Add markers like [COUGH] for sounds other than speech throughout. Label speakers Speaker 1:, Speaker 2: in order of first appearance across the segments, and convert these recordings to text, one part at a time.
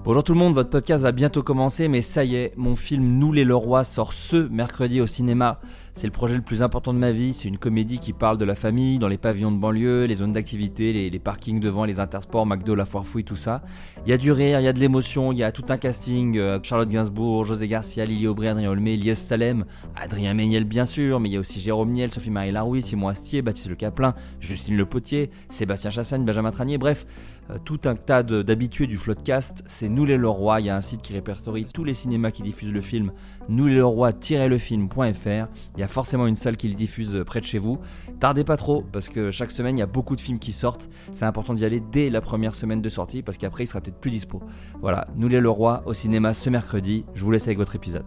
Speaker 1: Bonjour tout le monde, votre podcast va bientôt commencer, mais ça y est, mon film Nous les Leroy sort ce mercredi au cinéma. C'est le projet le plus important de ma vie, c'est une comédie qui parle de la famille, dans les pavillons de banlieue, les zones d'activité, les, les parkings devant, les intersports, McDo, la foire fouille, tout ça. Il y a du rire, il y a de l'émotion, il y a tout un casting, euh, Charlotte Gainsbourg, José Garcia, Lily Aubry, Adrien Olmé, Lies Salem, Adrien Méniel bien sûr, mais il y a aussi Jérôme Niel, Sophie-Marie Larouille, Simon Astier, Baptiste Le Caplin, Justine Le Potier, Sébastien Chassagne, Benjamin Tranier, bref, euh, tout un tas de- d'habitués du Floodcast, c'est Nous les Leroy, il y a un site qui répertorie tous les cinémas qui diffusent le film, nousleroy-lefilm.fr, il y a forcément une salle qui le diffuse euh, près de chez vous. Tardez pas trop, parce que chaque semaine, il y a beaucoup de films qui sortent, c'est important d'y aller dès la première semaine de sortie, parce qu'après, il sera peut-être plus dispo. Voilà, Nous les Leroy au cinéma ce mercredi, je vous laisse avec votre épisode.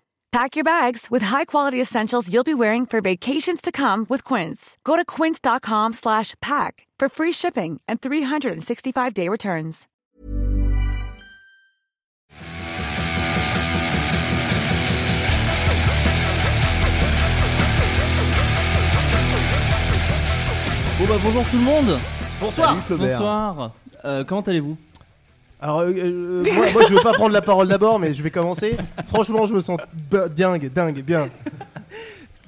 Speaker 2: Pack your bags with high-quality essentials you'll be wearing for vacations to come with Quince. Go to quince.com slash pack for free shipping and 365-day returns.
Speaker 1: Bon bah bonjour tout le monde
Speaker 3: Bonsoir. Salut, Flaubert.
Speaker 1: Bonsoir Euh, Comment allez-vous
Speaker 3: Alors, euh, euh, moi, moi, je veux pas prendre la parole d'abord, mais je vais commencer. Franchement, je me sens b- dingue, dingue, bien.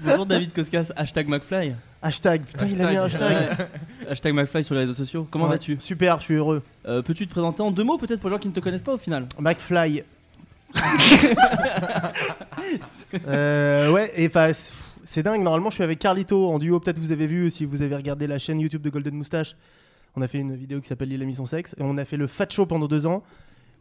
Speaker 1: Bonjour David Koskas, hashtag McFly.
Speaker 3: Hashtag, putain, il a mis un hashtag.
Speaker 1: Ouais. Hashtag McFly sur les réseaux sociaux. Comment
Speaker 3: Ouais,
Speaker 1: vas-tu
Speaker 3: Super, je suis heureux.
Speaker 1: Euh, Peux-tu te présenter en deux mots peut-être pour les gens qui ne te connaissent pas au final [LAUGHS]
Speaker 3: McFly. Euh, ouais, et enfin, c'est- c'est dingue. Normalement, je suis avec Carlito en duo. Peut-être vous avez vu si vous avez regardé la chaîne YouTube de Golden Moustache. On a fait une vidéo qui s'appelle L'île à son sexe. Et on a fait le Fat Show pendant deux ans.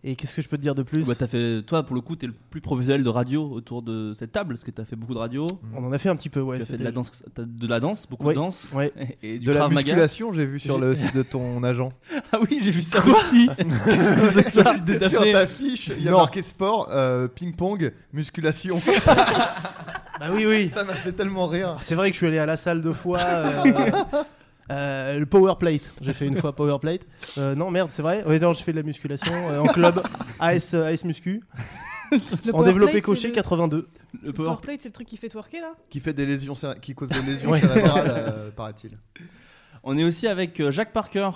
Speaker 3: Et qu'est-ce que je peux te dire de plus
Speaker 1: bah, t'as fait, Toi pour le coup t'es le plus professionnel de radio autour de cette table parce que t'as fait beaucoup de radio,
Speaker 3: On en a fait un petit peu, ouais.
Speaker 1: tu as fait
Speaker 3: c'était-
Speaker 1: de la danse, t'as de la danse, beaucoup
Speaker 3: Ouais,
Speaker 1: de danse.
Speaker 3: ouais.
Speaker 1: [LAUGHS] Et du
Speaker 4: De la
Speaker 1: Krav Maga.
Speaker 4: musculation, j'ai vu sur le site de ton agent.
Speaker 1: [LAUGHS] Ah oui j'ai vu ça
Speaker 3: [LAUGHS]
Speaker 1: aussi C'est sur le site de
Speaker 4: Sur
Speaker 1: Daphné.
Speaker 4: ta fiche, il y a
Speaker 3: Non.
Speaker 4: marqué sport, euh, ping-pong,
Speaker 1: [LAUGHS]
Speaker 4: musculation.
Speaker 3: Bah oui, oui.
Speaker 4: Ça m'a fait tellement rire.
Speaker 3: Ah, C'est vrai que je suis allé à la salle deux fois. euh,
Speaker 4: [LAUGHS]
Speaker 3: euh, le power plate, j'ai fait une fois power plate. Euh, non merde, c'est vrai. Ouais, non, j'ai fait de la musculation euh, en club
Speaker 4: [LAUGHS]
Speaker 3: AS, euh, AS muscu en développé coché 82.
Speaker 1: Le
Speaker 5: Le
Speaker 1: power
Speaker 5: powerplate, c'est le truc qui fait twerker là
Speaker 4: Qui fait des lésions, céré- qui cause des lésions
Speaker 3: Ouais.
Speaker 4: cérébrales, euh, paraît-il.
Speaker 1: On est aussi avec euh, Jacques Parker.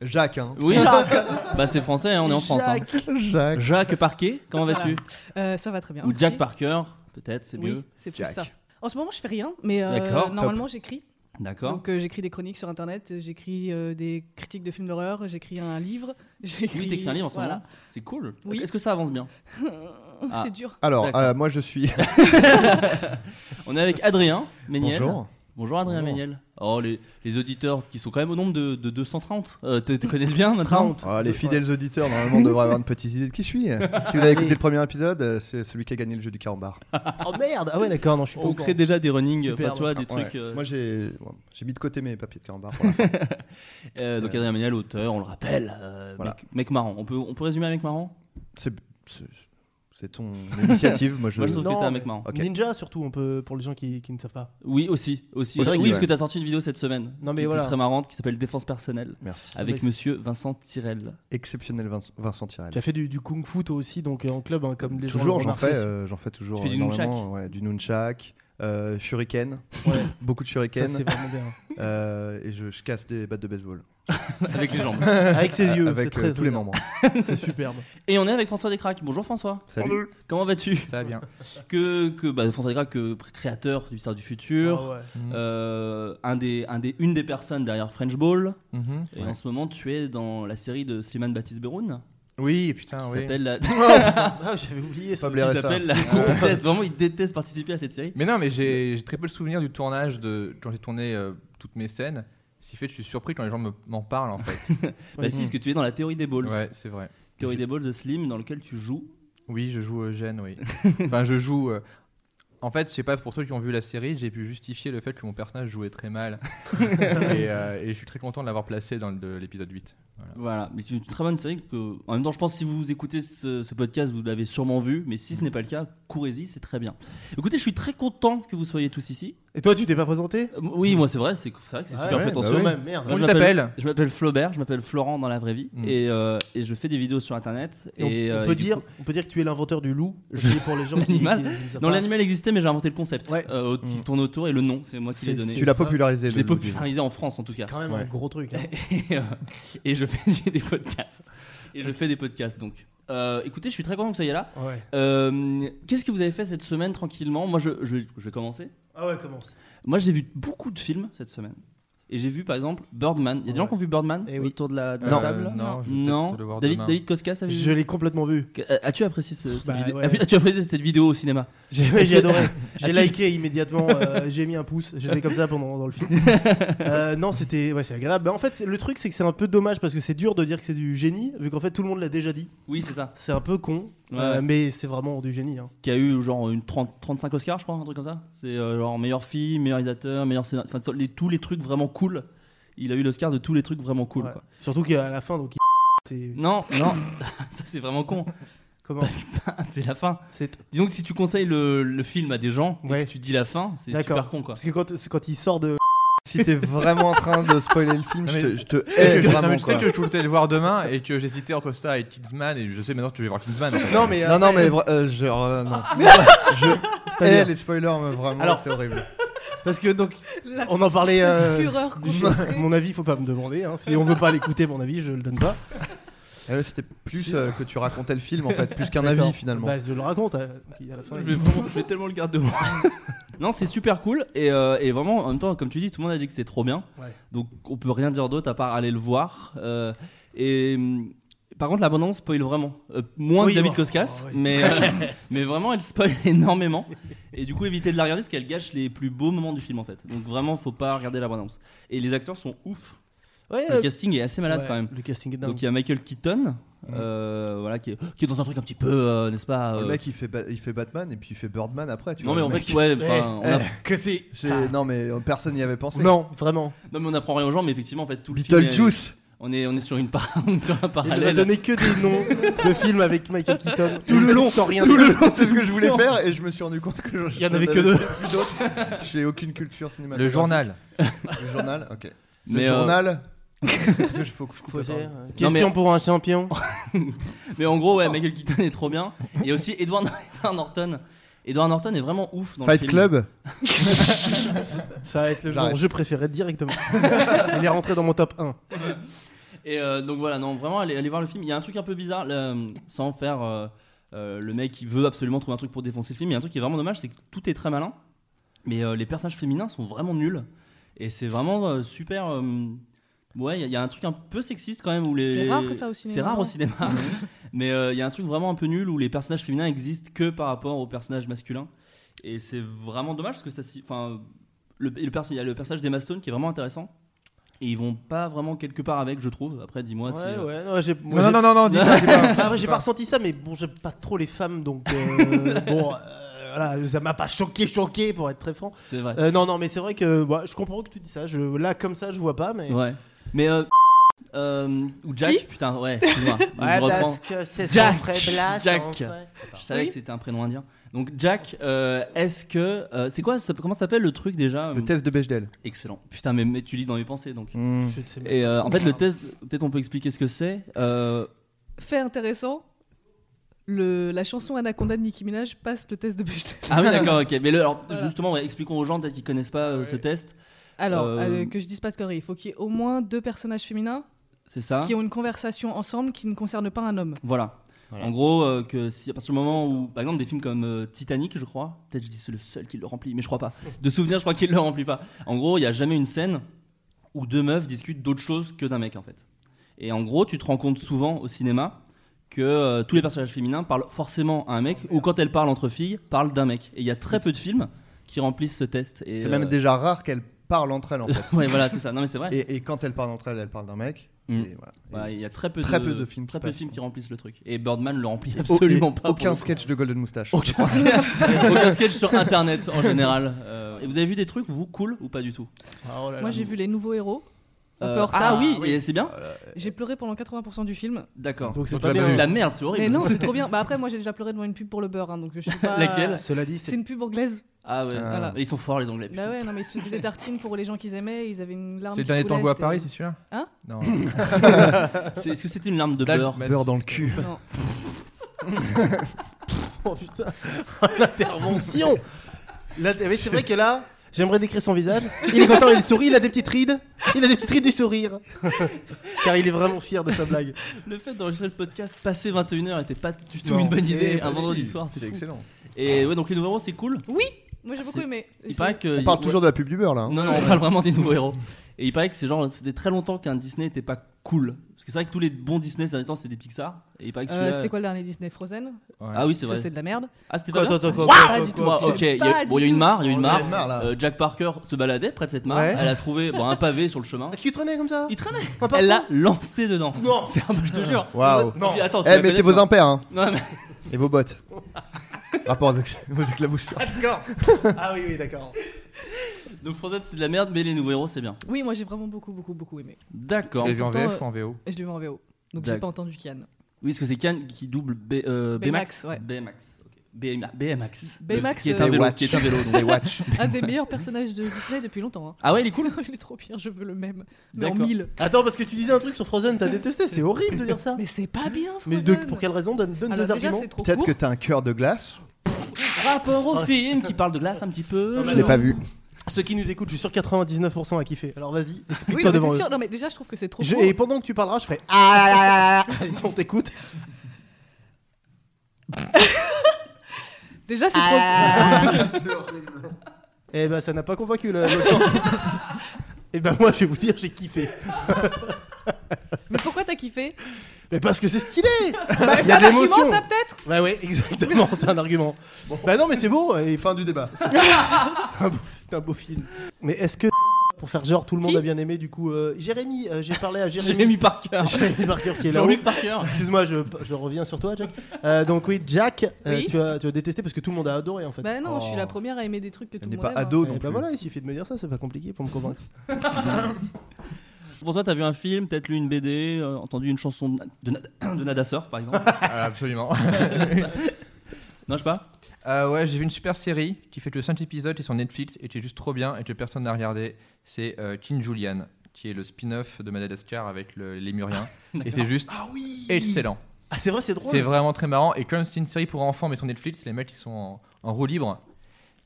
Speaker 4: Jacques, hein.
Speaker 1: Oui Jacques Bah c'est français hein, on est en France. hein.
Speaker 4: Jacques.
Speaker 1: Jacques Parquet, comment vas-tu
Speaker 5: Euh, Ça va très bien.
Speaker 1: Ou Jack
Speaker 5: merci.
Speaker 1: Parker peut-être c'est
Speaker 5: Oui,
Speaker 1: mieux.
Speaker 5: c'est plus
Speaker 4: Jack.
Speaker 5: ça. En ce moment, je fais rien, mais euh,
Speaker 1: D'accord, top.
Speaker 5: normalement, j'écris.
Speaker 1: D'accord.
Speaker 5: Donc, euh, j'écris des chroniques sur internet, j'écris euh, des critiques de films d'horreur, j'écris un livre. [LAUGHS] J'écris
Speaker 1: Oui t'écris un livre en ce
Speaker 5: Voilà.
Speaker 1: moment. C'est cool.
Speaker 5: Oui.
Speaker 1: Est-ce que ça avance bien Ah.
Speaker 5: [LAUGHS] c'est dur.
Speaker 4: Alors,
Speaker 1: D'accord.
Speaker 4: euh, moi je suis.
Speaker 1: On est avec Adrien Méniel.
Speaker 4: Bonjour.
Speaker 1: Bonjour Adrien
Speaker 4: Bonjour.
Speaker 1: Méniel. Oh, les, les auditeurs qui sont quand même au nombre de, de 230, euh, te, te connaissent bien maintenant
Speaker 4: Ah, les fidèles auditeurs,
Speaker 1: [LAUGHS]
Speaker 4: normalement, devraient avoir une petite idée de qui je suis. Si vous avez écouté le premier épisode, euh, c'est celui qui a gagné le jeu du carambar.
Speaker 3: Oh merde, ah ouais d'accord, non je suis pas
Speaker 1: On
Speaker 3: au
Speaker 1: crée
Speaker 3: courant.
Speaker 1: déjà des runnings,
Speaker 3: Superbe.
Speaker 1: enfin, tu vois, des
Speaker 4: Ah, Oh, ouais.
Speaker 1: trucs. euh,
Speaker 4: Moi j'ai ouais, j'ai mis de côté mes papiers de carambar. pour la fin.
Speaker 1: euh, donc Adrien Méniel, auteur, on le rappelle. euh,
Speaker 4: Voilà.
Speaker 1: mec, mec marrant. On peut, on peut résumer à mec marrant
Speaker 4: C'est- c'est- C'est ton initiative, moi je.
Speaker 1: Moi je trouve que
Speaker 3: Non.
Speaker 1: t'es un mec marrant.
Speaker 4: Ok.
Speaker 3: Ninja surtout, on peut pour les gens qui, qui ne savent pas.
Speaker 1: Oui, aussi. aussi,
Speaker 4: Aussi,
Speaker 1: oui, parce
Speaker 4: ouais.
Speaker 1: que t'as sorti une vidéo cette semaine.
Speaker 3: Non,
Speaker 1: qui
Speaker 3: mais
Speaker 1: était
Speaker 3: voilà.
Speaker 1: très marrante qui s'appelle Défense personnelle
Speaker 4: Merci.
Speaker 1: avec
Speaker 3: mais c'est-
Speaker 1: monsieur Vincent Tirel.
Speaker 4: Exceptionnel Vincent, Vincent Tirel.
Speaker 3: Tu as fait du, du kung fu toi aussi donc euh, en club hein, comme les gens
Speaker 4: toujours,
Speaker 3: l'ont
Speaker 4: j'en fais,
Speaker 3: remarqué.
Speaker 4: euh, j'en fais toujours
Speaker 1: Tu fais du
Speaker 4: énormément. ouais, du nunchak, euh, shuriken,
Speaker 3: Ouais,
Speaker 4: [LAUGHS] beaucoup de
Speaker 3: ça,
Speaker 4: shuriken,
Speaker 3: c'est vraiment bien.
Speaker 4: euh, et je, je casse des battes de baseball
Speaker 1: avec les jambes.
Speaker 3: Avec ses
Speaker 4: [LAUGHS]
Speaker 3: yeux,
Speaker 4: avec
Speaker 3: c'est
Speaker 4: euh,
Speaker 3: très-
Speaker 4: tous les membres. [LAUGHS]
Speaker 3: C'est superbe.
Speaker 1: Et on est avec François Descraques. Bonjour François.
Speaker 4: Salut.
Speaker 1: Comment vas-tu
Speaker 6: Ça va bien.
Speaker 1: que, que bah, François Descraques, que créateur du Star du Futur,
Speaker 4: [LAUGHS]
Speaker 3: Ah ouais.
Speaker 4: Oh.
Speaker 1: euh, un des, un des, une des
Speaker 7: Mhm.
Speaker 1: personnes derrière French Ball. Et
Speaker 4: Ouais.
Speaker 1: en ce moment, tu es dans la série de Simon Baptiste Beroun.
Speaker 6: Oui, putain,
Speaker 7: qui
Speaker 6: oui.
Speaker 7: s'appelle la...
Speaker 3: Ah, j'avais oublié
Speaker 4: Pas
Speaker 3: ça.
Speaker 7: qui
Speaker 4: blairer ça.
Speaker 7: s'appelle la
Speaker 4: [LAUGHS] Ouais.
Speaker 7: Cour du Test. Vraiment, ils détestent participer à cette série.
Speaker 6: Mais non, mais j'ai j'ai très peu le souvenir du tournage de quand j'ai tourné euh, toutes mes scènes. Ce qui fait que je suis surpris quand les gens me- m'en parlent en
Speaker 7: [LAUGHS]
Speaker 6: fait.
Speaker 7: Bah si, parce que tu es dans la théorie des balls.
Speaker 6: ouais, c'est vrai.
Speaker 7: Théorie des balls de Slim, dans lequel tu joues.
Speaker 6: Oui, je joue Eugène, oui. enfin, je joue. euh, En fait, je sais pas, pour ceux qui ont vu la série, j'ai pu justifier le fait que mon personnage jouait très
Speaker 7: [LAUGHS]
Speaker 6: mal. et, euh, et je suis très content de l'avoir placé dans le- de l'épisode 8.
Speaker 3: Eh,
Speaker 7: Voilà. Mais c'est une très bonne série que, en même temps, je pense que si vous écoutez ce, ce podcast, vous l'avez sûrement vu. Mais
Speaker 4: Mm-hmm.
Speaker 7: si ce n'est pas le cas, courez-y, c'est très bien. Écoutez, je suis très content que vous soyez tous ici.
Speaker 3: Et toi, tu t'es pas présenté
Speaker 7: Euh, oui, moi, c'est vrai, c'est c'est vrai que c'est super
Speaker 3: Ah
Speaker 4: Ah ouais, bah
Speaker 7: prétentieux.
Speaker 4: oui.
Speaker 3: Quand même, merde.
Speaker 7: Moi,
Speaker 6: Comment
Speaker 7: je
Speaker 6: tu
Speaker 7: m'appelle-
Speaker 6: t'appelles
Speaker 7: Je m'appelle Flaubert, je m'appelle Florent dans la vraie vie
Speaker 6: Mm.
Speaker 7: et, euh, et je fais des vidéos sur internet.
Speaker 3: Et on-
Speaker 7: et,
Speaker 3: on,
Speaker 7: euh,
Speaker 3: peut
Speaker 7: et du
Speaker 3: dire,
Speaker 7: coup-
Speaker 3: on peut dire que tu es l'inventeur du loup.
Speaker 7: Je-
Speaker 3: Je pour les
Speaker 7: [LAUGHS]
Speaker 3: gens. qui-
Speaker 7: L'animal.
Speaker 3: qui- qui ne savent
Speaker 7: Non,
Speaker 3: pas.
Speaker 7: l'animal existait, mais j'ai inventé le concept
Speaker 3: Ouais.
Speaker 7: euh, qui
Speaker 6: Mm.
Speaker 7: tourne autour et le nom, c'est moi qui l'ai
Speaker 3: C'est-
Speaker 7: donné.
Speaker 3: c'est-
Speaker 4: Tu l'as popularisé.
Speaker 7: Je
Speaker 4: le-
Speaker 7: l'ai popularisé en France en tout cas.
Speaker 3: Quand même un
Speaker 4: Ouais.
Speaker 3: gros truc. hein.
Speaker 7: et, euh, et je fais [LAUGHS] des podcasts. Et je fais des podcasts donc. Euh, écoutez, je suis très content que vous soyez là.
Speaker 3: [LAUGHS] Ouais.
Speaker 7: Euh, Qu'est-ce que vous avez fait cette semaine tranquillement Moi, je, je- je vais commencer.
Speaker 3: Ah ouais, commence.
Speaker 7: Moi, j'ai vu beaucoup de films cette semaine. Et j'ai vu par exemple Birdman. Il y a des gens
Speaker 3: Ouais.
Speaker 7: qui ont vu Birdman
Speaker 3: Eh oui.
Speaker 7: autour de la, de la
Speaker 4: Non.
Speaker 7: table
Speaker 6: Euh, non, je vais peut-être le voir
Speaker 7: David,
Speaker 6: demain.
Speaker 7: David Koskas a vu
Speaker 3: Je l'ai complètement vu.
Speaker 7: Que- euh, As-tu apprécié ce- cette
Speaker 3: Bah,
Speaker 7: vidéo
Speaker 3: ouais.
Speaker 7: As-tu apprécié cette vidéo au cinéma
Speaker 3: J'ai ouais, j'ai
Speaker 7: Est-ce que- [LAUGHS]
Speaker 3: adoré. J'ai
Speaker 7: As-tu-
Speaker 3: liké immédiatement. euh, j'ai mis un pouce. J'étais comme ça pendant dans
Speaker 7: [LAUGHS]
Speaker 3: le film. Euh, non, c'était ouais, c'est agréable. Bah, en fait, c'est- le truc c'est que c'est un peu dommage parce que c'est dur de dire que c'est du génie vu qu'en fait tout le monde l'a déjà dit.
Speaker 7: Oui, c'est ça.
Speaker 3: C'est un peu con,
Speaker 7: Ouais.
Speaker 3: euh, mais c'est vraiment du génie. hein.
Speaker 7: Qui a eu genre une 30 35 Oscars, je crois, un truc comme ça. C'est euh, genre meilleur film, meilleur réalisateur, meilleur scénariste. Enfin, les- tous les trucs vraiment cool. Il a eu l'Oscar de tous les trucs vraiment cool.
Speaker 3: Ouais.
Speaker 7: quoi.
Speaker 3: Surtout qu'à la fin, donc il- c'est
Speaker 7: Non, non, [LAUGHS] ça c'est vraiment con.
Speaker 3: comment
Speaker 7: Parce que [LAUGHS] c'est la fin.
Speaker 3: C'est-
Speaker 7: Disons que si tu conseilles le, le film à des gens, et
Speaker 3: Ouais.
Speaker 7: que tu dis la fin, c'est
Speaker 3: D'accord.
Speaker 7: super con quoi.
Speaker 3: Parce que quand, quand il sort de
Speaker 4: [LAUGHS] Si t'es vraiment en train de spoiler le film,
Speaker 6: Non,
Speaker 4: je
Speaker 6: mais-
Speaker 4: te- je te
Speaker 6: Parce
Speaker 4: hais
Speaker 6: que- non, mais
Speaker 4: vraiment.
Speaker 6: je sais
Speaker 4: quoi.
Speaker 6: que je voulais le voir demain et que j'hésitais entre ça et Kingsman et je sais maintenant que je vais voir Kingsman. en fait.
Speaker 3: non mais
Speaker 4: Non, non, mais vra- euh, genre. euh, non. Je hais
Speaker 3: c'est-à-dire-
Speaker 4: les spoilers, mais vraiment,
Speaker 3: Alors-
Speaker 4: c'est horrible.
Speaker 3: parce que donc on en parlait euh,
Speaker 5: Fureur
Speaker 3: du-
Speaker 5: concentrée.
Speaker 3: mon avis faut pas me demander hein. si on veut pas l'écouter mon avis je le donne pas
Speaker 4: Euh, C'était plus
Speaker 3: Si.
Speaker 4: euh, que tu racontais le film en fait, plus qu'un
Speaker 3: D'accord.
Speaker 4: avis finalement.
Speaker 3: Bah, je le raconte euh, puis à la fin,
Speaker 7: Je
Speaker 3: il-
Speaker 7: vais, je vais tellement le garder de moi. [LAUGHS] non, c'est super cool. Et, euh, et vraiment, en même temps, comme tu dis, tout le monde a dit que c'est trop bien.
Speaker 3: Ouais.
Speaker 7: Donc, on peut rien dire d'autre à part aller le voir. Euh, et. hum, Par contre, l'abondance spoil vraiment. Euh, moins
Speaker 3: Oui,
Speaker 7: que David
Speaker 3: bon.
Speaker 7: Koskas,
Speaker 3: Oh, oui.
Speaker 7: mais, [LAUGHS] euh, mais vraiment, elle spoil [LAUGHS] énormément. Et du coup, évitez de la regarder parce qu'elle gâche les plus beaux moments du film en fait. Donc, vraiment, faut pas regarder l'abondance. Et les acteurs sont ouf.
Speaker 3: Ouais,
Speaker 7: Le
Speaker 3: euh,
Speaker 7: casting est assez malade
Speaker 3: ouais,
Speaker 7: quand même.
Speaker 3: le casting est dingue
Speaker 7: Donc, il y a Michael Keaton, euh, voilà, qui, est, qui est dans un truc un petit peu, euh, n'est-ce pas
Speaker 4: Ah, Le
Speaker 7: euh,
Speaker 4: mec il fait, Ba- il fait Batman et puis il fait Birdman après. Tu
Speaker 7: Non, mais
Speaker 4: vois,
Speaker 7: en
Speaker 4: le mec.
Speaker 7: fait, ouais, enfin, on a-
Speaker 3: que c'est
Speaker 4: J'ai- Non mais euh, personne n'y avait pensé.
Speaker 3: non vraiment
Speaker 7: Non mais on apprend rien aux gens, mais effectivement en fait tout le film. est-
Speaker 4: Beetlejuice
Speaker 7: On est on est sur une par- [LAUGHS] on est sur un
Speaker 3: Et je vais
Speaker 7: parallèle.
Speaker 3: donner que des noms de films avec Michael Keaton
Speaker 4: Tout le long.
Speaker 3: sans rien
Speaker 4: Tout
Speaker 3: dire.
Speaker 4: le long, C'est ce que je voulais faire et je me suis rendu compte que
Speaker 3: Il y en avait que deux.
Speaker 4: J'ai aucune culture
Speaker 6: Le
Speaker 4: cinématographique.
Speaker 6: journal.
Speaker 4: Le journal, ok.
Speaker 7: Mais,
Speaker 4: le
Speaker 7: euh,
Speaker 4: journal.
Speaker 7: [LAUGHS]
Speaker 4: Parce que je- faut que je coupe la parole.
Speaker 3: euh, Question
Speaker 7: mais-
Speaker 3: pour un champion.
Speaker 7: mais en gros ouais,
Speaker 4: Oh.
Speaker 7: Michael Keaton est trop bien. Et aussi Edward, [LAUGHS] Edward Norton. Edward Norton est vraiment ouf dans
Speaker 4: Fight
Speaker 7: le film.
Speaker 4: Club.
Speaker 3: Ça va être le
Speaker 4: J'arrête.
Speaker 3: jeu préféré directement. Il est rentré dans mon top 1.
Speaker 7: Et euh, donc voilà non vraiment allez, allez voir le film. Il y a un truc un peu bizarre là, euh, sans faire euh, euh, le mec qui veut absolument trouver un truc pour défoncer le film. Il y a un truc qui est vraiment dommage, c'est que tout est très malin, mais euh, les personnages féminins sont vraiment nuls. Et c'est vraiment euh, super. euh, ouais, il y, a- il y a un truc un peu sexiste quand même où les.
Speaker 5: C'est rare, ça, au cinéma.
Speaker 7: C'est rare au cinéma.
Speaker 5: [LAUGHS]
Speaker 7: mais euh, il y a un truc vraiment un peu nul où les personnages féminins existent que par rapport aux personnages masculins. Et c'est vraiment dommage parce que ça. s'y- Enfin, le, et le perso- il y a le personnage d'Emma Stone qui est vraiment intéressant. Et ils vont pas vraiment quelque part avec, je trouve. Après, dis-moi si.
Speaker 3: Ouais,
Speaker 7: euh,
Speaker 3: ouais, non, j'ai- moi,
Speaker 6: Non,
Speaker 3: j'ai-
Speaker 6: non, non, non, dis pas, dis pas.
Speaker 3: Ah ouais, j'ai pas ressenti ça, mais bon, j'aime pas trop les femmes, donc
Speaker 7: [LAUGHS]
Speaker 3: euh, bon, euh, voilà, ça m'a pas choqué, choqué, pour être très franc.
Speaker 7: C'est vrai.
Speaker 3: Euh, non, non, mais c'est vrai que bah, je comprends que tu dis ça. Je, là, comme ça, je vois pas, mais.
Speaker 7: Ouais. Mais. euh, euh, ou Jack, putain, ouais, excuse-moi. Donc,
Speaker 3: [LAUGHS] Ouais,
Speaker 7: je reprends.
Speaker 3: parce que c'est son
Speaker 7: Jack,
Speaker 3: vrai blast,
Speaker 7: Jack.
Speaker 3: en fait.
Speaker 7: Je savais que c'était un prénom indien. Donc, Jack, euh, est-ce que. euh, c'est quoi ça- Comment ça s'appelle le truc déjà euh,
Speaker 4: Le test de Bechdel.
Speaker 7: Excellent. Putain, mais, mais tu lis dans mes pensées donc.
Speaker 4: Hmm.
Speaker 3: Je ne sais même
Speaker 7: Et euh,
Speaker 3: pas.
Speaker 7: en fait, le test, peut-être on peut expliquer ce que c'est. Euh,
Speaker 5: Fait intéressant, le, la chanson Anaconda de Nicki Minaj passe le test de Bechdel.
Speaker 7: Ah oui, d'accord, ok. Mais le- alors,
Speaker 5: Voilà.
Speaker 7: justement, ouais, expliquons aux gens peut-être qui connaissent pas euh, ce test.
Speaker 5: Alors,
Speaker 7: Euh,
Speaker 5: euh, que je dise pas de conneries, il faut qu'il y ait au moins deux personnages féminins
Speaker 7: C'est
Speaker 1: Hein
Speaker 7: ça
Speaker 5: qui ont une conversation ensemble qui ne concerne pas un homme.
Speaker 7: Voilà. En gros, euh, que si à partir du moment où, par exemple, des films comme euh, Titanic, je crois, peut-être je dis c'est le seul qui le remplit, mais je crois pas. De souvenir, je crois qu'il le remplit pas. En gros, il y a jamais une scène où deux meufs discutent d'autre chose que d'un mec, en fait. Et en gros, tu te rends compte souvent au cinéma que euh, tous les personnages féminins parlent forcément à un mec, ou quand elles parlent entre filles, parlent d'un mec. Et il y a très peu de films qui remplissent ce test. et,
Speaker 4: C'est
Speaker 7: euh,
Speaker 4: même déjà rare qu'elles parlent entre elles
Speaker 7: [LAUGHS]
Speaker 4: en fait.
Speaker 7: ouais, voilà, c'est ça. Non, mais c'est vrai.
Speaker 4: Et, et quand elles parlent entre elles, elles parlent d'un mec.
Speaker 7: Mm.
Speaker 4: Et voilà. Et-
Speaker 7: Bah, Il y a très peu,
Speaker 4: Très
Speaker 7: de,
Speaker 4: peu de films
Speaker 7: très
Speaker 4: qui
Speaker 7: peu de
Speaker 4: passent.
Speaker 7: films qui remplissent le truc. Et Birdman le remplit
Speaker 4: et-
Speaker 7: absolument
Speaker 4: et
Speaker 7: pas. pour
Speaker 4: Aucun
Speaker 7: le coup.
Speaker 4: sketch de Golden Moustache.
Speaker 7: Aucun, [LAUGHS] aucun sketch sur internet en général. Euh, et vous avez vu des trucs, vous, cool ou pas du tout
Speaker 3: Oh
Speaker 1: Euh,
Speaker 5: Moi, j'ai vu Les Nouveaux Héros. Un
Speaker 7: Euh,
Speaker 5: peu en
Speaker 7: Ah
Speaker 5: retard.
Speaker 7: oui, et c'est bien
Speaker 1: Euh,
Speaker 5: J'ai pleuré pendant 80% du film.
Speaker 7: D'accord.
Speaker 3: Donc c'est
Speaker 6: Donc
Speaker 3: pas
Speaker 6: la
Speaker 3: bien.
Speaker 7: C'est de la merde, c'est horrible.
Speaker 5: Mais non, c'est trop bien. Bah après, moi, j'ai déjà pleuré devant une pub pour le beurre, hein, donc je suis pas.
Speaker 7: Laquelle
Speaker 3: Cela dit,
Speaker 5: C'est
Speaker 3: c'est
Speaker 5: une pub anglaise.
Speaker 7: Ah ouais,
Speaker 4: Ah.
Speaker 7: voilà. ils sont forts les anglais. putain.
Speaker 5: Bah ouais, non, mais ils se faisaient des tartines pour les gens qu'ils aimaient. Ils avaient une larme.
Speaker 6: C'est le
Speaker 5: qui
Speaker 6: dernier
Speaker 5: coulait,
Speaker 6: tango à
Speaker 5: c'était-
Speaker 6: Paris, c'est celui-là
Speaker 5: Hein
Speaker 6: Non.
Speaker 7: C'est- Est-ce que c'était une larme de
Speaker 6: Dal-
Speaker 7: beurre
Speaker 6: Mad-
Speaker 4: [LAUGHS] Beurre dans le cul.
Speaker 5: Non.
Speaker 3: oh putain, [LAUGHS] l'intervention. Là, mais c'est vrai que là, j'aimerais décrire son visage. Il est content, il sourit, il a des petites rides, il a des petites rides du sourire, car il est vraiment fier de sa blague.
Speaker 7: Le fait d'enregistrer le podcast passé 21h était pas du tout
Speaker 4: Non.
Speaker 7: une bonne idée.
Speaker 4: Eh,
Speaker 7: Un
Speaker 4: bah,
Speaker 7: vendredi
Speaker 4: si,
Speaker 7: soir, c'est
Speaker 4: C'est
Speaker 7: fou.
Speaker 4: excellent.
Speaker 7: Et ouais, donc les nouveaux héros, c'est cool.
Speaker 5: Oui, moi j'ai
Speaker 7: Ah,
Speaker 5: beaucoup
Speaker 7: c'est-
Speaker 5: aimé.
Speaker 7: Euh, Il paraît que.
Speaker 4: On parle toujours de la pub du beurre là. hein.
Speaker 7: Non, non, on parle vraiment des nouveaux héros. Et il paraît que c'est genre, ça faisait très longtemps qu'un Disney n'était pas cool. Parce que c'est vrai que tous les bons Disney ces derniers temps, c'est des Pixar. Et il paraît que
Speaker 5: Euh,
Speaker 7: celui-là-
Speaker 5: C'était quoi le dernier Disney Frozen
Speaker 7: Ah oui, c'est
Speaker 5: Ça,
Speaker 7: vrai.
Speaker 5: c'est de la merde.
Speaker 7: Ah, c'était pas bien
Speaker 3: Attends, attends, quoi,
Speaker 5: Pas
Speaker 3: quoi,
Speaker 5: du tout.
Speaker 3: quoi,
Speaker 7: Ah,
Speaker 3: quoi.
Speaker 7: ok, il y a-
Speaker 5: Pas
Speaker 7: bon, il y a
Speaker 5: du
Speaker 7: une mare, il y a
Speaker 4: On
Speaker 7: une
Speaker 4: en
Speaker 7: mare.
Speaker 4: avait marre, là.
Speaker 7: Euh, Jack Parker se baladait près de cette mare.
Speaker 3: Ouais.
Speaker 7: Elle a trouvé bon, un pavé sur le chemin.
Speaker 3: Qui traînait comme ça
Speaker 7: Il traînait.
Speaker 3: Ah, pardon.
Speaker 7: Elle l'a lancé dedans. [LAUGHS]
Speaker 3: Non.
Speaker 7: C'est un peu, je te jure. [LAUGHS]
Speaker 4: Waouh.
Speaker 7: Et puis, attends, tu
Speaker 4: Eh,
Speaker 7: la
Speaker 4: mettez
Speaker 7: connais,
Speaker 4: vos
Speaker 7: toi
Speaker 4: impairs hein,
Speaker 7: Non, mais-
Speaker 4: et vos bottes. [LAUGHS] Rapport [LAUGHS] avec avec
Speaker 7: [LAUGHS]
Speaker 4: la bouche.
Speaker 3: D'accord. [LAUGHS] Ah oui, oui, d'accord.
Speaker 7: Donc Frozen c'était de la merde, mais les nouveaux héros c'est bien.
Speaker 5: Oui, moi j'ai vraiment beaucoup, beaucoup, beaucoup aimé.
Speaker 7: D'accord.
Speaker 6: Vous l'avez vu en
Speaker 5: pourtant,
Speaker 6: VF ou en VO
Speaker 5: Et je l'ai vu en VO. Donc j'ai
Speaker 7: D'accord.
Speaker 5: pas entendu Kian.
Speaker 7: Oui, parce que c'est Khan qui double B, euh,
Speaker 5: Baymax,
Speaker 7: Baymax.
Speaker 5: ouais.
Speaker 7: Baymax. ok. BMA BMX.
Speaker 5: Baymax,
Speaker 7: Qui est un
Speaker 5: euh,
Speaker 7: vélo.
Speaker 4: Watch.
Speaker 7: Qui est un vélo donc.
Speaker 4: Les watch.
Speaker 5: Un des meilleurs personnages de Disney depuis longtemps. hein.
Speaker 7: Ah ouais, il est cool.
Speaker 5: [LAUGHS] il est trop bien, je veux le même. Mais en
Speaker 7: D'accord.
Speaker 5: mille.
Speaker 3: Attends, parce que tu disais un truc sur Frozen, t'as détesté, c'est horrible de dire ça.
Speaker 5: Mais c'est pas bien,
Speaker 3: Mais de-
Speaker 5: Frozen.
Speaker 3: pour quelle raison Donne, donne
Speaker 5: Alors
Speaker 3: des
Speaker 5: déjà,
Speaker 3: arguments.
Speaker 5: c'est trop
Speaker 4: Peut-être
Speaker 5: court.
Speaker 4: que t'as un cœur de glace.
Speaker 7: Rapport au film qui parle de glace un petit peu.
Speaker 4: Je l'ai pas vu.
Speaker 3: Ceux qui nous écoutent, je suis sûr 99% à kiffer. Alors vas-y,
Speaker 5: Oui,
Speaker 3: explique-toi
Speaker 5: non, mais
Speaker 3: devant
Speaker 5: c'est
Speaker 3: eux.
Speaker 5: sûr. Non, mais déjà, je trouve que c'est trop
Speaker 3: Je-
Speaker 5: court.
Speaker 3: et pendant que tu parleras, je ferai ah là là là là là. on t'écoute.
Speaker 5: Déjà, c'est
Speaker 3: Eh ben ça n'a pas convaincu le.
Speaker 5: [LAUGHS]
Speaker 3: Et ben moi je vais vous dire j'ai kiffé.
Speaker 5: trop. Mais pourquoi t'as kiffé
Speaker 3: Mais parce que c'est stylé.
Speaker 5: Bah,
Speaker 3: Il y
Speaker 5: C'est
Speaker 3: a
Speaker 5: un
Speaker 3: de l'émotion.
Speaker 5: argument, ça peut-être
Speaker 3: Bah oui exactement c'est un argument. Bah non mais c'est beau et
Speaker 4: Fin du débat.
Speaker 3: c'est un, beau- c'est un beau film. Mais est-ce que pour faire genre tout le monde
Speaker 5: Qui
Speaker 3: a bien aimé du coup euh, Jérémy euh, j'ai
Speaker 5: [LAUGHS]
Speaker 3: parlé à Jérémy.
Speaker 7: Jérémy
Speaker 3: [LAUGHS]
Speaker 7: Parker.
Speaker 3: Jérémy Parker qui est là.
Speaker 7: Jean-Luc Parker.
Speaker 3: Excuse-moi, je, je reviens sur toi, Jack. Euh, donc oui, Jack, euh,
Speaker 5: Oui.
Speaker 3: tu, as, tu as détesté parce que tout le monde a adoré en fait.
Speaker 5: Bah non, je
Speaker 4: Oh.
Speaker 5: suis la première à aimer des trucs que tout
Speaker 4: Elle
Speaker 5: le
Speaker 4: n'est
Speaker 5: monde
Speaker 4: pas
Speaker 5: aime. hein.
Speaker 4: ado
Speaker 3: Eh
Speaker 4: non
Speaker 3: bah
Speaker 4: plus.
Speaker 3: voilà, il suffit de me dire ça, c'est pas compliqué pour me convaincre.
Speaker 7: Pour toi, t'as vu un film, peut-être lu une BD, euh, entendu une chanson de, Na- de Na- [COUGHS] de Nada Surf par exemple.
Speaker 6: Ah, Absolument.
Speaker 7: non, je sais pas.
Speaker 6: Euh, ouais, j'ai vu une super série qui fait que 5 épisodes et sur Netflix et qui est juste trop bien et que personne n'a regardé. C'est euh, King Julian, qui est le spin-off de Madagascar avec le, les Muriens. et c'est juste excellent.
Speaker 3: Ah c'est vrai, c'est drôle.
Speaker 6: C'est vraiment très marrant. Et comme c'est une série pour enfants mais sur Netflix, les mecs ils sont en, en roue libre.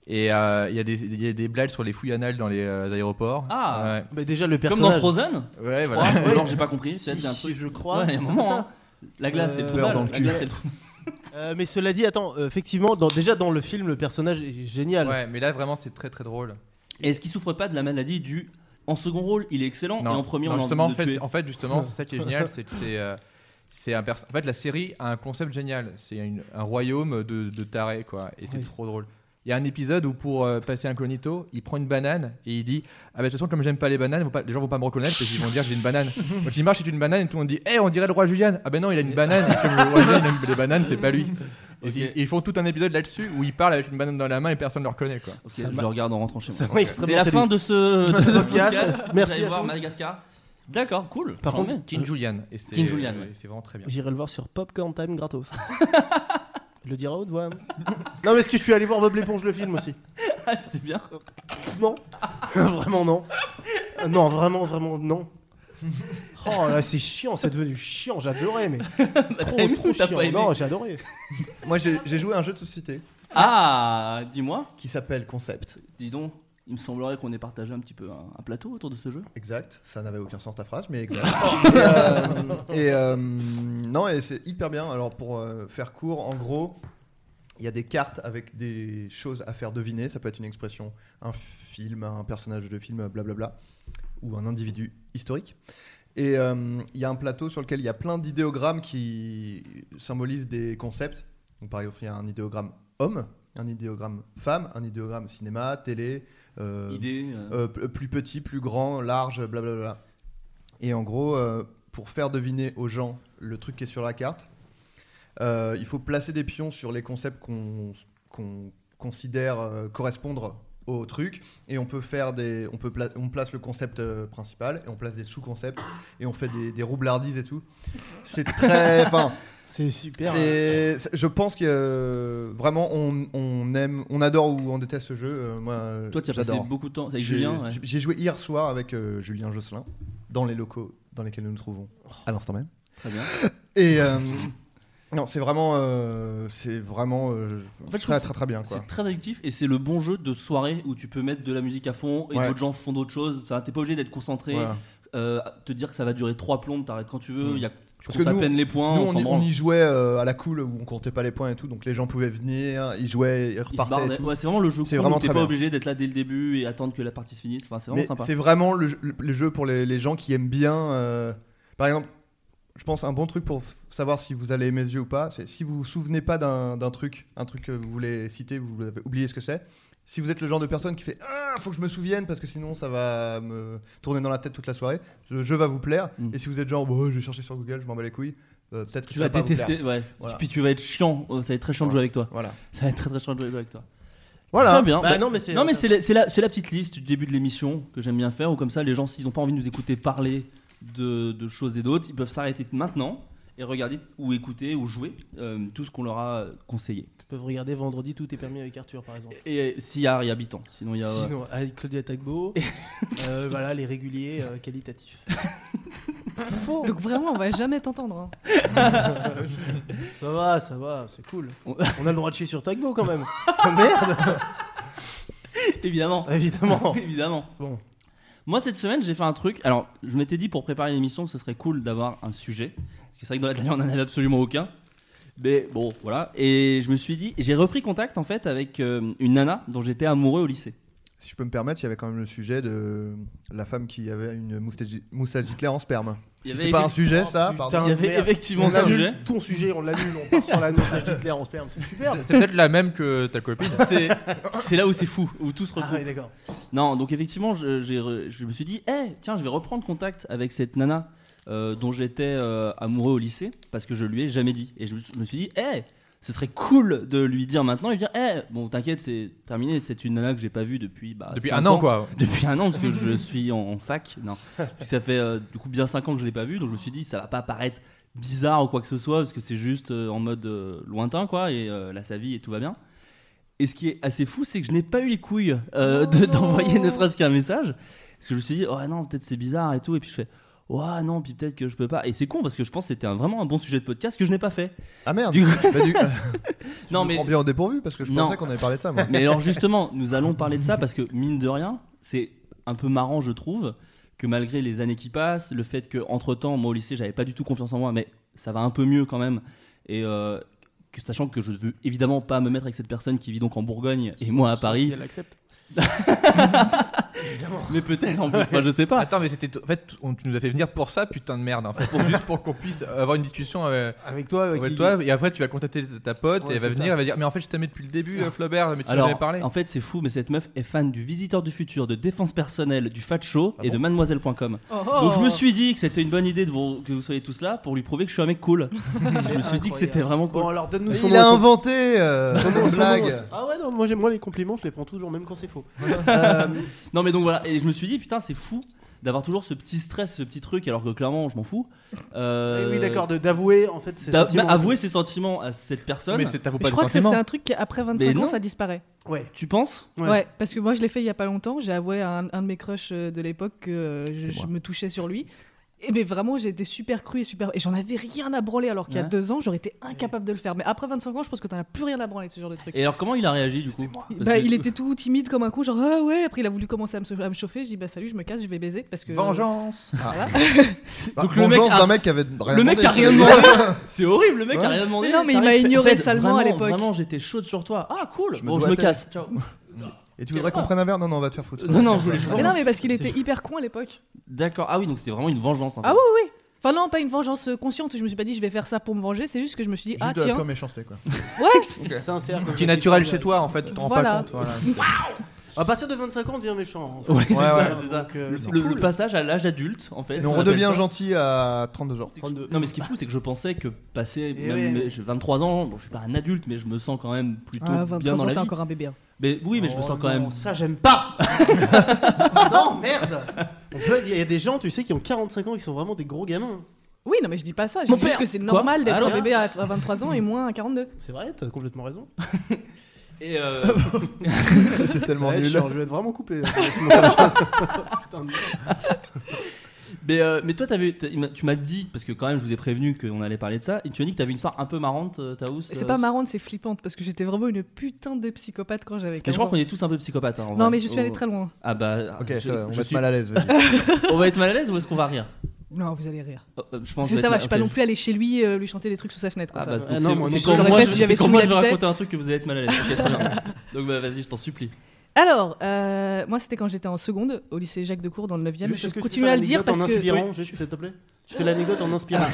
Speaker 6: Et euh, il y, a des- il y a des blagues sur les fouilles anales dans les euh, aéroports.
Speaker 7: Ah.
Speaker 6: Ouais.
Speaker 3: Mais déjà le
Speaker 7: Comme
Speaker 3: personnage.
Speaker 7: dans Frozen.
Speaker 6: ouais, voilà.
Speaker 7: je crois. Eh, Ou
Speaker 3: Ouais.
Speaker 7: alors j'ai pas compris, c'est
Speaker 3: Si,
Speaker 7: peut-être un truc.
Speaker 3: je crois.
Speaker 7: Ouais, il y a un moment. hein. La glace,
Speaker 3: Euh,
Speaker 7: c'est le
Speaker 4: beurre
Speaker 7: trou
Speaker 4: dans le
Speaker 7: La
Speaker 4: cul.
Speaker 7: glace, c'est le trou.
Speaker 3: Euh, mais cela dit, attends, euh, effectivement, dans- déjà dans le film, le personnage est génial.
Speaker 6: Ouais, mais là vraiment c'est très très drôle.
Speaker 7: Et est-ce qu'il souffre pas de la maladie du en second rôle il est excellent et en premier
Speaker 6: non,
Speaker 7: on a
Speaker 6: justement, en
Speaker 7: envie de le
Speaker 6: fait,
Speaker 7: tuer.
Speaker 6: en fait, justement, c'est ça qui est génial, c'est que c'est. euh, c'est un perso- en fait, la série a un concept génial. C'est une- un royaume de, de tarés, quoi. Et c'est
Speaker 3: Oui.
Speaker 6: trop drôle. Il y a un épisode où, pour euh, passer incognito, il prend une banane et il dit Ah, bah, de toute façon, comme j'aime pas les bananes, vont pas- les gens vont pas me reconnaître parce qu'ils vont dire que j'ai une banane. Quand il marche, c'est une banane et tout le monde dit Eh, on dirait le roi Julian Ah, ben non, il a une banane. Comme le roi Julian aime les bananes, c'est pas lui. Et
Speaker 7: Ok.
Speaker 6: ils- ils font tout un épisode là-dessus où il parle avec une banane dans la main et personne ne le reconnaît, quoi.
Speaker 7: Ok, je le regarde en rentrant chez moi.
Speaker 3: m'a extrêmement
Speaker 7: C'est la
Speaker 3: séduit.
Speaker 7: fin de ce, de ce podcast. Vous
Speaker 3: Merci
Speaker 7: allez
Speaker 3: à
Speaker 7: voir
Speaker 3: tous.
Speaker 7: Madagascar. D'accord, cool.
Speaker 3: Par
Speaker 7: J'en
Speaker 3: contre,
Speaker 7: mets.
Speaker 6: King Julian. Et c'est-
Speaker 7: King Julian,
Speaker 6: euh,
Speaker 7: ouais.
Speaker 6: C'est vraiment très bien.
Speaker 3: J'irai le voir sur Popcorn Time gratos. [LAUGHS] le dira haute voix. non, mais est-ce que je suis allé voir Bob l'éponge le film aussi
Speaker 7: [LAUGHS] Ah, c'était bien.
Speaker 3: Non. [LAUGHS] vraiment non. Euh, Non, vraiment, vraiment non. Oh là, c'est chiant, c'est devenu chiant,
Speaker 7: [LAUGHS]
Speaker 3: j'adorais, mais trop,
Speaker 7: aimé
Speaker 3: trop
Speaker 7: ou t'as
Speaker 3: chiant.
Speaker 7: pas aimé
Speaker 3: non, j'ai adoré.
Speaker 4: Moi j'ai j'ai joué à un jeu de société
Speaker 7: Ah, dis-moi.
Speaker 4: qui s'appelle Concept.
Speaker 7: Dis donc, il me semblerait qu'on ait partagé un petit peu un, un plateau autour de ce jeu.
Speaker 4: Exact, ça n'avait aucun sens ta phrase, mais exact. et euh, et, euh, non, et c'est hyper bien. Alors pour euh, faire court, en gros, il y a des cartes avec des choses à faire deviner. Ça peut être une expression, un film, un personnage de film, blablabla, ou un individu historique. Et euh, il y a un plateau sur lequel il y a plein d'idéogrammes qui symbolisent des concepts. Donc, par exemple, il y a un idéogramme homme, un idéogramme femme, un idéogramme cinéma, télé, euh,
Speaker 7: Idée. euh,
Speaker 4: euh, p- plus petit, plus grand, large, blablabla. Et en gros, euh, pour faire deviner aux gens le truc qui est sur la carte, euh, il faut placer des pions sur les concepts qu'on qu'on considère euh, correspondre au truc et on peut faire des on peut pla- on place le concept euh, principal et on place des sous-concepts et on fait des, des roublardises et tout c'est très enfin
Speaker 3: C'est super. hein.
Speaker 4: c'est- c'est- je pense que euh, vraiment on, on aime on adore ou on déteste ce jeu Euh, moi euh,
Speaker 7: Toi, tu as passé
Speaker 4: j'adore
Speaker 7: beaucoup de temps avec
Speaker 4: j'ai-
Speaker 7: Julien. ouais.
Speaker 4: j'ai- J'ai joué hier soir avec euh, Julien Josselin dans les locaux dans lesquels nous nous trouvons à l'instant même.
Speaker 7: Très bien.
Speaker 4: Et euh, [LAUGHS] non, c'est vraiment, euh, c'est vraiment euh,
Speaker 7: En fait, je
Speaker 4: très,
Speaker 7: trouve
Speaker 4: très très bien quoi.
Speaker 7: C'est très addictif et c'est le bon jeu de soirée où tu peux mettre de la musique à fond et
Speaker 4: Ouais.
Speaker 7: d'autres gens font d'autres choses. Enfin, T'es pas obligé d'être concentré,
Speaker 4: Voilà.
Speaker 7: euh, te dire que ça va durer trois plombes, t'arrêtes quand tu veux,
Speaker 4: Mm.
Speaker 7: il y a, tu
Speaker 4: Parce
Speaker 7: comptes
Speaker 4: que
Speaker 7: à
Speaker 4: nous,
Speaker 7: peine les points,
Speaker 4: Nous,
Speaker 7: on
Speaker 4: on,
Speaker 7: s'en
Speaker 4: y, on
Speaker 7: branle.
Speaker 4: y jouait euh, à la cool où on comptait pas les points et tout, donc les gens pouvaient venir, ils jouaient, ils
Speaker 7: Ils se
Speaker 4: repartaient. et
Speaker 7: barrent.
Speaker 4: tout.
Speaker 7: Ouais, c'est vraiment le jeu
Speaker 4: C'est
Speaker 7: cool où
Speaker 4: vraiment
Speaker 7: t'es
Speaker 4: très
Speaker 7: pas
Speaker 4: bien.
Speaker 7: obligé d'être là dès le début et attendre que la partie se finisse. Enfin, c'est vraiment
Speaker 4: Mais
Speaker 7: sympa.
Speaker 4: c'est vraiment le, jeu- le jeu pour les, les gens qui aiment bien. euh, par exemple, je pense un bon truc pour f- savoir si vous allez aimer ce jeu ou pas, c'est si vous vous souvenez pas d'un d'un truc, un truc que vous voulez citer, vous avez oublié ce que c'est. Si vous êtes le genre de personne qui fait Ah, faut que je me souvienne parce que sinon ça va me tourner dans la tête toute la soirée, le jeu va vous plaire.
Speaker 7: Mm.
Speaker 4: Et si vous êtes genre, Bon, je vais chercher sur Google, je m'en bats les couilles, euh, peut-être que
Speaker 7: Tu
Speaker 4: ça
Speaker 7: vas
Speaker 4: pas vous plaire.
Speaker 7: détester, ouais.
Speaker 4: Voilà.
Speaker 7: Puis tu vas être chiant, euh, ça va être très chiant de jouer avec toi.
Speaker 4: Voilà.
Speaker 7: Ça va être très très chiant de jouer avec toi.
Speaker 4: Voilà.
Speaker 7: Très bien.
Speaker 3: Bah
Speaker 7: Bah,
Speaker 3: non, mais c'est.
Speaker 7: Non mais c'est la, c'est la- c'est la petite liste du début de l'émission que j'aime bien faire où comme ça les gens s'ils n'ont pas envie de nous écouter parler de, de choses et d'autres ils peuvent s'arrêter maintenant et regarder ou écouter ou jouer euh, tout ce qu'on leur a conseillé.
Speaker 3: Ils peuvent regarder vendredi tout est permis avec Arthur par exemple.
Speaker 7: Et, et s'il y a Harry Habitant, sinon il y a...
Speaker 3: Sinon, avec Claudia Tagbo,
Speaker 7: [LAUGHS]
Speaker 3: euh, voilà les réguliers euh, qualitatifs. Faux.
Speaker 5: Donc vraiment, on va jamais t'entendre. hein.
Speaker 3: Ça va, ça va, c'est cool.
Speaker 7: On-
Speaker 3: On a le droit de chier sur Tagbo
Speaker 7: [LAUGHS]
Speaker 3: quand même. Oh, merde,
Speaker 7: [LAUGHS] Évidemment. [LAUGHS]
Speaker 3: évidemment.
Speaker 7: Évidemment.
Speaker 3: Bon.
Speaker 7: Moi, cette semaine, j'ai fait un truc. Alors, je m'étais dit pour préparer l'émission, ce serait cool d'avoir un sujet. Parce que c'est vrai que dans la dernière, on n'en avait absolument aucun. Mais bon, voilà. Et je me suis dit, j'ai repris contact en fait avec euh, une nana dont j'étais amoureux au lycée.
Speaker 4: Si je peux me permettre, il y avait quand même le sujet de la femme qui avait une moustache, moustache Hitler en sperme.
Speaker 7: Il y
Speaker 4: Si
Speaker 7: avait
Speaker 4: c'est pas
Speaker 7: effectivement-
Speaker 4: un sujet ça,
Speaker 3: Oh,
Speaker 4: pardon.
Speaker 3: putain,
Speaker 7: Il y avait
Speaker 3: merde.
Speaker 7: effectivement
Speaker 3: On
Speaker 7: ce
Speaker 3: annule
Speaker 7: sujet.
Speaker 3: Ton sujet, on l'annule, on part sur la moustache d'Hitler en sperme, c'est superbe.
Speaker 6: C'est peut-être la même que ta copine.
Speaker 7: C'est c'est là où c'est fou, où tout se
Speaker 3: Ah
Speaker 7: recoupe.
Speaker 3: ouais, d'accord.
Speaker 7: Non, donc effectivement, je, j'ai re- je me suis dit, Eh, tiens, je vais reprendre contact avec cette nana euh, dont j'étais euh, amoureux au lycée, parce que je lui ai jamais dit. Et je me- je me suis dit, Eh, ce serait cool de lui dire maintenant. Et bien, Eh, bon, t'inquiète, c'est terminé, c'est une nana que j'ai pas vue depuis. bah,
Speaker 6: Depuis
Speaker 7: cinq
Speaker 6: un an
Speaker 7: ans.
Speaker 6: quoi.
Speaker 7: Depuis un an, parce que je suis en, en fac. Non, Parce que ça fait euh, du coup bien 5 ans que je l'ai pas vue, donc je me suis dit, ça va pas paraître bizarre ou quoi que ce soit, parce que c'est juste euh, en mode euh, lointain, quoi, et euh, là, sa vie et tout va bien. Et ce qui est assez fou, c'est que je n'ai pas eu les couilles euh, de- d'envoyer ne serait-ce qu'un message, parce que je me suis dit, oh non, peut-être c'est bizarre et tout, et puis je fais. Ouais non puis peut-être que je peux pas et c'est con parce que je pense que c'était un- vraiment un bon sujet de podcast que je n'ai pas fait.
Speaker 4: Ah merde.
Speaker 7: Du coup-
Speaker 4: Bah, du-
Speaker 7: Non
Speaker 4: Je me
Speaker 7: mais
Speaker 4: prends bien au dépourvu parce que je
Speaker 7: Non.
Speaker 4: pensais qu'on avait parlé de ça.
Speaker 7: [LAUGHS]
Speaker 4: Moi.
Speaker 7: Mais alors justement, nous allons parler de ça parce que mine de rien, c'est un peu marrant je trouve que malgré les années qui passent, le fait que entre temps moi au lycée j'avais pas du tout confiance en moi, mais ça va un peu mieux quand même. Et euh, que- sachant que je ne veux évidemment pas me mettre avec cette personne qui vit donc en Bourgogne et moi à
Speaker 3: Si
Speaker 7: Paris,
Speaker 3: elle accepte.
Speaker 7: [LAUGHS] mais peut-être en plus, enfin, je sais pas.
Speaker 6: Attends, mais c'était. En fait, on- tu nous as fait venir pour ça, putain de merde. En [LAUGHS] fait. Pour- juste pour qu'on puisse avoir une discussion euh,
Speaker 3: Avec toi, avec
Speaker 6: avec
Speaker 3: qui-
Speaker 6: toi. Et après, tu vas contacter ta pote
Speaker 3: Ouais,
Speaker 6: et elle va
Speaker 3: c'est
Speaker 6: venir.
Speaker 3: ça.
Speaker 6: Elle va dire Mais en fait, je t'aimais depuis le début, euh, Flaubert, mais tu nous
Speaker 7: Alors,
Speaker 6: avais parlé.
Speaker 7: en fait, c'est fou, mais cette meuf est fan du Visiteur du Futur, de Défense Personnelle, du Fat Show
Speaker 4: Ah
Speaker 7: et de
Speaker 4: bon
Speaker 7: Mademoiselle.com.
Speaker 5: Oh,
Speaker 7: [LAUGHS] Donc je
Speaker 5: oh.
Speaker 7: me suis dit que c'était une bonne idée de vous- que vous soyez tous là pour lui prouver que je suis un mec cool. je me suis dit que
Speaker 3: incroyable.
Speaker 7: c'était vraiment cool.
Speaker 3: Bon, alors donne-nous son
Speaker 4: Il
Speaker 3: nom,
Speaker 4: a
Speaker 3: son-
Speaker 4: inventé euh,
Speaker 3: son nom, son nom.
Speaker 4: blague.
Speaker 3: Ah ouais, non, moi, j'aime- moi les compliments, je les prends toujours, même quand c'est faux.
Speaker 7: Non mais donc voilà, et je me suis dit putain c'est fou d'avoir toujours ce petit stress, ce petit truc alors que clairement je m'en fous. Euh,
Speaker 3: Oui, oui, d'accord, de- d'avouer en fait. ses
Speaker 7: d'a-
Speaker 3: sentiments.
Speaker 7: bah, avouer ses sentiments à cette personne.
Speaker 6: mais c'est- t'avoues
Speaker 5: Je
Speaker 6: pas de
Speaker 5: crois que ça, c'est
Speaker 6: sentiments.
Speaker 5: un truc qu'après
Speaker 7: Mais
Speaker 5: 25
Speaker 7: non.
Speaker 5: ans, ça disparaît.
Speaker 3: Ouais.
Speaker 7: Tu penses
Speaker 3: Ouais.
Speaker 5: Ouais. parce que moi je l'ai fait il y a pas longtemps. J'ai avoué à un, un de mes crushs euh, de l'époque que euh, je, je me touchais sur lui. Et mais vraiment, j'ai été super crue et super. Et j'en avais rien à branler alors qu'il y a
Speaker 7: Ouais.
Speaker 5: deux ans, j'aurais été incapable de le faire. Mais après 25 ans, je pense que t'en as plus rien à branler de ce genre de truc.
Speaker 7: Et alors comment il a réagi du coup Parce
Speaker 5: Bah,
Speaker 7: que-
Speaker 5: il était tout timide comme un con, genre ah ouais. Après, il a voulu commencer à me, à me chauffer. J'ai dit bah salut, je me casse, je vais baiser parce que.
Speaker 4: Vengeance.
Speaker 5: Voilà.
Speaker 4: Donc
Speaker 7: le
Speaker 4: le mec,
Speaker 7: mec a-
Speaker 4: un mec qui avait rien
Speaker 7: Le mec
Speaker 4: demandé,
Speaker 7: a rien
Speaker 4: je-
Speaker 7: demandé. C'est horrible, le mec
Speaker 4: Ouais.
Speaker 7: a rien demandé.
Speaker 5: Mais non, mais il
Speaker 7: Pareil,
Speaker 5: m'a
Speaker 7: Fred,
Speaker 5: ignoré salement à
Speaker 7: vraiment,
Speaker 5: l'époque.
Speaker 7: Vraiment, j'étais chaude sur toi. Ah cool.
Speaker 4: Je me
Speaker 7: bon, je
Speaker 4: dois
Speaker 7: me
Speaker 4: ta-
Speaker 7: casse. Ciao.
Speaker 4: Et tu voudrais qu'on prenne un verre Non, non, on va te faire foutre.
Speaker 7: Euh, non, non, je voulais juste
Speaker 5: Mais
Speaker 7: voir.
Speaker 5: non, mais parce qu'il était hyper con à l'époque.
Speaker 7: D'accord. Ah oui, donc c'était vraiment une vengeance. en fait.
Speaker 5: Ah oui, oui. Enfin non, pas une vengeance euh, consciente. Je me suis pas dit je vais faire ça pour me venger. C'est juste que je me suis dit
Speaker 4: Juste
Speaker 5: ah
Speaker 4: de la pure
Speaker 5: tiens.
Speaker 4: méchanceté, quoi.
Speaker 8: Sincère.
Speaker 3: euh,
Speaker 6: Ce qui est naturel chez toi, en fait, tu t'en rends
Speaker 5: Voilà.
Speaker 6: pas compte.
Speaker 5: [LAUGHS]
Speaker 6: voilà.
Speaker 8: À partir de 25 ans, on devient méchant. en fait.
Speaker 7: Ouais, c'est
Speaker 6: Ouais,
Speaker 7: ça,
Speaker 6: ouais.
Speaker 7: c'est ça.
Speaker 8: Donc, euh,
Speaker 7: le,
Speaker 8: c'est
Speaker 7: le-
Speaker 8: cool.
Speaker 7: le passage à l'âge adulte, en fait.
Speaker 4: Et on
Speaker 7: ça s'appelle
Speaker 4: redevient
Speaker 7: ça.
Speaker 4: gentil à 32 ans.
Speaker 7: C'est que je-
Speaker 8: 32.
Speaker 7: Non, mais ce qui est fou, c'est que je pensais que passer
Speaker 8: Et
Speaker 7: même
Speaker 8: ouais.
Speaker 7: j'ai 23 ans, bon, je suis pas un adulte, mais je me sens quand même plutôt
Speaker 5: Ah,
Speaker 7: bien
Speaker 5: 23
Speaker 7: dans
Speaker 5: ans,
Speaker 7: la
Speaker 5: t'es
Speaker 7: vie.
Speaker 5: encore un bébé. hein.
Speaker 7: Mais oui, mais je me
Speaker 8: Oh
Speaker 7: sens quand
Speaker 8: non,
Speaker 7: même.
Speaker 8: Ça, j'aime
Speaker 7: [LAUGHS]
Speaker 8: pas Non, merde On peut- Il y a des gens, tu sais, qui ont 45 ans qui sont vraiment des gros gamins.
Speaker 5: Oui, non, mais je dis pas ça. Je
Speaker 7: Mon
Speaker 5: dis juste
Speaker 7: père.
Speaker 5: que c'est
Speaker 7: Quoi
Speaker 5: normal d'être
Speaker 7: Allô
Speaker 5: un bébé à à 23 ans et moins à 42.
Speaker 8: C'est vrai, t'as complètement raison.
Speaker 7: Et euh,
Speaker 4: C'était tellement
Speaker 8: Ouais, je,
Speaker 4: nul.
Speaker 8: suis- je vais être vraiment
Speaker 4: [LAUGHS]
Speaker 8: coupé. Putain,
Speaker 7: mais, euh, mais toi, t'avais- t'as- il m'a- tu m'as dit, parce que quand même, je vous ai prévenu qu'on allait parler de ça, et tu m'as dit que t'avais une histoire un peu marrante, euh, Taous.
Speaker 5: C'est
Speaker 7: euh,
Speaker 5: pas marrant, c'est flippante parce que j'étais vraiment une putain de psychopathe quand j'avais
Speaker 7: mais
Speaker 5: 15
Speaker 7: je crois
Speaker 5: ans.
Speaker 7: qu'on est tous un peu psychopathes. hein, en
Speaker 5: Non,
Speaker 7: vrai.
Speaker 5: mais je suis allée
Speaker 7: Oh.
Speaker 5: très loin.
Speaker 7: Ah bah.
Speaker 4: Ok,
Speaker 7: je-
Speaker 4: ça, on
Speaker 7: je
Speaker 4: va te
Speaker 7: suis-
Speaker 4: mal à l'aise,
Speaker 7: [LAUGHS]
Speaker 4: vas-y.
Speaker 7: on va être mal à l'aise ou est-ce qu'on va rire
Speaker 5: Non, vous allez rire.
Speaker 7: Oh, euh, Je pense
Speaker 5: Parce que ça va, je suis pas
Speaker 7: ok.
Speaker 5: non plus allée chez lui euh, lui chanter des trucs sous sa fenêtre. quoi,
Speaker 7: Ah
Speaker 5: ça
Speaker 7: bah,
Speaker 5: va.
Speaker 7: donc
Speaker 8: Ah
Speaker 7: c'est-
Speaker 8: non, moi non.
Speaker 7: c'est
Speaker 8: Je
Speaker 7: quand
Speaker 5: l'aurais
Speaker 7: moi
Speaker 5: fait
Speaker 7: je-
Speaker 5: si j'avais
Speaker 7: c'est quand
Speaker 5: su
Speaker 7: moi
Speaker 5: où
Speaker 7: je vais
Speaker 5: il
Speaker 7: raconter un truc que vous allez être mal à l'aise. Ok, très bien. Donc bah, vas-y, je t'en supplie.
Speaker 5: Alors, euh, moi c'était quand j'étais en seconde au lycée Jacques de Cour dans le 9e. Je continue à le dire parce
Speaker 8: en
Speaker 5: que.
Speaker 8: inspirant, juste, s'il te plaît. Tu fais l'anecdote en inspirant.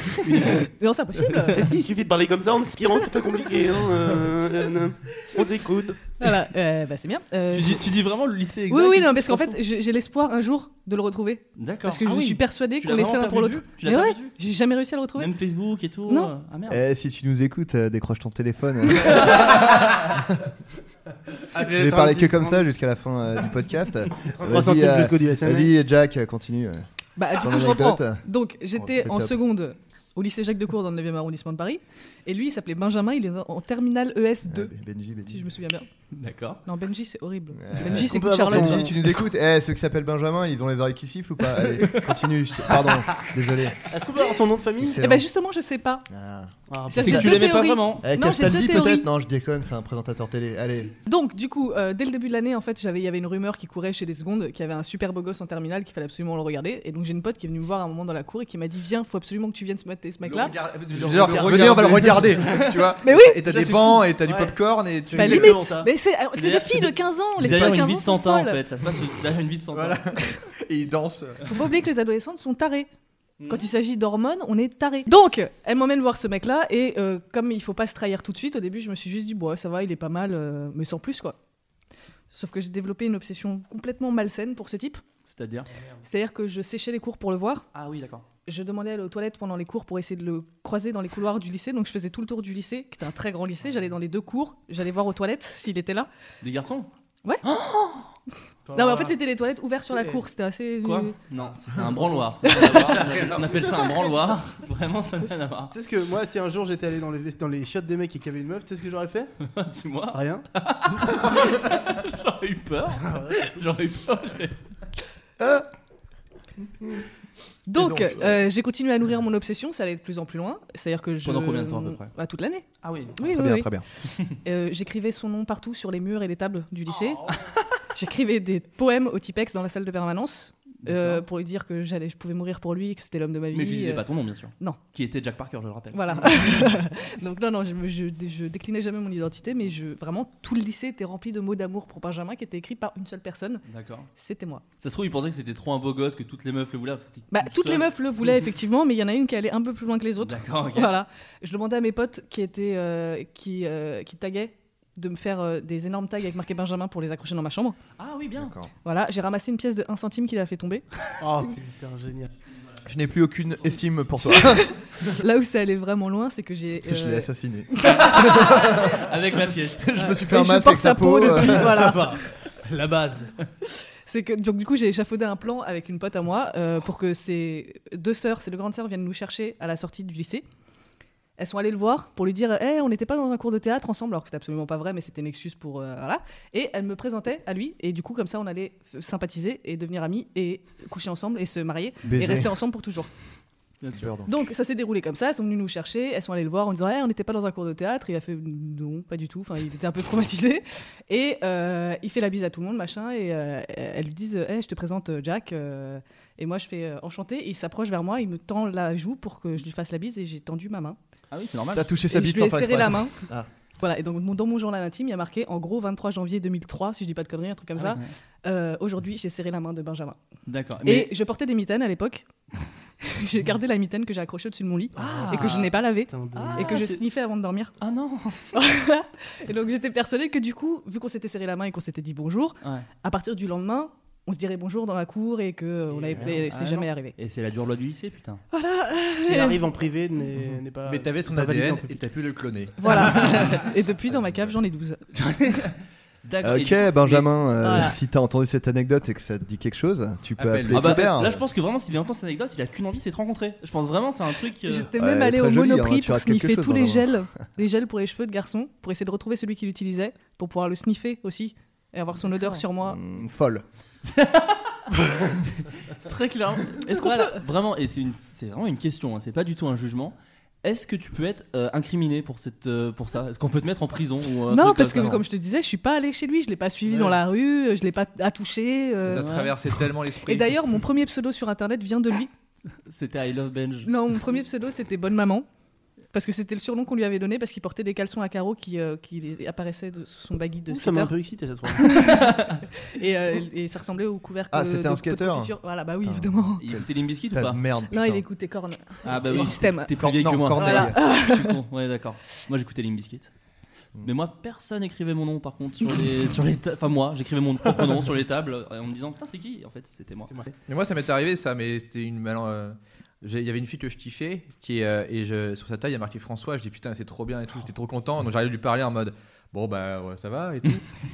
Speaker 5: Non, c'est
Speaker 7: [LAUGHS]
Speaker 5: impossible.
Speaker 8: Et Eh si, il suffit de parler comme ça en inspirant, c'est pas compliqué. hein, euh, euh, euh, on t'écoute.
Speaker 5: voilà, euh, bah, c'est bien. Euh,
Speaker 7: Tu dis, tu dis vraiment le lycée exact
Speaker 5: Oui, oui,
Speaker 7: et
Speaker 5: non,
Speaker 7: tu
Speaker 5: parce qu'en
Speaker 7: t'en fous
Speaker 5: fait, j'ai j'ai l'espoir un jour de le retrouver.
Speaker 7: D'accord.
Speaker 5: Parce que
Speaker 7: Ah
Speaker 5: je
Speaker 7: oui.
Speaker 5: suis persuadée
Speaker 7: Tu
Speaker 5: qu'on
Speaker 7: l'as
Speaker 5: est fait
Speaker 7: vraiment
Speaker 5: l'un pour
Speaker 7: perdu de
Speaker 5: l'autre.
Speaker 7: vue Tu l'as
Speaker 5: Mais ouais,
Speaker 7: perdu de vue
Speaker 5: j'ai jamais réussi à le retrouver.
Speaker 7: Même Facebook et tout.
Speaker 5: Non.
Speaker 7: euh, Ah merde.
Speaker 4: Eh, si tu nous écoutes, euh, décroche ton téléphone.
Speaker 3: Ah,
Speaker 4: Je vais
Speaker 8: vais
Speaker 4: parler que comme ça jusqu'à la fin euh,
Speaker 7: [LAUGHS]
Speaker 4: du podcast. Vas-y,
Speaker 8: 3 centimes
Speaker 4: euh,
Speaker 8: jusqu'au du SMS.
Speaker 4: Vas-y, Jack, euh, continue.
Speaker 5: Bah, du
Speaker 4: Ton
Speaker 5: coup, je
Speaker 4: anecdote.
Speaker 5: reprends. Donc, j'étais
Speaker 4: Oh, c'est
Speaker 5: en
Speaker 4: top.
Speaker 5: seconde au lycée Jacques de Cour dans le 9e arrondissement de Paris. Et lui, il s'appelait Benjamin, il est en- en terminale
Speaker 4: Euh,
Speaker 5: ES2,
Speaker 4: Benji,
Speaker 5: si
Speaker 4: Benji.
Speaker 5: je me souviens bien.
Speaker 7: D'accord.
Speaker 5: Non, Benji, c'est horrible.
Speaker 4: Euh,
Speaker 5: Benji,
Speaker 8: est-ce
Speaker 5: c'est
Speaker 8: qu'on
Speaker 5: comme
Speaker 8: peut avoir
Speaker 5: Charlotte.
Speaker 4: Benji, tu nous écoutes Eh, ceux qui s'appellent Benjamin, ils ont les oreilles qui sifflent ou pas
Speaker 5: [LAUGHS]
Speaker 4: Allez, continue. je- Pardon, désolé.
Speaker 8: Est-ce qu'on peut avoir son nom de famille
Speaker 4: Excellent.
Speaker 5: Eh ben justement, je sais pas.
Speaker 4: Ah.
Speaker 8: Ah,
Speaker 5: Ça,
Speaker 7: C'est que
Speaker 5: j'ai
Speaker 7: tu
Speaker 5: deux
Speaker 7: l'aimais pas
Speaker 5: théories.
Speaker 7: vraiment.
Speaker 4: Eh,
Speaker 5: Non, j'ai
Speaker 4: Castaldi,
Speaker 5: deux théories.
Speaker 4: peut-être Non, je déconne, c'est un présentateur télé. Allez,
Speaker 5: Donc, du coup, euh, dès le début de l'année, en fait, j'avais, il y avait une rumeur qui courait chez les secondes, qu'il y avait un super beau gosse en terminale, qu'il fallait absolument le regarder. Et donc, j'ai une pote qui est venue me voir à un moment dans la cour et qui m'a dit Viens, faut absolument que tu viennes ce, mat- ce mec-là.
Speaker 6: Je veux dire,
Speaker 4: Le
Speaker 6: venez, on va le
Speaker 4: regarder.
Speaker 6: regarder.
Speaker 5: [LAUGHS]
Speaker 6: tu vois
Speaker 5: Mais oui
Speaker 6: Et t'as
Speaker 8: Ça,
Speaker 6: des
Speaker 8: c'est
Speaker 6: bancs, et t'as du
Speaker 8: Ouais.
Speaker 6: popcorn, et tu.
Speaker 5: Bah,
Speaker 8: C'est
Speaker 5: limite
Speaker 8: exactement ça.
Speaker 5: Mais c'est, alors,
Speaker 7: C'est
Speaker 5: c'est des
Speaker 7: d'ailleurs-
Speaker 5: filles de 15 ans,
Speaker 7: C'est
Speaker 5: les filles de
Speaker 7: d'ailleurs
Speaker 5: 15
Speaker 7: une
Speaker 5: ans.
Speaker 7: vie de
Speaker 5: sont
Speaker 7: 100 ans en
Speaker 5: folles.
Speaker 7: fait. Ça se passe c'est d'ailleurs une vie de 100 ans.
Speaker 6: Voilà. Et ils dansent.
Speaker 5: Faut pas oublier que les adolescentes sont tarées.
Speaker 7: Mm.
Speaker 5: Quand il s'agit d'hormones, on est taré. Donc, elle m'emmène voir ce mec-là et euh, comme il faut pas se trahir tout de suite, au début, je me suis juste dit, bon, ça va, il est pas mal, euh, mais sans plus quoi. Sauf que j'ai développé une obsession complètement malsaine pour ce type.
Speaker 7: C'est-à-dire
Speaker 5: C'est-à-dire que je séchais les cours pour le voir.
Speaker 7: Ah oui, d'accord.
Speaker 5: Je demandais à aller aux toilettes pendant les cours pour essayer de le croiser dans les couloirs du lycée. Donc, je faisais tout le tour du lycée, qui était un très grand lycée. J'allais dans les deux cours, j'allais voir aux toilettes s'il était là.
Speaker 7: Des garçons
Speaker 5: Non, mais en fait, c'était les toilettes ouvertes sur la
Speaker 8: C'est-
Speaker 5: cour. C'était assez.
Speaker 7: Quoi [LAUGHS] Non, c'était un branloir. ça n'a rien à voir. On appelle ça un branloir. Vraiment, ça n'a rien à voir. [LAUGHS]
Speaker 8: Tu sais ce que moi, si un jour j'étais allé dans les, dans les shots des mecs et qu'il y avait une meuf, tu sais ce que j'aurais fait
Speaker 7: Dis-moi,
Speaker 8: Rien.
Speaker 7: j'aurais eu peur. J'aurais eu peur.
Speaker 5: Donc,
Speaker 4: Et donc,
Speaker 5: euh, j'ai continué à nourrir mon obsession, ça allait de plus en plus loin. C'est-à-dire que je.
Speaker 7: Pendant combien de temps, à peu près
Speaker 5: Bah, Toute l'année.
Speaker 7: Ah oui.
Speaker 5: Oui,
Speaker 4: Très
Speaker 5: oui,
Speaker 4: bien,
Speaker 5: oui.
Speaker 4: très bien.
Speaker 5: Euh, J'écrivais son nom partout sur les murs et les tables du lycée. [LAUGHS] J'écrivais des poèmes au Tipex dans la salle de permanence euh, pour lui dire que j'allais, je pouvais mourir pour lui, que c'était l'homme de ma vie.
Speaker 7: Mais tu disais
Speaker 5: euh,
Speaker 7: pas ton nom, bien sûr.
Speaker 5: non.
Speaker 7: Qui était Jack Parker, je le rappelle.
Speaker 5: Voilà.
Speaker 7: [LAUGHS]
Speaker 5: [LAUGHS] Donc non, non, je, je, je déclinais jamais mon identité, mais je, vraiment, tout le lycée était rempli de mots d'amour pour Benjamin qui étaient écrits par une seule personne,
Speaker 7: D'accord.
Speaker 5: c'était moi.
Speaker 7: Ça se trouve, il pensait que c'était trop un beau gosse, que toutes les meufs le voulaient. alors que c'était
Speaker 5: Bah,
Speaker 7: une
Speaker 5: toutes les
Speaker 7: seule.
Speaker 5: meufs le voulaient effectivement, mais il y en a une qui allait un peu plus loin que les autres.
Speaker 7: D'accord, ok.
Speaker 5: Voilà. Je demandais à mes potes qui étaient euh, qui euh, qui taguaient de me faire euh, des énormes tags avec marqué Benjamin pour les accrocher dans ma chambre.
Speaker 7: Ah oui, bien.
Speaker 4: D'accord.
Speaker 5: Voilà, j'ai ramassé une pièce de 1 centime qu'il a fait tomber.
Speaker 8: Oh putain, génial.
Speaker 4: Je n'ai plus aucune estime
Speaker 5: [LAUGHS]
Speaker 4: pour toi.
Speaker 5: Là où ça allait vraiment loin, c'est que j'ai
Speaker 4: Je l'ai
Speaker 5: euh,
Speaker 4: assassiné.
Speaker 7: Avec la [LAUGHS] pièce.
Speaker 4: Je me suis fait
Speaker 5: et
Speaker 4: un
Speaker 5: euh, je
Speaker 4: masque
Speaker 5: porte
Speaker 4: avec
Speaker 5: sa peau
Speaker 4: euh,
Speaker 5: depuis, voilà.
Speaker 8: La base.
Speaker 5: C'est que donc du coup j'ai échafaudé un plan avec une pote à moi euh, pour que ses deux sœurs, ses deux grandes sœurs viennent nous chercher à la sortie du lycée. Elles sont allées le voir pour lui dire Eh, on n'était pas dans un cours de théâtre ensemble alors que c'était absolument pas vrai mais c'était une excuse pour euh, voilà et elle me présentait à lui et du coup comme ça on allait f- sympathiser et devenir amis et coucher ensemble et se marier
Speaker 4: Baiser.
Speaker 5: et rester ensemble pour toujours.
Speaker 4: Pardon.
Speaker 5: Donc ça s'est déroulé comme ça, elles sont venues nous chercher, elles sont allées le voir en disant Eh, on n'était pas dans un cours de théâtre, il a fait non, pas du tout, enfin il était
Speaker 4: [LAUGHS]
Speaker 5: un peu traumatisé et euh, il fait la bise à tout le monde machin et euh, elles lui disent Eh, je te présente euh, Jack euh, et moi je fais euh, enchanté, Et il s'approche vers moi, il me tend la joue pour que je lui fasse la bise et j'ai tendu ma main.
Speaker 7: Ah oui, c'est normal.
Speaker 4: T'as touché sa
Speaker 5: et je
Speaker 4: bite
Speaker 5: lui ai
Speaker 4: sans faire
Speaker 5: serré la
Speaker 4: exprès.
Speaker 5: main.
Speaker 4: Ah.
Speaker 5: Voilà, et donc mon- dans mon journal intime, il y a marqué en gros 23 janvier 2003, si je dis pas de conneries, un truc comme
Speaker 4: Ah
Speaker 5: ça. Euh, Aujourd'hui, j'ai serré la main de Benjamin.
Speaker 7: D'accord. Mais
Speaker 5: Et je portais des mitaines à l'époque. [LAUGHS] j'ai gardé la mitaine que j'ai accrochée au-dessus de mon lit
Speaker 7: Ah.
Speaker 5: et que je n'ai pas lavée.
Speaker 7: Ah,
Speaker 5: et que je
Speaker 7: c'est-
Speaker 5: sniffais avant de dormir.
Speaker 7: ah non.
Speaker 5: Et donc j'étais persuadée que du coup, vu qu'on s'était serré la main et qu'on s'était dit bonjour,
Speaker 7: Ouais.
Speaker 5: à partir du lendemain, on se dirait bonjour dans la cour et que euh, on avait, et
Speaker 7: ah,
Speaker 5: c'est jamais
Speaker 7: non.
Speaker 5: arrivé.
Speaker 7: Et c'est la dure loi du lycée, putain.
Speaker 3: Il arrive en privé, n'est n'est pas.
Speaker 6: Mais t'avais son
Speaker 3: pas validé en
Speaker 6: ADN et
Speaker 3: public.
Speaker 6: t'as pu le cloner.
Speaker 7: [LAUGHS]
Speaker 5: Voilà. et depuis, dans ma cave, j'en ai 12.
Speaker 7: Euh, D'accord.
Speaker 4: Ok,
Speaker 7: Et-
Speaker 4: Benjamin, euh,
Speaker 5: Voilà.
Speaker 4: si t'as entendu cette anecdote et que ça te dit quelque chose, tu peux
Speaker 6: Appelle.
Speaker 4: appeler
Speaker 7: Ah bah,
Speaker 4: Hubert.
Speaker 7: là, je pense que vraiment, s'il entend cette anecdote, il a qu'une envie, c'est de te rencontrer. Je pense vraiment, c'est un truc.
Speaker 4: [LAUGHS]
Speaker 7: euh,
Speaker 5: J'étais
Speaker 4: Ouais,
Speaker 5: même
Speaker 4: elle est
Speaker 5: allée
Speaker 4: très
Speaker 5: au
Speaker 4: jolie, hein,
Speaker 5: Monoprix
Speaker 4: tu
Speaker 5: pour
Speaker 4: rates quelque
Speaker 5: sniffer
Speaker 4: chose,
Speaker 5: tous les
Speaker 4: normalement. [LAUGHS]
Speaker 5: gels, des gels pour les cheveux de garçon, pour essayer de retrouver celui qui l'utilisait, pour pouvoir le sniffer aussi et avoir son odeur sur moi.
Speaker 4: Mm, folle.
Speaker 7: Très clair. Est-ce qu'on
Speaker 5: Voilà.
Speaker 7: peut vraiment, et c'est une- c'est vraiment une question, hein, c'est pas du tout un jugement. Est-ce que tu peux être euh, incriminé pour cette euh, pour ça Est-ce qu'on peut te mettre en prison ou un
Speaker 5: Non,
Speaker 7: truc
Speaker 5: parce que
Speaker 7: comme ça hein.
Speaker 5: comme je te disais, je suis pas allée chez lui, je l'ai pas suivi
Speaker 7: Ouais.
Speaker 5: dans la rue, euh, je l'ai pas attouché. euh.
Speaker 6: T'as traversé tellement l'esprit.
Speaker 5: Et d'ailleurs, mon premier pseudo sur internet vient de lui.
Speaker 7: c'était I Love Benj.
Speaker 5: Non, mon premier pseudo c'était Bonne Maman. Parce que c'était le surnom qu'on lui avait donné parce qu'il portait des caleçons à carreaux qui, euh, qui apparaissaient de, sous son baggy de
Speaker 3: Ouh, Ça m'a
Speaker 5: skater
Speaker 3: un peu excité cette fois.
Speaker 5: et, euh, et ça ressemblait au couvercle.
Speaker 4: Ah, c'était
Speaker 5: de-
Speaker 4: un
Speaker 5: de
Speaker 4: skater
Speaker 5: confiture. Voilà, bah oui,
Speaker 4: Putain.
Speaker 5: évidemment.
Speaker 7: Il était Limp Bizkit ou
Speaker 4: T'as
Speaker 7: pas
Speaker 4: de merde.
Speaker 5: Non,
Speaker 4: putain.
Speaker 5: il écoutait Korn.
Speaker 7: Ah bah
Speaker 5: Le
Speaker 7: oui.
Speaker 5: système.
Speaker 7: T'es plus
Speaker 4: Cor-
Speaker 7: vieille
Speaker 4: non,
Speaker 7: que moi.
Speaker 4: Corneille.
Speaker 5: Voilà. [LAUGHS]
Speaker 7: Je suis con. Ouais, d'accord. Moi, j'écoutais Limp Bizkit.
Speaker 4: Hmm.
Speaker 7: Mais moi, personne n'écrivait mon nom par contre sur les, sur les ta- Enfin, moi, j'écrivais mon propre nom sur les tables euh, en me disant Putain, c'est qui En fait, c'était moi.
Speaker 6: Et moi, ça m'est arrivé ça, mais c'était une mal. euh, Il y avait une fille que je kiffais qui, euh, et je, sur sa taille, il y a marqué François. Je dis putain, c'est trop bien et tout. J'étais trop content. Donc j'arrive à lui parler en mode bon, bah ouais, ça va et tout.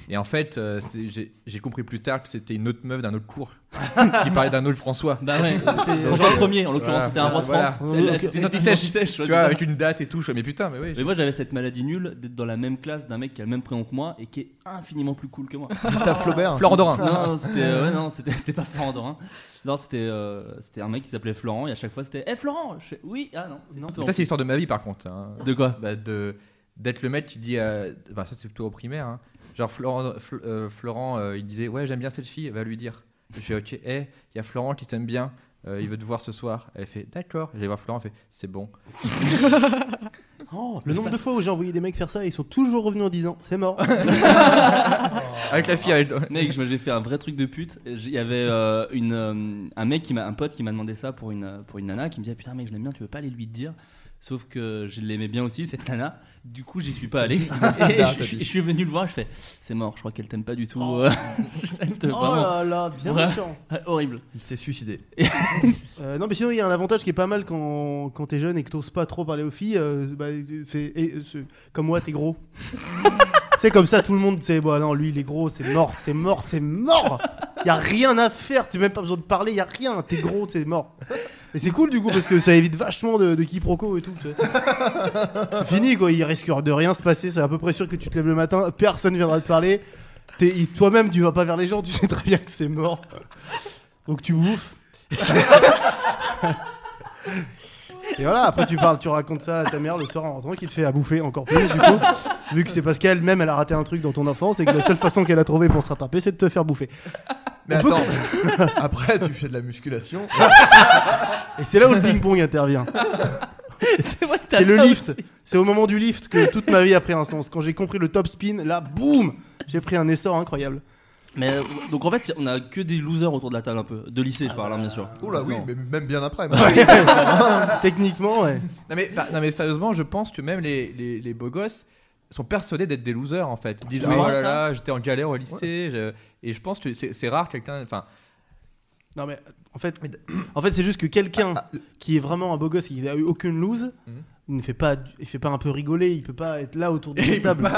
Speaker 6: et en fait, euh, c'est- j'ai j'ai compris plus tard que c'était une autre meuf d'un autre cours [LAUGHS] qui parlait d'un autre François.
Speaker 7: Bah ouais. François
Speaker 4: Genre-
Speaker 7: Ier, en l'occurrence,
Speaker 6: euh, Voilà.
Speaker 7: c'était un roi de
Speaker 6: Voilà.
Speaker 7: France. C'est-
Speaker 6: Donc,
Speaker 7: C'était
Speaker 6: donc,
Speaker 7: une
Speaker 6: il sèche,
Speaker 7: petite sèche,
Speaker 6: Tu
Speaker 7: ouais,
Speaker 6: vois,
Speaker 7: c'est ça.
Speaker 6: avec une date et tout. Je fais mais putain, mais oui.
Speaker 7: Mais moi j'avais cette maladie nulle d'être dans la même classe d'un mec qui a le même prénom que moi et qui est infiniment plus cool [LAUGHS] que moi.
Speaker 4: Gustave Flaubert.
Speaker 6: Florent Dorin.
Speaker 7: non, c'était euh, ouais, [LAUGHS] non, c'était c'était pas Florent Dorin. Non, c'était euh, c'était un mec qui s'appelait Florent et à chaque fois c'était Eh Florent, Je fais, oui, ah non, c'est un peu
Speaker 6: Ça, c'est
Speaker 7: en-
Speaker 6: l'histoire de ma vie par contre. hein.
Speaker 7: de quoi
Speaker 6: bah, de d'être le mec qui dit euh, bah, ça c'est plutôt au primaire hein. genre Florent, Fl- euh, Florent euh, il disait ouais j'aime bien cette fille va lui dire je fais ok eh il y a Florent qui t'aime bien euh, il veut te voir ce soir elle fait d'accord j'allais voir Florent elle fait c'est bon
Speaker 3: Le nombre de fois où j'ai envoyé des mecs faire ça, ils sont toujours revenus en disant c'est mort.
Speaker 6: avec la fille elle- [LAUGHS]
Speaker 7: Mec, je- j'ai fait un vrai truc de pute. Il y avait euh, une, euh, un mec qui m'a un pote qui m'a demandé ça pour une euh, pour une nana qui me disait putain mec je l'aime bien, tu veux pas aller lui dire Sauf que je l'aimais bien aussi cette nana. Du coup j'y suis pas allé. Et je, je- je suis venu le voir, je fais c'est mort, je crois qu'elle t'aime pas du tout. [LAUGHS] Elle t'aime
Speaker 3: Oh
Speaker 7: vraiment.
Speaker 3: là là, bien
Speaker 7: Ouais.
Speaker 3: méchant.
Speaker 7: Ah, Horrible.
Speaker 4: Il s'est suicidé.
Speaker 3: Euh, non, mais sinon, il y a un avantage qui est pas mal quand, quand t'es jeune et que t'oses pas trop parler aux filles. euh, bah, tu fais- eh, euh, ce- comme moi, t'es gros. [LAUGHS] c'est comme ça, tout le monde, c'est bon, non, lui, il est gros, c'est mort, c'est mort, c'est mort. Y a rien à faire, t'as même pas besoin de parler, y a rien, t'es gros, c'est mort. Et c'est cool du coup parce que ça évite vachement de, de quiproquos et tout. tu vois. Fini quoi, il risque de rien se passer, c'est à peu près sûr que tu te lèves le matin, personne viendra te parler. T'es- Toi-même, tu vas pas vers les gens, tu sais très bien que c'est mort. Donc tu bouffes. Et voilà, après tu parles, tu racontes ça à ta mère le soir en rentrant qui te fait à bouffer encore plus. Du coup, vu que c'est parce qu'elle-même elle a raté un truc dans ton enfance et que la seule façon qu'elle a trouvé pour se rattraper c'est de te faire bouffer.
Speaker 4: Mais
Speaker 3: On peut-
Speaker 4: attends,
Speaker 5: [LAUGHS]
Speaker 4: après tu fais de la musculation.
Speaker 3: Et c'est là où le ping-pong intervient.
Speaker 7: C'est vrai que t'as
Speaker 3: C'est le
Speaker 7: ça
Speaker 3: lift.
Speaker 7: aussi.
Speaker 3: C'est au moment du lift que toute ma vie a pris un sens. Quand j'ai compris le top spin, là, boum, j'ai pris un essor incroyable.
Speaker 7: Mais euh, donc en fait, on a que des losers autour de la table un peu. De lycée, je parle, hein, bien sûr.
Speaker 4: Oula, oui,
Speaker 7: Non.
Speaker 4: mais même
Speaker 7: [LAUGHS]
Speaker 4: bien après.
Speaker 3: Techniquement, ouais.
Speaker 6: non, mais, bah, non mais sérieusement je pense que même les, les, les beaux gosses sont persuadés d'être des losers en fait ils disent
Speaker 4: Oui.
Speaker 6: oh
Speaker 4: Ouais,
Speaker 6: là là j'étais en galère au lycée je- et je pense que c'est c'est rare quelqu'un enfin
Speaker 3: Non mais en fait, en fait c'est juste que quelqu'un
Speaker 4: Ah,
Speaker 3: qui est vraiment un beau gosse et qui n'a eu aucune lose,
Speaker 6: Mhm.
Speaker 3: il ne fait pas, du- il fait pas un peu rigoler, il peut pas être là
Speaker 4: [LAUGHS]
Speaker 3: autour de la
Speaker 6: peut
Speaker 3: table,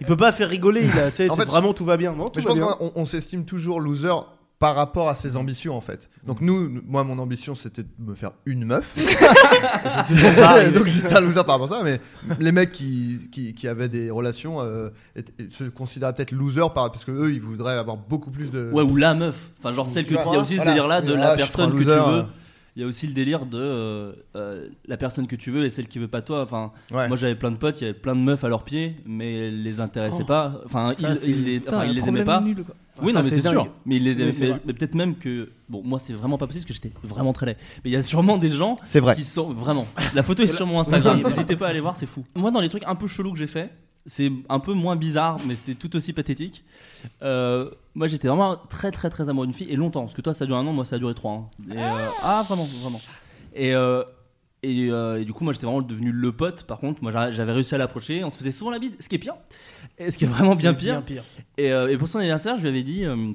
Speaker 3: il peut pas faire rigoler, il a, tu sais,
Speaker 4: En
Speaker 3: c'est
Speaker 4: fait,
Speaker 3: vraiment tout va bien, non
Speaker 4: Mais
Speaker 3: tout
Speaker 4: je
Speaker 3: va
Speaker 4: pense
Speaker 3: bien.
Speaker 4: qu'on on s'estime toujours loser par rapport à ses ambitions en fait. Donc
Speaker 7: Mm.
Speaker 4: nous, nous- moi mon ambition c'était de me faire
Speaker 7: [LAUGHS]
Speaker 4: une meuf. [LAUGHS] Donc j'étais un loser par rapport à ça, mais les mecs qui, qui, qui avaient des relations euh, étaient- se considéraient peut-être loser par, parce que eux ils voudraient avoir beaucoup plus de...
Speaker 3: Euh,
Speaker 7: Ouais, ou la meuf. Enfin, genre celle que. Il y a aussi ce
Speaker 4: Voilà.
Speaker 7: délire-là de
Speaker 4: Ah,
Speaker 7: la
Speaker 4: je suis
Speaker 7: personne
Speaker 4: un
Speaker 7: que tu
Speaker 4: loser,
Speaker 7: veux. Il y a aussi le délire de euh, euh, la personne que tu veux et celle qui veut pas toi. Enfin,
Speaker 4: Ouais.
Speaker 7: moi j'avais plein de potes, il y avait plein de meufs à leurs pieds, mais elles les intéressaient pas. Enfin, ils,
Speaker 3: Oh. c'est-
Speaker 7: ils les,
Speaker 5: Putain,
Speaker 7: enfin, ils
Speaker 5: un
Speaker 7: les aimaient
Speaker 5: problème
Speaker 7: pas.
Speaker 5: nul, quoi.
Speaker 7: oui,
Speaker 3: Ah, Ça,
Speaker 7: non, mais
Speaker 3: c'est
Speaker 7: c'est sûr.
Speaker 3: dingue.
Speaker 7: Mais ils les
Speaker 3: Oui,
Speaker 7: aimaient.
Speaker 3: c'est
Speaker 7: mais
Speaker 3: vrai.
Speaker 7: mais peut-être même que. Bon, moi c'est vraiment pas possible parce que j'étais vraiment très laid. Mais il y a sûrement des gens
Speaker 4: C'est
Speaker 7: [LAUGHS]
Speaker 4: vrai.
Speaker 7: qui sont vraiment. La photo est sur mon Instagram. N'hésitez pas à aller voir, c'est fou. Moi, dans les trucs un peu chelous que j'ai fait, C'est un peu moins bizarre, mais c'est tout aussi pathétique. Euh, moi, j'étais vraiment très, très, très amoureux d'une fille et longtemps. Parce que toi, ça dure un an, moi, ça a duré trois. hein. Et, euh, ah, vraiment, vraiment. Et, euh, et, euh, et du coup, moi, j'étais vraiment devenu le pote. Par contre, moi, j'a- j'avais réussi à l'approcher. On se faisait souvent la bise, ce qui est pire. Et ce qui est vraiment bien pire. Et, euh, et pour son anniversaire, je lui avais dit, euh,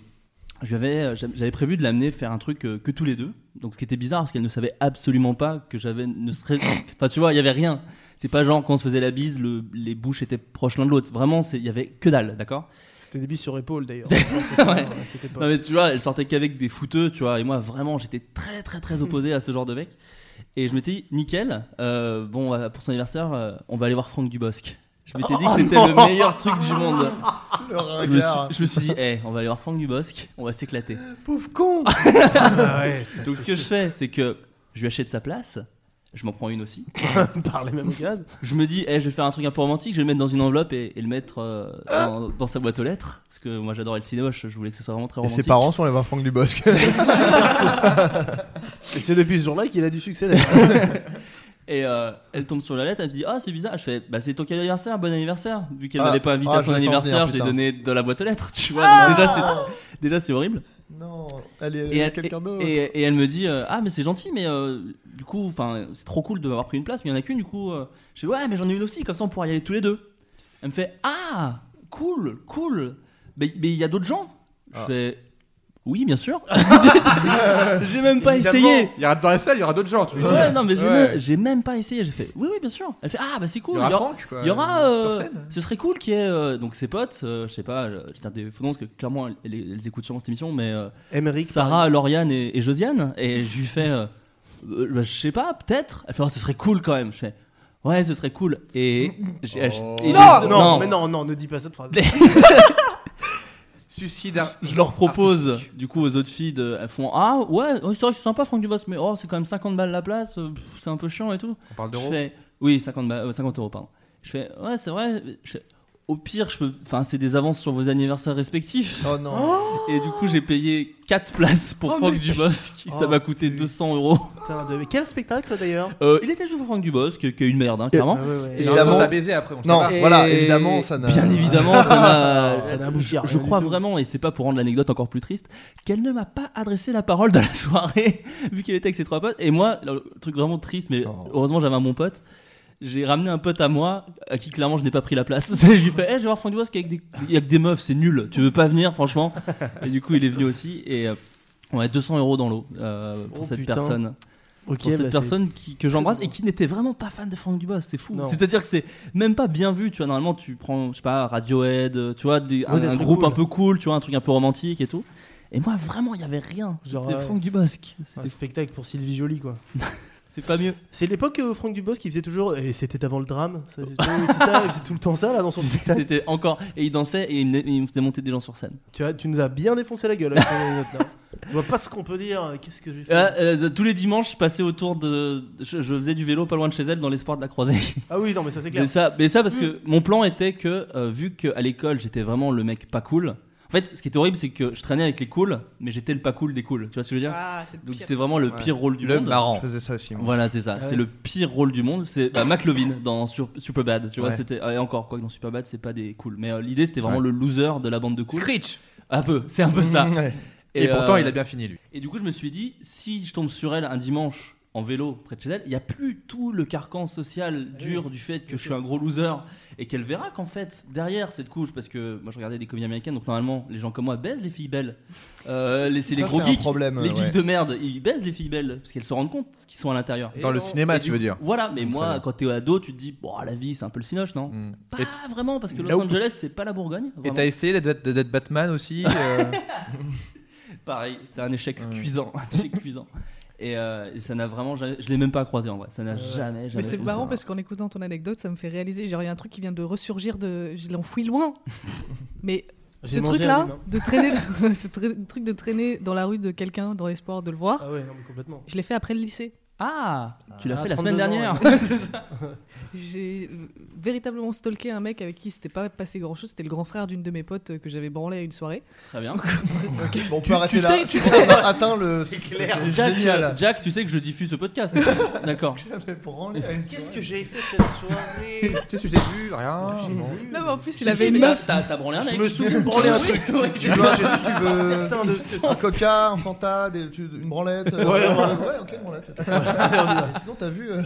Speaker 7: je lui avais- euh, j'avais j'avais prévu de l'amener faire un truc euh, que tous les deux. Donc ce qui était bizarre parce qu'elle ne savait absolument pas que j'avais ne serait. [COUGHS] Enfin tu vois, il y avait rien. C'est pas genre quand on se faisait la bise, le- les bouches étaient proches l'un de l'autre. Vraiment, c'est- il y avait que dalle, d'accord.
Speaker 3: C'était des bises sur épaule d'ailleurs.
Speaker 7: Ouais.
Speaker 3: C'était pas-
Speaker 7: Non mais tu vois, elle sortait qu'avec des fouteux, tu vois. Et moi, vraiment, j'étais très très
Speaker 4: Hmm.
Speaker 7: très opposé à ce genre de mec. Et je m'étais dit, nickel. euh, bon, euh, pour son anniversaire, euh, on va aller voir Franck Dubosc. Je m'étais dit que c'était le meilleur truc du monde.
Speaker 4: Oh [LAUGHS] Le
Speaker 7: Je me suis,
Speaker 4: ringard.
Speaker 7: je me suis dit, Eh, on va aller voir Franck Dubosc, on va s'éclater.
Speaker 4: Pauvre con
Speaker 3: Ah ouais, ça,
Speaker 7: Donc ce que je fais, c'est que je lui achète sa place, je m'en prends une aussi.
Speaker 3: par les mêmes gaz.
Speaker 7: Je me dis, eh, je vais faire un truc un peu romantique, je vais le mettre dans une enveloppe et, et le mettre euh,
Speaker 4: Ah
Speaker 7: dans, dans sa boîte aux lettres. Parce que moi j'adorais le cinéma, je, je voulais que ce soit vraiment très
Speaker 4: Et
Speaker 7: romantique.
Speaker 4: ses parents sont les 20 francs du bosque.
Speaker 3: Et c'est depuis ce jour-là qu'il a du succès. d'ailleurs.
Speaker 7: [LAUGHS] Et euh, elle tombe sur la lettre, elle me dit, ah c'est bizarre. Je fais, bah c'est ton anniversaire, bon anniversaire. Vu qu'elle
Speaker 4: Ah,
Speaker 7: m'avait pas invité à
Speaker 4: ah, je
Speaker 7: son
Speaker 4: le sens
Speaker 7: anniversaire,
Speaker 4: venir,
Speaker 7: je l'ai
Speaker 4: putain. Ah.
Speaker 7: donné dans la boîte aux lettres, tu vois. donc déjà, c'est- déjà c'est horrible.
Speaker 4: [LAUGHS] non, elle est
Speaker 7: Et
Speaker 4: avec quelqu'un d'autre.
Speaker 7: et- et elle me dit euh, ah mais c'est gentil mais euh, du coup enfin c'est trop cool de m'avoir pris une place mais il y en a qu'une du coup euh, je fais ouais mais j'en ai une aussi comme ça on pourra y aller tous les deux elle me fait ah cool cool mais mais il y a d'autres gens
Speaker 4: Ah.
Speaker 7: je fais oui bien sûr [LAUGHS] j'ai même pas essayé
Speaker 6: Il y aura- dans la salle, il y aura d'autres gens. Tu lui dis.
Speaker 7: ouais non mais j'ai
Speaker 6: Ouais.
Speaker 7: même, j'ai même pas essayé j'ai fait oui oui bien sûr elle fait ah bah c'est
Speaker 6: Il
Speaker 7: cool
Speaker 6: y aura
Speaker 7: Il y aura-
Speaker 6: Franck, quoi.
Speaker 7: il y aura.
Speaker 6: euh,
Speaker 7: euh,
Speaker 6: sur scène.
Speaker 7: ce serait cool qu'il y ait euh, donc ses potes, euh, je sais pas, euh, j'étais un des faux noms parce que clairement elles, elles- elles écoutent sûrement cette émission, mais euh,
Speaker 3: Émeric,
Speaker 7: Sarah, Lauriane et, et Josiane. Et je lui fais, euh, euh, bah, je sais pas, peut-être. Elle fait, oh, ce serait cool quand même. Je fais, ouais, ce serait cool. Et j'ai
Speaker 6: Oh.
Speaker 7: acheté. et
Speaker 3: Non,
Speaker 7: les-
Speaker 3: non, mais non, non, ne dis pas cette phrase.
Speaker 6: Suicide. ar-
Speaker 7: Je leur propose, du coup, aux autres filles, de- elles font Ah, ouais, oh, c'est vrai que c'est sympa, Franck Dubos, mais oh, c'est quand même 50 balles la place, euh, pff, c'est un peu chiant et tout.
Speaker 6: On parle
Speaker 7: Je
Speaker 6: d'euros.
Speaker 7: fais, oui, 50, balles- euh, 50 euros, pardon. Je fais, ouais, c'est vrai. Je fais, au pire, je peux. Enfin, c'est des avances sur vos anniversaires respectifs.
Speaker 4: Oh non.
Speaker 7: Et du coup, j'ai payé 4 places pour
Speaker 3: Oh,
Speaker 7: Franck
Speaker 3: mais-
Speaker 7: Dubosc. Ça
Speaker 3: Oh,
Speaker 7: m'a coûté
Speaker 3: putain.
Speaker 7: 200 euros.
Speaker 3: Putain, de- mais Quel spectacle d'ailleurs
Speaker 7: Euh, il était sur Franck Dubosc, qui qui est une merde, hein, clairement.
Speaker 3: Ah ouais, ouais.
Speaker 4: Et-
Speaker 6: Et en même temps,
Speaker 4: évidemment-
Speaker 6: t'as baisé après. on sait
Speaker 4: Non,
Speaker 6: pas.
Speaker 4: voilà, évidemment, ça n'a.
Speaker 7: Bien évidemment, ça
Speaker 4: [LAUGHS]
Speaker 3: Ça n'a
Speaker 7: n'a.
Speaker 3: abouti
Speaker 7: Je,
Speaker 3: à rien
Speaker 7: je
Speaker 3: du
Speaker 7: crois
Speaker 3: tout.
Speaker 7: vraiment, et c'est pas pour rendre l'anecdote encore plus triste, qu'elle ne m'a pas adressé la parole de la soirée, [LAUGHS] vu qu'elle était avec ses trois potes. Et moi, le truc vraiment triste, mais
Speaker 4: Oh.
Speaker 7: heureusement j'avais un bon pote. J'ai ramené un pote à moi, à qui clairement je n'ai pas pris la place. [LAUGHS] je lui fais, hey, je vais voir Franck Dubosc, il y a que des- il y a que des meufs, c'est nul, tu veux pas venir, franchement. Et du coup, il est venu aussi, et euh, on a 200 euros dans l'eau euh, pour
Speaker 3: Oh,
Speaker 7: cette
Speaker 3: putain.
Speaker 7: personne
Speaker 3: Ok,
Speaker 7: pour cette
Speaker 3: bah, c'est-
Speaker 7: personne qui- que j'embrasse
Speaker 3: bon.
Speaker 7: et qui n'était vraiment pas fan de Franck Dubos, c'est fou.
Speaker 3: Non.
Speaker 7: C'est-à-dire que c'est même pas bien vu, tu vois. Normalement, tu prends, je sais pas, Radiohead, euh, tu vois, des-
Speaker 3: Ouais,
Speaker 7: un,
Speaker 3: des
Speaker 7: un
Speaker 3: trucs
Speaker 7: groupe
Speaker 3: cool.
Speaker 7: un peu cool, tu vois, un truc un peu romantique et tout. Et moi, vraiment, il y avait rien. C'était
Speaker 3: Genre, ouais.
Speaker 7: Franck Dubosc.
Speaker 3: un
Speaker 7: C'était-
Speaker 3: spectacle pour Sylvie Joly quoi.
Speaker 7: C'est pas
Speaker 3: [LAUGHS]
Speaker 7: mieux.
Speaker 3: C'est l'époque où Franck Dubosc qui faisait toujours et c'était avant le drame, ça, tout ça, il faisait tout le temps ça là dans son spectacle.
Speaker 7: C'était encore. Et il dansait et il me, il me faisait monter des gens sur scène.
Speaker 3: Tu, as- tu nous as bien défoncé la gueule. avec ton anecdote, là. Je vois pas ce qu'on peut dire. Qu'est-ce que j'ai fait
Speaker 7: Euh, euh, tous les dimanches, je passais autour de. Je, je faisais du vélo pas loin de chez elle dans l'espoir de la croiser.
Speaker 3: Ah oui, non, mais ça c'est clair. Mm.
Speaker 7: Mais ça, mais ça parce que mon plan était que, euh, vu qu'à l'école j'étais vraiment le mec pas cool, en fait ce qui était horrible c'est que je traînais avec les cools, mais j'étais le pas cool des cools, tu vois ce que je veux dire
Speaker 5: Ah, c'est le
Speaker 7: Donc
Speaker 5: pire.
Speaker 7: c'est vraiment le
Speaker 4: Ouais.
Speaker 7: pire rôle du
Speaker 6: Le
Speaker 7: monde.
Speaker 6: marrant.
Speaker 4: Je faisais ça aussi. moi.
Speaker 7: Voilà, c'est ça,
Speaker 3: Ah
Speaker 7: c'est
Speaker 3: ouais.
Speaker 7: le pire rôle du monde. C'est bah, McLovin dans Sur- Superbad, tu vois,
Speaker 4: Ouais.
Speaker 7: c'était. ah, Et encore, quoi, que dans Superbad c'est pas des cools, mais euh, l'idée c'était vraiment
Speaker 4: Ouais.
Speaker 7: le loser de la bande de cools.
Speaker 6: Screech.
Speaker 7: Un peu, c'est un peu ça.
Speaker 4: Ouais.
Speaker 6: Et, pourtant,
Speaker 7: euh,
Speaker 6: il a bien fini, lui.
Speaker 7: et du coup, je me suis dit, si je tombe sur elle un dimanche en vélo près de chez elle, il n'y a plus tout le carcan
Speaker 6: Eh
Speaker 7: social dur du fait que je suis un gros loser et qu'elle verra qu'en fait, derrière cette couche, parce que moi je regardais des comédies américaines, donc normalement les gens comme moi baisent les filles belles. Euh, les- c'est les
Speaker 4: Ça,
Speaker 7: gros
Speaker 4: c'est un
Speaker 7: geeks,
Speaker 4: problème,
Speaker 7: les
Speaker 4: ouais.
Speaker 7: geeks de merde, ils baisent les filles belles parce qu'elles se rendent compte qu'ils sont à l'intérieur.
Speaker 6: Dans le cinéma, tu veux dire.
Speaker 7: Voilà, mais moi
Speaker 6: bien.
Speaker 7: quand t'es ado, tu te dis, bon, la vie c'est un peu le cinoche, non
Speaker 6: Mm.
Speaker 7: Pas
Speaker 6: Et-
Speaker 7: vraiment, parce que Los
Speaker 6: Nope.
Speaker 7: Angeles c'est pas la Bourgogne.
Speaker 6: Et
Speaker 7: vraiment.
Speaker 6: t'as essayé d'être d'être Batman aussi euh,
Speaker 7: Pareil, c'est un échec
Speaker 6: Ouais.
Speaker 7: [LAUGHS] cuisant, un échec cuisant. Et, euh, et ça n'a vraiment jamais, je l'ai même pas croisé en vrai, ça n'a jamais, jamais.
Speaker 5: Euh, Mais c'est
Speaker 7: fonctionné.
Speaker 5: marrant parce qu'en écoutant ton anecdote, ça me fait réaliser. Genre, il y a un truc qui vient de ressurgir, de... je l'enfouis loin. Mais
Speaker 3: J'ai
Speaker 5: ce
Speaker 3: mangé
Speaker 5: truc-là,
Speaker 3: un humain.
Speaker 5: de traîner, [LAUGHS] ce tra- truc de traîner dans la rue de quelqu'un dans l'espoir de le voir,
Speaker 3: Ah ouais, non, mais complètement.
Speaker 5: je l'ai fait après le lycée.
Speaker 7: Ah, tu l'as
Speaker 3: Ah,
Speaker 7: fait la semaine
Speaker 3: 32 ans,
Speaker 7: dernière.
Speaker 5: J'ai euh, véritablement stalké un mec avec qui c'était pas passé grand chose. C'était le grand frère d'une de mes potes euh, que j'avais branlé à une soirée.
Speaker 7: Très bien.
Speaker 4: Bon, on peut
Speaker 7: tu
Speaker 4: arrêter là.
Speaker 7: sais, tu sais.
Speaker 4: On a atteint le.
Speaker 8: C'est clair.
Speaker 4: c'était
Speaker 7: Jack,
Speaker 4: Génial.
Speaker 7: Jack, tu sais que je diffuse
Speaker 6: [LAUGHS]
Speaker 7: ce podcast. D'accord.
Speaker 4: Mais pour rendre à une
Speaker 8: Qu'est-ce que
Speaker 4: soirée.
Speaker 8: j'ai fait cette soirée
Speaker 6: Qu'est-ce que j'ai vu Rien.
Speaker 5: Non, mais en plus, il
Speaker 7: Si,
Speaker 5: avait
Speaker 7: si,
Speaker 5: une
Speaker 7: mais
Speaker 5: meuf.
Speaker 7: T'as t'as branlé un mec.
Speaker 8: Je me souviens de branler un truc.
Speaker 7: [LAUGHS] Ouais,
Speaker 4: Tu veux, un- tu
Speaker 8: Certains de ces-
Speaker 4: veux euh, un coca, un fanta, des- tu- une branlette euh,
Speaker 8: Ouais,
Speaker 4: euh,
Speaker 8: ouais.
Speaker 4: ouais, ok, branlette. ok. Et Sinon, t'as vu euh,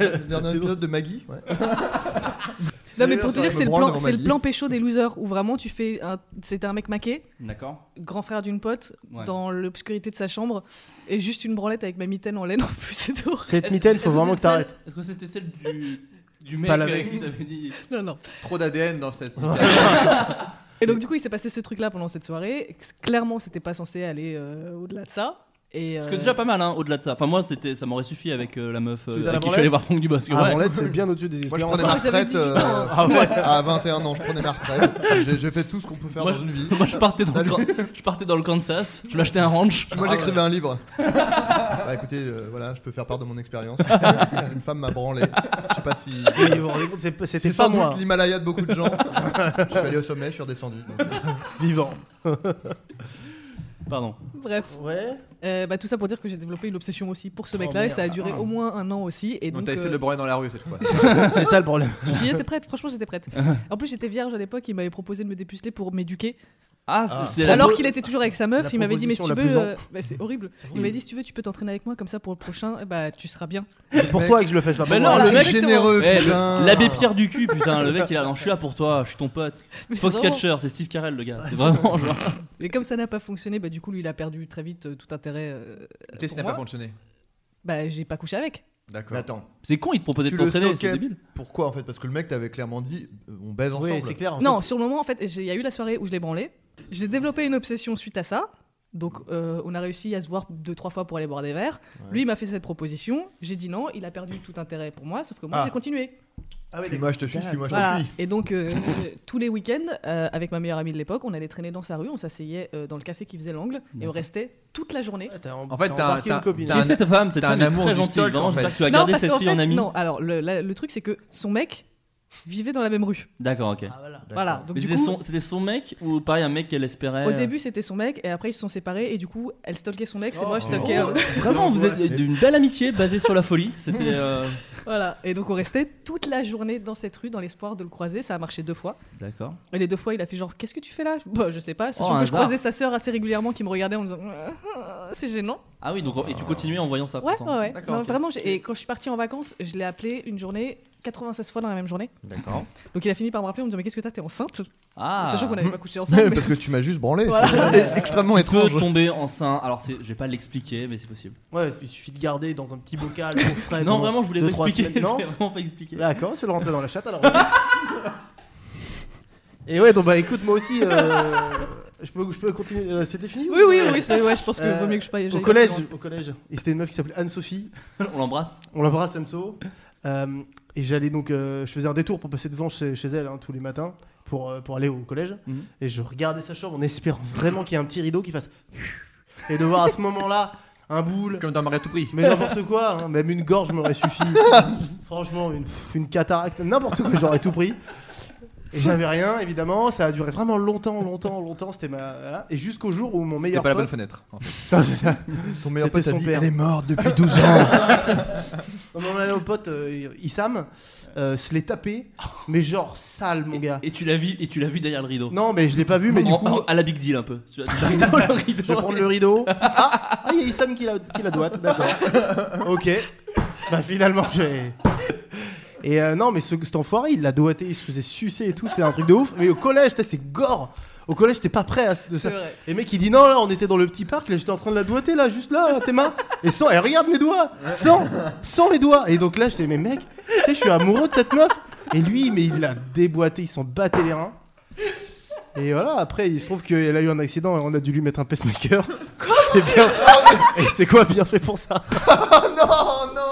Speaker 4: le dernier épisode de Maggie ouais.
Speaker 5: Non, mais pour te
Speaker 4: ça,
Speaker 5: dire,
Speaker 4: je
Speaker 5: c'est le
Speaker 4: me branle
Speaker 5: plan,
Speaker 4: dans ma
Speaker 5: c'est le
Speaker 4: vie.
Speaker 5: plan pécho des losers où vraiment tu fais. un- C'était un mec maqué,
Speaker 7: D'accord.
Speaker 5: grand frère d'une pote,
Speaker 7: Ouais.
Speaker 5: dans l'obscurité de sa chambre, et juste une branlette avec ma mitaine en laine en plus, c'est tout.
Speaker 3: Cette mitaine, faut vraiment que t'arrêtes.
Speaker 7: Est-ce que c'était celle du. Du mec
Speaker 3: Pas la
Speaker 7: avec
Speaker 3: même.
Speaker 7: qui t'avais dit.
Speaker 5: Non, non.
Speaker 6: Trop d'ADN dans cette.
Speaker 5: Et donc, du coup, il s'est passé ce truc-là pendant cette soirée. Clairement, c'était pas censé aller euh, au-delà de ça. Et,
Speaker 7: Parce
Speaker 5: euh,
Speaker 7: que déjà pas mal, hein, au-delà de ça. Enfin, moi, c'était, ça m'aurait suffi avec euh, la meuf euh,
Speaker 3: veux dire la
Speaker 7: avec qui je suis allé
Speaker 3: branlette
Speaker 7: voir Franck Dubosc.
Speaker 3: Ah,
Speaker 7: ouais.
Speaker 3: branlette, c'est bien au-dessus des
Speaker 4: Moi, je
Speaker 3: espérances.
Speaker 4: prenais ma
Speaker 5: Moi, j'avais
Speaker 4: retraite
Speaker 5: 18 ans.
Speaker 4: euh, [LAUGHS]
Speaker 3: Ah ouais.
Speaker 4: à 21 ans. Je prenais ma retraite. J'ai- J'ai fait tout ce qu'on peut faire
Speaker 7: Moi,
Speaker 4: dans une vie.
Speaker 7: [LAUGHS] Moi, je partais, dans le Gran- je partais dans le Kansas, je m'achetais un ranch.
Speaker 4: Moi, j'écrivais un livre. bah, écoutez, euh, voilà, je peux faire part de mon expérience. Une femme m'a branlé. Je sais pas si.
Speaker 3: Oui, vous vous rendez compte, c'est- C'était
Speaker 4: C'est
Speaker 3: pas
Speaker 4: sans
Speaker 3: moi,
Speaker 4: doute l'Himalaya de beaucoup de gens. je suis allé au sommet, je suis redescendu. donc, euh,
Speaker 3: vivant.
Speaker 7: Pardon.
Speaker 5: Bref,
Speaker 3: Ouais.
Speaker 5: Euh, bah, tout ça pour dire que j'ai développé une obsession aussi pour ce
Speaker 3: Oh,
Speaker 5: mec-là et ça a
Speaker 3: merde.
Speaker 5: duré au moins un an aussi. Et
Speaker 6: Donc
Speaker 5: donc,
Speaker 6: t'as essayé de
Speaker 5: euh,
Speaker 6: le branler dans la rue cette fois.
Speaker 3: C'est ça le problème.
Speaker 5: j'y étais prête, franchement, j'étais prête. En plus, j'étais vierge à l'époque, il m'avait proposé de me dépuceler pour m'éduquer.
Speaker 7: Ah,
Speaker 4: Ah.
Speaker 7: c'est la
Speaker 5: Alors
Speaker 7: beau-
Speaker 5: qu'il était toujours avec sa meuf,
Speaker 3: la
Speaker 5: il m'avait dit, mais si tu
Speaker 3: proposition
Speaker 5: veux,
Speaker 3: la plus
Speaker 5: euh, bah, c'est horrible. Il m'a dit, si tu veux, tu peux t'entraîner avec moi, comme ça pour le prochain, bah, tu seras bien. [LAUGHS]
Speaker 3: C'est pour toi que je Oh, le fais, je
Speaker 7: Mais
Speaker 3: pas
Speaker 7: non,
Speaker 3: pour moi.
Speaker 7: le mec.
Speaker 4: généreux,
Speaker 7: Eh, le-
Speaker 4: putain.
Speaker 7: L'abbé Pierre du cul, putain, le mec il a. Non, je suis là pour toi, je suis ton pote.
Speaker 5: Mais vraiment.
Speaker 7: Foxcatcher, c'est Steve Carell le gars, c'est vraiment genre.
Speaker 5: Et comme ça n'a pas fonctionné, bah, du coup, lui, il a perdu très vite euh, tout intérêt. euh,
Speaker 6: Qu'est-ce
Speaker 5: pour
Speaker 6: qui n'a pas
Speaker 5: moi.
Speaker 6: fonctionné
Speaker 5: Bah, j'ai pas couché avec.
Speaker 4: Mais
Speaker 6: D'accord.
Speaker 4: attends,
Speaker 7: C'est con, il te proposait de
Speaker 4: Tu le
Speaker 7: t'entraîner,
Speaker 4: stalkais.
Speaker 7: c'est débile.
Speaker 4: pourquoi en fait Parce que le mec t'avait clairement dit euh, on baise ensemble.
Speaker 3: Oui, c'est clair. en
Speaker 5: Non, sur le moment, en fait, j'ai- il y a eu la soirée où je l'ai branlé. J'ai développé une obsession suite à ça. Donc, euh, on a réussi à se voir deux, trois fois pour aller boire des verres. Lui, il m'a fait cette proposition. J'ai dit non. Il a perdu tout intérêt pour moi, sauf que moi,
Speaker 4: Ah.
Speaker 5: j'ai continué.
Speaker 3: Ah
Speaker 4: Suis-moi, je te suis, suis-moi, je
Speaker 5: Voilà.
Speaker 4: te suis.
Speaker 5: Et donc, euh, [LAUGHS] euh, tous les week-ends, euh, avec ma meilleure amie de l'époque, on allait traîner dans sa rue, on s'asseyait euh, dans le café qui faisait l'angle et on restait toute la journée.
Speaker 3: fait. Ah, T'as em-
Speaker 6: En fait, t'as-
Speaker 3: embarqué
Speaker 6: t'as-
Speaker 3: une copine.
Speaker 6: t'as-
Speaker 7: C'est cette femme, cette
Speaker 6: t'as
Speaker 7: femme
Speaker 6: un
Speaker 7: est
Speaker 6: amour
Speaker 7: très
Speaker 6: du
Speaker 7: gentille.
Speaker 6: stalk,
Speaker 7: Vraiment,
Speaker 6: en
Speaker 7: j'espère
Speaker 6: fait.
Speaker 7: que tu as
Speaker 5: Non,
Speaker 7: gardé
Speaker 5: parce
Speaker 7: cette
Speaker 5: qu'en
Speaker 7: fille en
Speaker 5: fait,
Speaker 7: amie.
Speaker 5: Non, alors le, la- le truc, c'est que son mec vivait dans la même rue.
Speaker 7: D'accord, ok.
Speaker 5: Voilà. Donc,
Speaker 7: Mais
Speaker 5: du
Speaker 7: c'était
Speaker 5: coup,
Speaker 7: son- c'était son mec ou pareil, un mec qu'elle espérait
Speaker 5: au
Speaker 7: euh,
Speaker 5: début, c'était son mec et après, ils se sont séparés et du coup, elle stalkait son mec, c'est moi, je stalkais.
Speaker 7: Oh, Vraiment, vous êtes d'une belle amitié basée sur la [LAUGHS] folie. C'était. euh,
Speaker 5: Voilà. Et donc, on restait toute la journée dans cette rue dans l'espoir de le croiser. Ça a marché deux fois.
Speaker 7: D'accord.
Speaker 5: Et les deux fois, il a fait genre, qu'est-ce que tu fais là Bah, je sais pas.
Speaker 7: Oh,
Speaker 5: Sachant
Speaker 7: un
Speaker 5: que je
Speaker 7: hasard.
Speaker 5: croisais sa sœur assez régulièrement qui me regardait en me disant, [LAUGHS] c'est gênant.
Speaker 7: Ah oui, donc et
Speaker 3: Euh,
Speaker 7: tu continuais en voyant ça.
Speaker 5: Ouais,
Speaker 7: pourtant.
Speaker 5: ouais, ouais.
Speaker 7: D'accord,
Speaker 5: Non,
Speaker 7: ok.
Speaker 5: vraiment, j'ai- et quand je suis partie en vacances, je l'ai appelé une journée 96 fois dans la même journée.
Speaker 3: [LAUGHS]
Speaker 4: D'accord.
Speaker 5: Donc il a fini par me rappeler en me disant Mais qu'est-ce que t'as, t'es enceinte
Speaker 7: Ah.
Speaker 5: Sachant qu'on n'avait pas
Speaker 7: [LAUGHS]
Speaker 5: couché ensemble. mais-
Speaker 4: Parce que tu m'as juste branlé.
Speaker 5: Voilà.
Speaker 4: C'est extrêmement
Speaker 7: peut
Speaker 4: étrange.
Speaker 7: tomber enceinte. Alors, c'est- je vais pas l'expliquer, mais c'est possible.
Speaker 3: Ouais, il suffit de garder dans un petit bocal au frais.
Speaker 7: non,
Speaker 3: pendant
Speaker 7: vraiment, je voulais
Speaker 3: deux,
Speaker 7: pas
Speaker 3: trois
Speaker 7: expliquer. [LAUGHS]
Speaker 3: semaines.
Speaker 7: je
Speaker 3: Non,
Speaker 7: voulais vraiment pas expliquer.
Speaker 3: D'accord, je vais le rentrer dans la chatte alors. Et ouais, donc bah écoute, moi aussi, euh, je, peux, je peux continuer. euh, C'était fini
Speaker 5: Oui, oui, oui, c'est- ouais, je pense que
Speaker 3: Euh,
Speaker 5: vaut mieux que je paye.
Speaker 3: Au collège, au collège. Et c'était une meuf qui s'appelait Anne-Sophie.
Speaker 7: On l'embrasse.
Speaker 3: On l'embrasse, Anso. Euh, et j'allais donc, euh, je faisais un détour pour passer devant chez, chez elle hein, tous les matins pour, euh, pour aller au collège.
Speaker 7: Mhm.
Speaker 3: Et je regardais sa chambre en espérant vraiment qu'il y ait un petit rideau qui fasse. Et de voir à ce moment-là un boule,
Speaker 6: Comme dans Marie à tout prix.
Speaker 3: mais n'importe quoi, hein, même une gorge m'aurait suffi. Franchement, une, pff, une cataracte, n'importe quoi, j'aurais tout pris. Et j'avais rien, évidemment. Ça a duré vraiment longtemps, longtemps, longtemps. C'était ma. voilà. Et jusqu'au jour où mon
Speaker 6: C'était
Speaker 3: meilleur
Speaker 6: pas la bonne
Speaker 3: pote.
Speaker 6: fenêtre. en fait.
Speaker 3: Non, c'est ça.
Speaker 4: Ton meilleur
Speaker 3: C'était
Speaker 4: pote a
Speaker 3: son
Speaker 4: dit
Speaker 3: père.
Speaker 4: elle est morte
Speaker 3: [LAUGHS]
Speaker 4: depuis 12 ans. [LAUGHS]
Speaker 3: Mon meilleur pote euh, Issam euh, se l'est tapé, mais genre sale, mon gars.
Speaker 7: Et tu l'as vu, et tu l'as vu derrière le rideau.
Speaker 3: Non, mais je l'ai pas vu, mais du
Speaker 6: Oh,
Speaker 7: En-
Speaker 3: coup,
Speaker 7: en- à la big deal un peu. Tu
Speaker 3: [LAUGHS]
Speaker 7: vois, tu arrives dans le rideau.
Speaker 3: je vais prendre le rideau. Ah, ah, il y a Issam qui la, qui la doite, d'accord. ok. Bah, finalement, j'ai. Et euh, non, mais ce, cet enfoiré, il l'a doigté, il se faisait sucer et tout, c'était un truc de ouf. Mais au collège, t'sais, c'est gore. Au collège, t'es pas prêt à de ça.
Speaker 5: vrai.
Speaker 3: Et le mec, il dit non, là, on était dans le petit parc, là, j'étais en train de la doigter, là, juste là, tes mains. Et sans, et regarde mes doigts, sans, sans les doigts. Et donc là, j'étais, mais mec, tu sais, je suis amoureux de cette meuf. Et lui, mais il l'a déboîté, il s'en battait les reins. Et voilà, après, il se trouve qu'elle a eu un accident et on a dû lui mettre un pacemaker. Et bien, [LAUGHS] et c'est quoi bien fait pour ça
Speaker 4: non, non.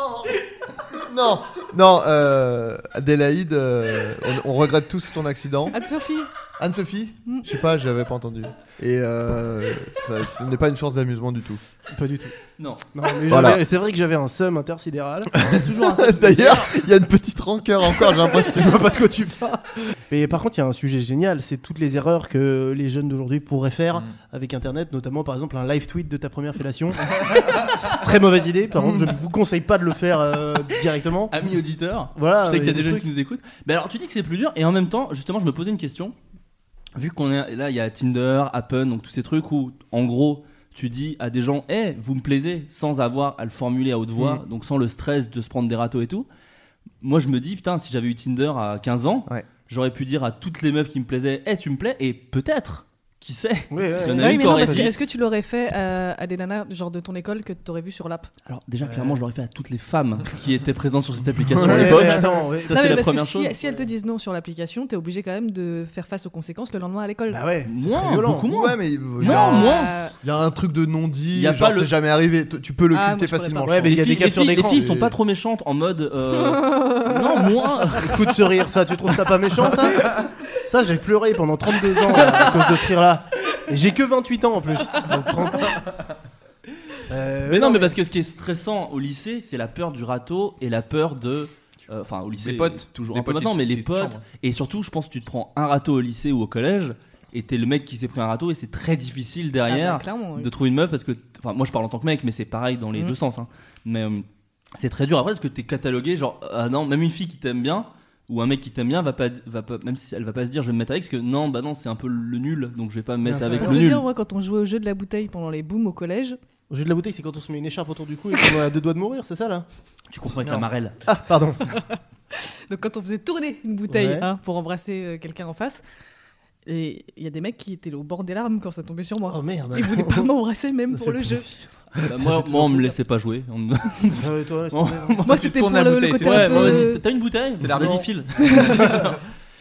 Speaker 4: Non, non, euh, Adélaïde, euh, on, on regrette tous ton accident.
Speaker 5: Anne-Sophie
Speaker 3: Hmm.
Speaker 4: Anne-Sophie Je sais pas, j'avais pas entendu. Et euh, ça, ce n'est pas une source d'amusement du tout.
Speaker 3: Pas du tout.
Speaker 7: Non.
Speaker 3: Non, mais
Speaker 4: Voilà.
Speaker 3: j'avais- C'est vrai que j'avais un
Speaker 7: [LAUGHS]
Speaker 3: seum intersidéral.
Speaker 7: Toujours
Speaker 3: Ah, [LAUGHS]
Speaker 7: un
Speaker 4: [LAUGHS] D'ailleurs, il y a une petite rancœur encore, j'ai l'impression.
Speaker 3: Je vois pas de quoi tu parles. Mais par contre, il y a un sujet génial, c'est toutes les erreurs que les jeunes d'aujourd'hui pourraient faire
Speaker 6: Mm.
Speaker 3: avec Internet, notamment par exemple un live tweet de ta première fellation. [LAUGHS] Très mauvaise idée. Par contre, je ne vous conseille pas de le faire euh, directement.
Speaker 7: Ami auditeur,
Speaker 3: Voilà.
Speaker 7: je sais qu'il y a
Speaker 3: Ah, mais
Speaker 7: des jeunes
Speaker 3: trucs-
Speaker 7: qui nous écoutent. Mais alors, tu dis que c'est plus dur, et en même temps, justement, je me posais une question. Vu qu'on est là, il y a Tinder, Appen, donc tous ces trucs où, en gros, tu dis à des gens, hé, vous me plaisez, sans avoir à le formuler à haute voix, donc sans le stress de se prendre des râteaux et tout. Moi, je me dis, putain, si j'avais eu Tinder à 15 ans,
Speaker 4: Ouais.
Speaker 7: j'aurais pu dire à toutes les meufs qui me plaisaient, hé, tu me plais, et peut-être, qui sait
Speaker 3: Ouais, ouais.
Speaker 7: Il y en
Speaker 5: Ah oui,
Speaker 7: a une
Speaker 5: mais
Speaker 7: qui
Speaker 5: non,
Speaker 7: aurait
Speaker 5: parce que-
Speaker 7: dit.
Speaker 5: Est-ce que tu l'aurais fait euh, à des nanas genre de ton école que t'aurais vu sur l'app
Speaker 7: Alors, déjà, clairement, je l'aurais fait à toutes les femmes qui étaient présentes sur cette application à
Speaker 3: Ouais,
Speaker 7: l'époque.
Speaker 3: mais attends, ouais.
Speaker 7: Ça,
Speaker 5: Non,
Speaker 7: c'est
Speaker 5: mais
Speaker 7: la
Speaker 5: parce que
Speaker 7: première
Speaker 5: si-
Speaker 7: chose.
Speaker 5: Si, elles te disent non sur l'application, t'es obligé quand même de faire face aux conséquences le lendemain à l'école.
Speaker 3: Bah ouais.
Speaker 7: Moins,
Speaker 3: violent.
Speaker 7: beaucoup moins.
Speaker 4: Ouais, mais il y,
Speaker 7: Non, Ah,
Speaker 4: a-
Speaker 7: moins.
Speaker 5: Euh,
Speaker 4: il y a un truc de non-dit,
Speaker 7: Y a
Speaker 4: genre
Speaker 7: pas le-
Speaker 4: c'est jamais arrivé. Tu- Tu peux le
Speaker 5: Ah, moi,
Speaker 4: culter
Speaker 5: je pourrais
Speaker 4: facilement.
Speaker 5: pas.
Speaker 4: je
Speaker 3: Ouais, mais il y
Speaker 7: les
Speaker 3: a des
Speaker 7: filles, les
Speaker 3: captures
Speaker 7: filles- les
Speaker 3: d'écran.
Speaker 7: filles sont
Speaker 4: Et-
Speaker 7: pas trop méchantes en mode.
Speaker 5: [LAUGHS]
Speaker 7: euh, non, moins. [LAUGHS]
Speaker 3: Coup de ce rire, ça, tu trouves ça pas méchant, ça Ça, j'ai pleuré pendant 32 ans là, à cause de ce rire-là. Et j'ai que 28 ans en plus. Donc, 30 Euh,
Speaker 7: Mais non, mais parce que ce qui est stressant au lycée, c'est la peur du râteau et la peur de. euh, Enfin, au lycée,
Speaker 6: Des potes.
Speaker 7: toujours
Speaker 6: Des
Speaker 7: un peu
Speaker 6: potes
Speaker 7: maintenant,
Speaker 6: qui-
Speaker 7: mais les
Speaker 6: qui te
Speaker 7: potes.
Speaker 6: chambrent.
Speaker 7: Et surtout, je pense que tu te prends un râteau au lycée ou au collège, et t'es le mec qui s'est pris un râteau, et c'est très difficile
Speaker 5: ah bah,
Speaker 7: derrière
Speaker 5: clairement, oui.
Speaker 7: de trouver une meuf parce que. Enfin, moi, je parle en tant que mec, mais c'est pareil dans les
Speaker 5: Mhm.
Speaker 7: deux sens. hein. Mais euh, c'est très [LAUGHS] dur après parce que t'es catalogué, genre, ah non, même une fille qui t'aime bien. Ou un mec qui t'aime bien va pas, va pas, même si elle va pas se dire je vais me mettre avec, parce que non, bah non, c'est un peu le nul, donc je vais pas me mettre avec
Speaker 5: Pour
Speaker 7: le
Speaker 5: te
Speaker 7: nul.
Speaker 5: dire, moi, quand on jouait au jeu de la bouteille pendant les booms au collège,
Speaker 3: Au jeu de la bouteille, c'est quand on se met une écharpe autour du cou et qu'on a deux doigts de mourir, c'est ça là
Speaker 7: Tu confonds avec
Speaker 3: Non.
Speaker 7: la marelle.
Speaker 3: Ah, pardon.
Speaker 5: donc quand on faisait tourner une bouteille
Speaker 3: Ouais.
Speaker 5: hein, pour embrasser euh, quelqu'un en face, et il y a des mecs qui étaient au bord des larmes quand ça tombait sur moi.
Speaker 3: Oh merde.
Speaker 5: Ils voulaient pas m'embrasser
Speaker 7: [LAUGHS]
Speaker 5: même pour le jeu.
Speaker 7: Bah, moi, moi, on me laissait pas jouer. On me-
Speaker 3: Ah ouais, toi, laisse
Speaker 7: Moi,
Speaker 3: tomber.
Speaker 5: Moi,
Speaker 6: Tu
Speaker 5: c'était pour
Speaker 6: tournes
Speaker 5: le,
Speaker 6: la
Speaker 5: le
Speaker 6: bouteille,
Speaker 5: côté
Speaker 6: c'est
Speaker 7: [LAUGHS] ouais,
Speaker 5: un
Speaker 7: moi, vas-y,
Speaker 5: peu...
Speaker 7: t'as une bouteille
Speaker 6: T'es l'arbitre.
Speaker 7: Vas-y, [LAUGHS] file.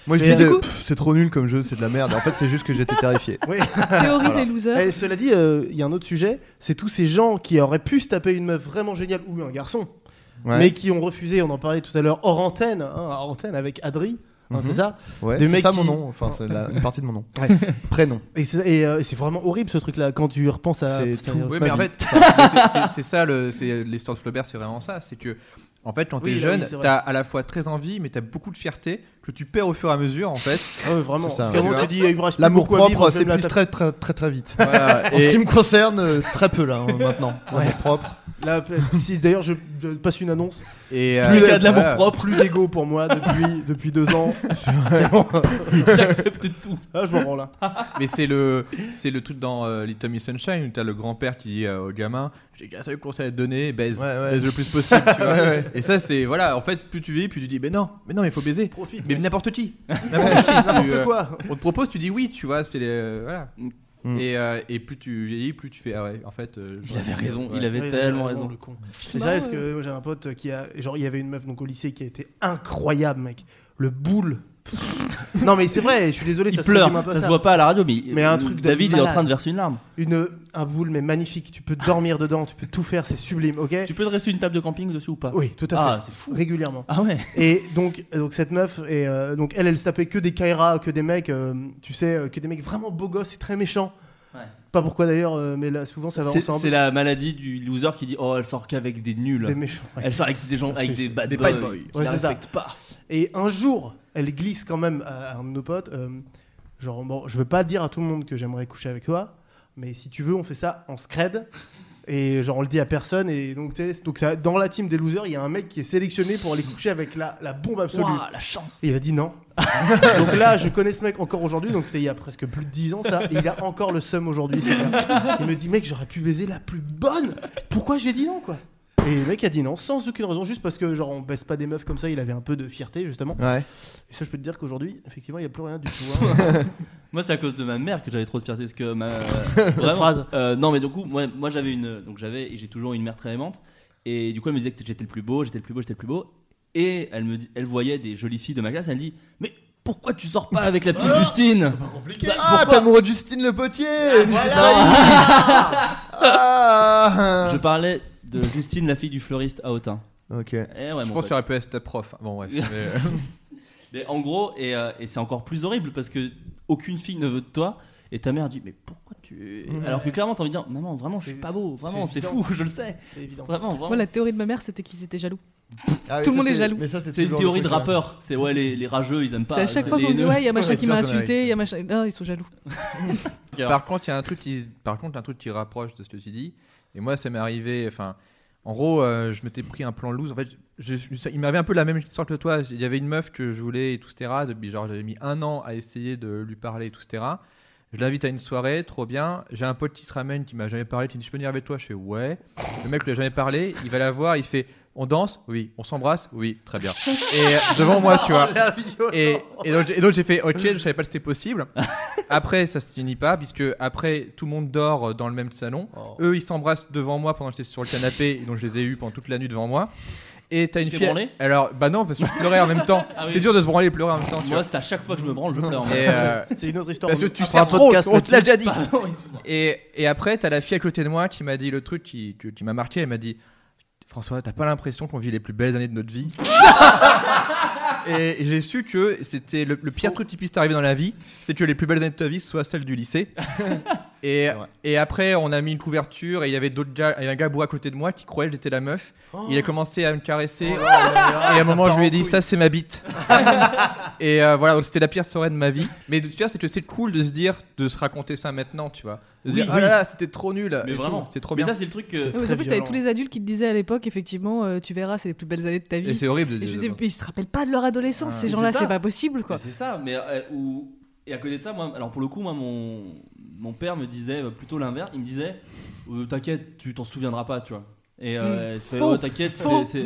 Speaker 4: Moi je
Speaker 3: Mais
Speaker 4: disais,
Speaker 5: du coup-
Speaker 4: Pff, c'est trop nul comme jeu, c'est de la merde. En fait, c'est juste que j'étais
Speaker 5: [LAUGHS]
Speaker 4: terrifié.
Speaker 3: Oui.
Speaker 5: théorie
Speaker 4: Voilà.
Speaker 5: des losers.
Speaker 3: Eh, cela dit, euh, il y a un autre sujet, c'est tous ces gens qui auraient pu se taper une meuf vraiment géniale ou un garçon,
Speaker 4: Ouais.
Speaker 3: mais qui ont refusé, on en parlait tout à l'heure, hors antenne, hein, hors antenne avec Adri, hein,
Speaker 4: Mhm.
Speaker 3: c'est ça
Speaker 4: Ouais,
Speaker 3: Des
Speaker 4: c'est
Speaker 3: mecs
Speaker 4: ça
Speaker 3: qui-
Speaker 4: mon nom, enfin c'est la- une partie de mon nom.
Speaker 3: Ouais.
Speaker 4: [LAUGHS] Prénom.
Speaker 3: Et c'est et, euh, c'est vraiment horrible ce truc-là, quand tu y repenses à...
Speaker 4: C'est
Speaker 3: Putain,
Speaker 4: tout.
Speaker 3: euh,
Speaker 6: Oui,
Speaker 3: ma
Speaker 6: mais en
Speaker 3: vie.
Speaker 6: fait, [LAUGHS] c'est- c'est- c'est ça le- c'est l'histoire de Flaubert, c'est vraiment ça. C'est que, en fait, quand
Speaker 3: Oui,
Speaker 6: t'es
Speaker 3: là,
Speaker 6: jeune,
Speaker 3: oui, c'est vrai.
Speaker 6: t'as à la fois très envie, mais t'as beaucoup de fierté que tu perds au fur et à mesure, en fait.
Speaker 3: Ah ouais, vraiment,
Speaker 4: C'est ça,
Speaker 3: Parce qu'avant,
Speaker 6: ouais.
Speaker 3: tu dis, eh, il me reste plus
Speaker 4: L'amour
Speaker 3: beaucoup à vivre,
Speaker 4: propre,
Speaker 3: je vais
Speaker 4: c'est
Speaker 3: me la
Speaker 4: plus
Speaker 3: taper.
Speaker 4: très très très très vite.
Speaker 6: Voilà,
Speaker 4: En ce
Speaker 6: et-
Speaker 4: qui me concerne, euh, très peu là hein, maintenant. L'amour propre.
Speaker 3: Là, si, D'ailleurs, je, je passe une annonce,
Speaker 6: et,
Speaker 7: Celui
Speaker 6: euh,
Speaker 7: qui a de l'amour
Speaker 6: voilà.
Speaker 7: propre,
Speaker 3: plus d'ego pour
Speaker 4: [LAUGHS]
Speaker 3: moi depuis, depuis deux ans. [LAUGHS]
Speaker 7: j'accepte tout.
Speaker 3: Ah, je m'en rends là.
Speaker 6: Mais c'est le, c'est le truc dans euh, Little Miss Sunshine où t'as le grand-père qui dit euh, au gamin J'ai qu'un seul conseil à te donner, baise,
Speaker 4: Ouais, ouais.
Speaker 6: baise le plus possible. tu vois.
Speaker 4: Ouais, ouais.
Speaker 6: Et ça, c'est voilà, en fait, plus tu vis, plus tu dis Mais non, mais non, mais faut baiser.
Speaker 3: Profite.
Speaker 6: Mais n'importe qui.
Speaker 3: N'importe
Speaker 6: tu, euh,
Speaker 3: quoi.
Speaker 6: On te propose, tu dis oui, tu vois, c'est les. euh, voilà.
Speaker 4: Mm.
Speaker 6: Et, euh, et plus tu vieillis, plus tu fais. Ah ouais, en fait. euh,
Speaker 7: Il
Speaker 6: j'aurais
Speaker 7: avait
Speaker 6: dû-
Speaker 7: raison,
Speaker 6: ouais.
Speaker 7: il avait
Speaker 3: Ouais, il avait
Speaker 7: tellement raison.
Speaker 3: le con. C'est vrai parce que euh, j'ai un pote qui a genre il y avait une meuf donc au lycée qui a été incroyable mec.
Speaker 4: [LAUGHS]
Speaker 3: Le boule. non mais c'est vrai, je suis désolé
Speaker 7: Il
Speaker 3: ça se résume un
Speaker 7: pleure,
Speaker 3: peu à
Speaker 7: ça se voit pas à la radio, mais,
Speaker 3: Mais un truc de
Speaker 7: David il est en
Speaker 3: malade.
Speaker 7: train de verser une larme.
Speaker 3: Une un boule mais magnifique, tu peux dormir dedans, tu peux tout faire, c'est sublime, OK
Speaker 7: Tu peux dresser une table de camping dessus ou pas
Speaker 3: Oui, tout à
Speaker 7: Ah,
Speaker 3: fait.
Speaker 7: c'est fou.
Speaker 3: Régulièrement.
Speaker 7: Ah ouais.
Speaker 3: Et donc, donc cette meuf, et euh, donc elle, elle se tapait que des Kaira, que des mecs, euh, tu sais, euh, que des mecs vraiment beaux gosses et très méchants.
Speaker 7: Ouais.
Speaker 3: Pas pourquoi d'ailleurs, euh, mais là souvent ça va
Speaker 7: C'est
Speaker 3: ensemble.
Speaker 7: c'est la maladie du loser qui dit oh elle sort qu'avec des nuls.
Speaker 3: Des méchants. ouais.
Speaker 7: Elle sort avec des gens avec des bad
Speaker 6: des
Speaker 7: boys.
Speaker 6: bad boys.
Speaker 7: Je
Speaker 3: Ouais,
Speaker 7: la
Speaker 3: c'est ça.
Speaker 7: respecte pas.
Speaker 3: Et un jour, elle glisse quand même à à un de nos potes. euh, genre, bon, je veux pas dire à tout le monde que j'aimerais coucher avec toi, mais si tu veux, on fait ça en scred. Et genre, on le dit à personne. Et donc, t'es- donc ça, dans la team des losers, il y a un mec qui est sélectionné pour aller coucher avec la, la bombe absolue.
Speaker 7: Ouah, la chance.
Speaker 3: Et il a dit non. [LAUGHS] donc là, je connais ce mec encore aujourd'hui, donc c'était il y a presque plus de 10 ans ça, et il a encore le seum aujourd'hui. ce gars. Il me dit, mec, j'aurais pu baiser la plus bonne. Pourquoi j'ai dit non, quoi Et le mec a dit non, sans aucune raison, juste parce que, genre, on baisse pas des meufs comme ça, il avait un peu de fierté, justement.
Speaker 4: Ouais.
Speaker 3: Et ça, je peux te dire qu'aujourd'hui, effectivement, il n'y a plus rien du tout. hein.
Speaker 7: Moi, c'est à cause de ma mère que j'avais trop de fierté. Parce que ma.
Speaker 3: [LAUGHS] phrase.
Speaker 7: euh, non, mais du coup, moi, moi j'avais une. Donc, j'avais. et J'ai toujours une mère très aimante. Et du coup, elle me disait que j'étais le plus beau, j'étais le plus beau, j'étais le plus beau. Et elle me dit, elle voyait des jolies filles de ma classe. Elle dit Mais pourquoi tu sors pas avec la
Speaker 3: [LAUGHS]
Speaker 7: petite Justine Bah,
Speaker 4: Ah, t'es
Speaker 7: pourquoi
Speaker 4: amoureux de Justine Le Potier tu t'es
Speaker 7: Je [LAUGHS]
Speaker 4: trahie.
Speaker 7: parlais de Justine, la fille du fleuriste à Autun.
Speaker 4: Ah Ok.
Speaker 7: Eh ouais,
Speaker 6: Je
Speaker 7: mon
Speaker 6: pense
Speaker 7: pote.
Speaker 6: que tu aurais pu être ta prof. Bon,
Speaker 7: [LAUGHS]
Speaker 6: ouais.
Speaker 7: euh, Mais en gros, et, euh, et c'est encore plus horrible parce que aucune fille ne veut de toi. Et ta mère dit Mais pourquoi tu. Alors que clairement, t'as envie de dire Maman, vraiment, je suis
Speaker 3: C'est-
Speaker 7: pas beau, vraiment,
Speaker 3: c'est
Speaker 7: c'est
Speaker 3: évident.
Speaker 7: fou, [LAUGHS] je le sais.
Speaker 3: C'est évident.
Speaker 7: Vraiment, vraiment.
Speaker 5: Moi, la théorie de ma mère, c'était qu'ils étaient jaloux.
Speaker 4: Ah oui,
Speaker 5: Tout le
Speaker 4: ça,
Speaker 5: monde est
Speaker 4: c'est-
Speaker 5: jaloux.
Speaker 4: mais ça, c'est
Speaker 7: C'est une
Speaker 4: toujours le
Speaker 7: théorie de
Speaker 4: truc, hein. ouais.
Speaker 7: rappeur. C'est ouais, les, les rageux, ils aiment pas.
Speaker 5: c'est à chaque
Speaker 7: Bah, c'est
Speaker 5: fois
Speaker 7: les
Speaker 5: qu'on dit
Speaker 7: haineux.
Speaker 5: ouais, il y a machin
Speaker 4: Ouais,
Speaker 5: qui m'a
Speaker 4: Jordan
Speaker 5: insulté,
Speaker 4: Wright.
Speaker 5: il y a machin. Ah, ils sont jaloux.
Speaker 6: Par contre, il y a un truc qui, par contre, un truc qui rapproche de ce que tu dis. Et moi, ça m'est arrivé. Enfin, en gros, euh, je m'étais pris un plan loose. En fait, je- je- il m'avait un peu la même histoire que toi. Il y avait une meuf que je voulais et tout, etc. Depuis, genre, j'avais mis un an à essayer de lui parler et tout, etc. Je l'invite à une soirée, trop bien. J'ai un pote qui se ramène, qui m'a jamais parlé, qui me dit Je peux venir avec toi Je fais Ouais. Le mec lui a jamais parlé, il va la voir, il fait On danse Oui. On s'embrasse Oui. Très bien. Et euh, devant moi, tu vois. Et, et donc, j'ai- et donc j'ai fait ok, je savais pas que c'était possible. Après, ça se finit pas, puisque après, tout le monde dort euh, dans le même salon.
Speaker 4: Oh.
Speaker 6: Eux, ils s'embrassent devant moi pendant que j'étais sur le canapé, et donc je les ai eus pendant toute la nuit devant moi. Et t'as une
Speaker 7: T'es
Speaker 6: fille.
Speaker 7: branlé
Speaker 6: Alors, bah non, parce que je pleurais en même temps.
Speaker 7: Ah oui.
Speaker 6: C'est dur de se branler et pleurer en même temps. Tu
Speaker 7: Moi,
Speaker 6: vois.
Speaker 7: c'est à chaque fois que je me branle, je pleure.
Speaker 6: Et,
Speaker 7: [LAUGHS]
Speaker 6: euh,
Speaker 3: C'est une autre histoire.
Speaker 6: parce que tu
Speaker 3: On
Speaker 6: sers
Speaker 3: fera un
Speaker 6: trop,
Speaker 3: podcast
Speaker 6: on te l'a déjà
Speaker 3: là-dessus.
Speaker 6: dit.
Speaker 7: Pardon, excuse-moi.
Speaker 6: Et, et après, t'as la fille à côté de moi qui m'a dit le truc qui, qui, qui m'a marqué. Elle m'a dit François, t'as pas l'impression qu'on vit les plus belles années de notre vie Et j'ai su que c'était le, le pire truc qui puisse t'arriver dans la vie, c'est que les plus belles années de ta vie soient celles du lycée. et,
Speaker 4: vrai.
Speaker 6: et après, on a mis une couverture et il y avait d'autres gars, il y avait un gars bourré à côté de moi qui croyait que j'étais la meuf. Il a commencé à me caresser.
Speaker 3: Oh
Speaker 6: Et à un moment, je lui ai dit, Ah, ça, c'est ma [LAUGHS] bite. et euh, voilà, donc c'était la pire soirée de ma vie. Mais tu vois, c'est que c'est cool de se dire, de se raconter ça maintenant, tu vois. De se dire, ah là là, c'était trop nul.
Speaker 7: Mais
Speaker 6: et
Speaker 7: vraiment.
Speaker 6: tout, C'était trop
Speaker 7: Mais
Speaker 6: bien.
Speaker 7: ça, c'est le truc que.
Speaker 5: Ouais, mais
Speaker 3: très
Speaker 5: en plus, t'avais
Speaker 3: violent.
Speaker 5: tous les adultes qui te disaient à l'époque, effectivement, euh, tu verras, c'est les plus belles années de ta
Speaker 6: et
Speaker 5: vie.
Speaker 6: c'est horrible de
Speaker 5: Et je
Speaker 6: dire
Speaker 5: dis,
Speaker 6: ça.
Speaker 5: mais ils se rappellent pas de leur adolescence,
Speaker 6: Ah.
Speaker 5: ces
Speaker 7: Mais
Speaker 5: gens-là,
Speaker 7: c'est ça.
Speaker 5: c'est pas possible quoi.
Speaker 7: Mais C'est ça, mais euh, ou- et à côté de ça, moi, alors pour le coup, moi, mon, mon père me disait euh, plutôt l'inverse. Il me disait, euh, t'inquiète, tu t'en souviendras pas, tu vois. Et euh, il se fait,
Speaker 5: Mm. Faux.
Speaker 7: oh, t'inquiète, c'est-
Speaker 5: Faux.
Speaker 7: c'est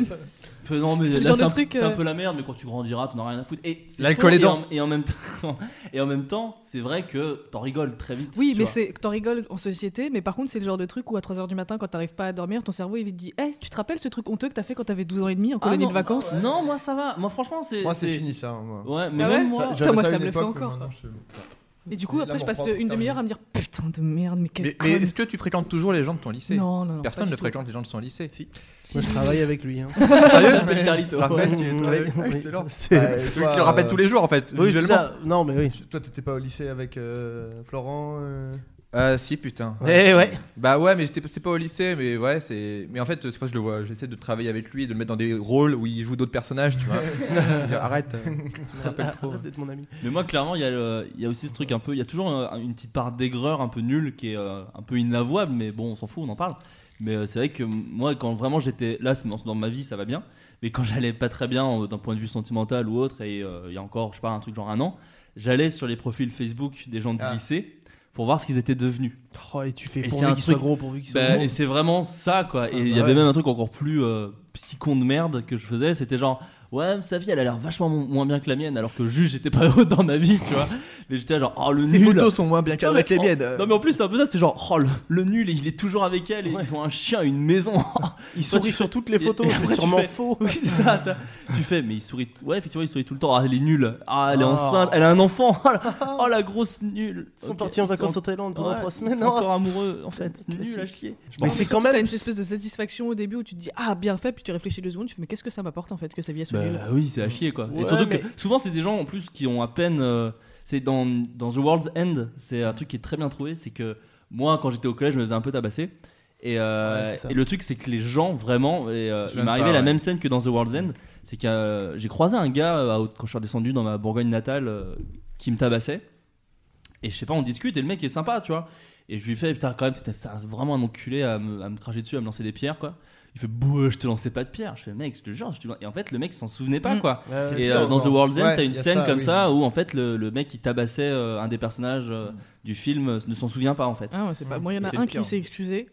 Speaker 7: fait, non mais
Speaker 5: C'est le
Speaker 7: là,
Speaker 5: genre
Speaker 7: c'est
Speaker 5: de
Speaker 7: un,
Speaker 5: truc,
Speaker 7: c'est un
Speaker 5: euh,
Speaker 7: peu la merde, mais quand tu grandiras, t'en auras rien à foutre. Et c'est
Speaker 6: L'alcool
Speaker 7: faux,
Speaker 6: est
Speaker 7: et
Speaker 6: dans.
Speaker 7: en- Et en même temps, [LAUGHS] et en même temps, c'est vrai que t'en rigoles très vite.
Speaker 5: Oui,
Speaker 7: tu
Speaker 5: mais
Speaker 7: vois.
Speaker 5: c'est t'en rigoles en société, mais par contre, c'est le genre de truc où à 3h du matin, quand t'arrives pas à dormir, ton cerveau il te dit Eh, tu te rappelles ce truc honteux que t'as fait quand t'avais 12 ans et demi en
Speaker 7: Ah,
Speaker 5: colonie
Speaker 7: non,
Speaker 5: de vacances
Speaker 7: Non, moi ça va. Moi franchement, c'est.
Speaker 4: Moi, c'est
Speaker 7: c'est- Oh.
Speaker 4: fini ça. moi.
Speaker 7: Ouais, mais
Speaker 5: Ah
Speaker 7: même
Speaker 5: ouais
Speaker 7: moi.
Speaker 5: Ça-
Speaker 4: j'avais
Speaker 5: moi,
Speaker 4: à
Speaker 5: ça
Speaker 4: une
Speaker 5: me le fait
Speaker 4: époque, mais
Speaker 5: encore.
Speaker 4: maintenant, je-
Speaker 5: Et du coup,
Speaker 4: Oui,
Speaker 5: après, je
Speaker 4: l'amour
Speaker 5: passe
Speaker 4: propre,
Speaker 5: une demi-heure
Speaker 4: putain.
Speaker 5: à me dire Putain de merde, mais quel
Speaker 6: Mais, mais
Speaker 5: con.
Speaker 6: est-ce que tu fréquentes toujours les gens de ton lycée
Speaker 5: Non, non, non.
Speaker 6: Personne
Speaker 5: pas
Speaker 6: ne
Speaker 5: du tout.
Speaker 6: fréquente les gens de son lycée.
Speaker 3: Moi, je travaille avec lui. hein.
Speaker 6: [LAUGHS] Sérieux
Speaker 4: Mais-
Speaker 6: Raphaël, tu
Speaker 3: Ouais,
Speaker 6: travailles-
Speaker 3: ouais,
Speaker 6: Ah,
Speaker 3: ouais.
Speaker 6: excellent.
Speaker 3: C'est-
Speaker 4: Bah,
Speaker 6: Le truc
Speaker 4: toi,
Speaker 6: qui le rappelle
Speaker 4: euh,
Speaker 6: tous les jours en fait,
Speaker 3: Oui, c'est
Speaker 6: visuellement.
Speaker 3: ça. Non, mais oui.
Speaker 4: Toi, t'étais pas au lycée avec euh, Florent euh,
Speaker 6: Euh, si putain.
Speaker 3: Eh ouais.
Speaker 6: Bah ouais, mais j'étais- c'est pas au lycée, mais ouais, c'est. Mais en fait, c'est pas que je le vois. J'essaie de travailler avec lui, de le mettre dans des rôles où il joue d'autres personnages, tu [LAUGHS] vois. Je dis, Arrête. euh, tu me rappelles trop.
Speaker 3: Arrête d'être mon ami.
Speaker 7: Mais moi, clairement, il y, a le- il y a aussi ce truc un peu. Il y a toujours euh, une petite part d'aigreur un peu nulle qui est euh, un peu inavouable, mais bon, on s'en fout, on en parle. Mais euh, c'est vrai que moi, quand vraiment j'étais. Là, c'est- dans- dans ma vie, ça va bien. Mais quand [LAUGHS] j'allais pas très bien euh, d'un point de vue sentimental ou autre, et euh, il y a encore, je sais pas, un truc genre un an, j'allais sur les profils Facebook des gens du
Speaker 4: Ah.
Speaker 7: lycée pour voir ce qu'ils étaient devenus.
Speaker 3: Oh, et tu fais
Speaker 7: Et
Speaker 3: pour
Speaker 7: c'est un
Speaker 3: qu'il soit
Speaker 7: truc-
Speaker 3: gros, pourvu qu'il soit
Speaker 7: Bah,
Speaker 3: gros.
Speaker 7: et c'est vraiment ça quoi. Et il y
Speaker 3: bah
Speaker 7: avait
Speaker 3: ouais.
Speaker 7: même un truc encore plus euh, psychon de merde que je faisais. C'était genre ouais mais sa vie elle a l'air vachement mo- moins bien que la mienne alors que juste j'étais pas [LAUGHS] heureux dans ma vie tu vois. Mais j'étais genre oh le
Speaker 6: Ces
Speaker 7: nul.
Speaker 6: photos sont moins bien
Speaker 7: Non,
Speaker 6: cadrées que les
Speaker 7: en-
Speaker 6: miennes.
Speaker 7: non mais en plus c'est un peu ça. C'était genre oh le, le nul et il est toujours avec elle et ils ont un chien et une
Speaker 3: [LAUGHS]
Speaker 7: maison.
Speaker 3: Il sourit sur toutes les
Speaker 7: Et-
Speaker 3: photos,
Speaker 7: et
Speaker 3: c'est
Speaker 7: après, [LAUGHS] tu
Speaker 3: sûrement
Speaker 7: fais-
Speaker 3: faux.
Speaker 7: oui c'est ça, ça. Tu fais mais il sourit. t- Ouais effectivement il sourit tout le temps. Ah elle est nulle. Ah elle est
Speaker 3: Ah.
Speaker 7: enceinte. Elle a un enfant. [LAUGHS] Oh la, oh, la grosse nulle.
Speaker 3: Ils sont
Speaker 7: Ok,
Speaker 3: partis en
Speaker 7: ils sont-
Speaker 3: vacances en Thaïlande pendant
Speaker 7: Ouais,
Speaker 3: trois
Speaker 7: ils
Speaker 3: semaines.
Speaker 7: sont
Speaker 3: Oh, [LAUGHS]
Speaker 7: encore amoureux en fait. Nul à
Speaker 3: Classique.
Speaker 7: chier.
Speaker 3: Mais c'est
Speaker 5: Surtout,
Speaker 3: quand même-
Speaker 5: T'as une espèce de satisfaction au début où tu te dis Ah, bien fait, puis tu réfléchis deux secondes, tu fais Mais qu'est-ce que ça m'apporte en fait que sa vie soit
Speaker 7: Bah,
Speaker 5: nulle
Speaker 7: oui, c'est à chier quoi.
Speaker 3: Mm. Ouais,
Speaker 7: et surtout
Speaker 3: mais-
Speaker 7: que souvent c'est des gens en plus qui ont à peine. euh, c'est dans, dans The World's End, c'est un truc qui est très bien trouvé. C'est que moi, quand j'étais au collège, je me faisais un peu tabasser. Et, euh,
Speaker 3: Ouais, c'est ça.
Speaker 7: et le truc, c'est que les gens vraiment. Et, euh,
Speaker 6: Ça se
Speaker 7: il
Speaker 6: gêne
Speaker 7: m'est arrivé
Speaker 6: pas,
Speaker 7: la
Speaker 6: ouais.
Speaker 7: même scène que dans The World's End. C'est que euh, j'ai croisé un gars euh, à Haute- quand je suis redescendu dans ma Bourgogne natale euh, qui me tabassait. Et je sais pas, on discute et le mec est sympa, tu vois. Et je lui fais, putain, quand même, t'étais t'as vraiment un enculé à me, à me cracher dessus, à me lancer des pierres, quoi. Il fait, bouh, je te lançais pas de pierre. Je fais, mec, je te jure. Je te... Et en fait, le mec s'en souvenait pas,
Speaker 5: Mm.
Speaker 7: quoi.
Speaker 3: Ouais, ouais.
Speaker 7: Et
Speaker 4: C'est
Speaker 7: euh,
Speaker 4: ça,
Speaker 7: dans The
Speaker 4: encore.
Speaker 7: World's End,
Speaker 4: Ouais,
Speaker 7: t'as une
Speaker 4: y a
Speaker 7: scène
Speaker 4: ça,
Speaker 7: comme
Speaker 4: oui.
Speaker 7: ça où en fait le, le mec qui tabassait euh, un des personnages euh, du film euh, ne s'en souvient pas en fait.
Speaker 5: Ah, ouais, c'est pas. Moi, il y en
Speaker 6: C'est
Speaker 5: a
Speaker 6: le
Speaker 5: un
Speaker 6: pire.
Speaker 5: qui s'est excusé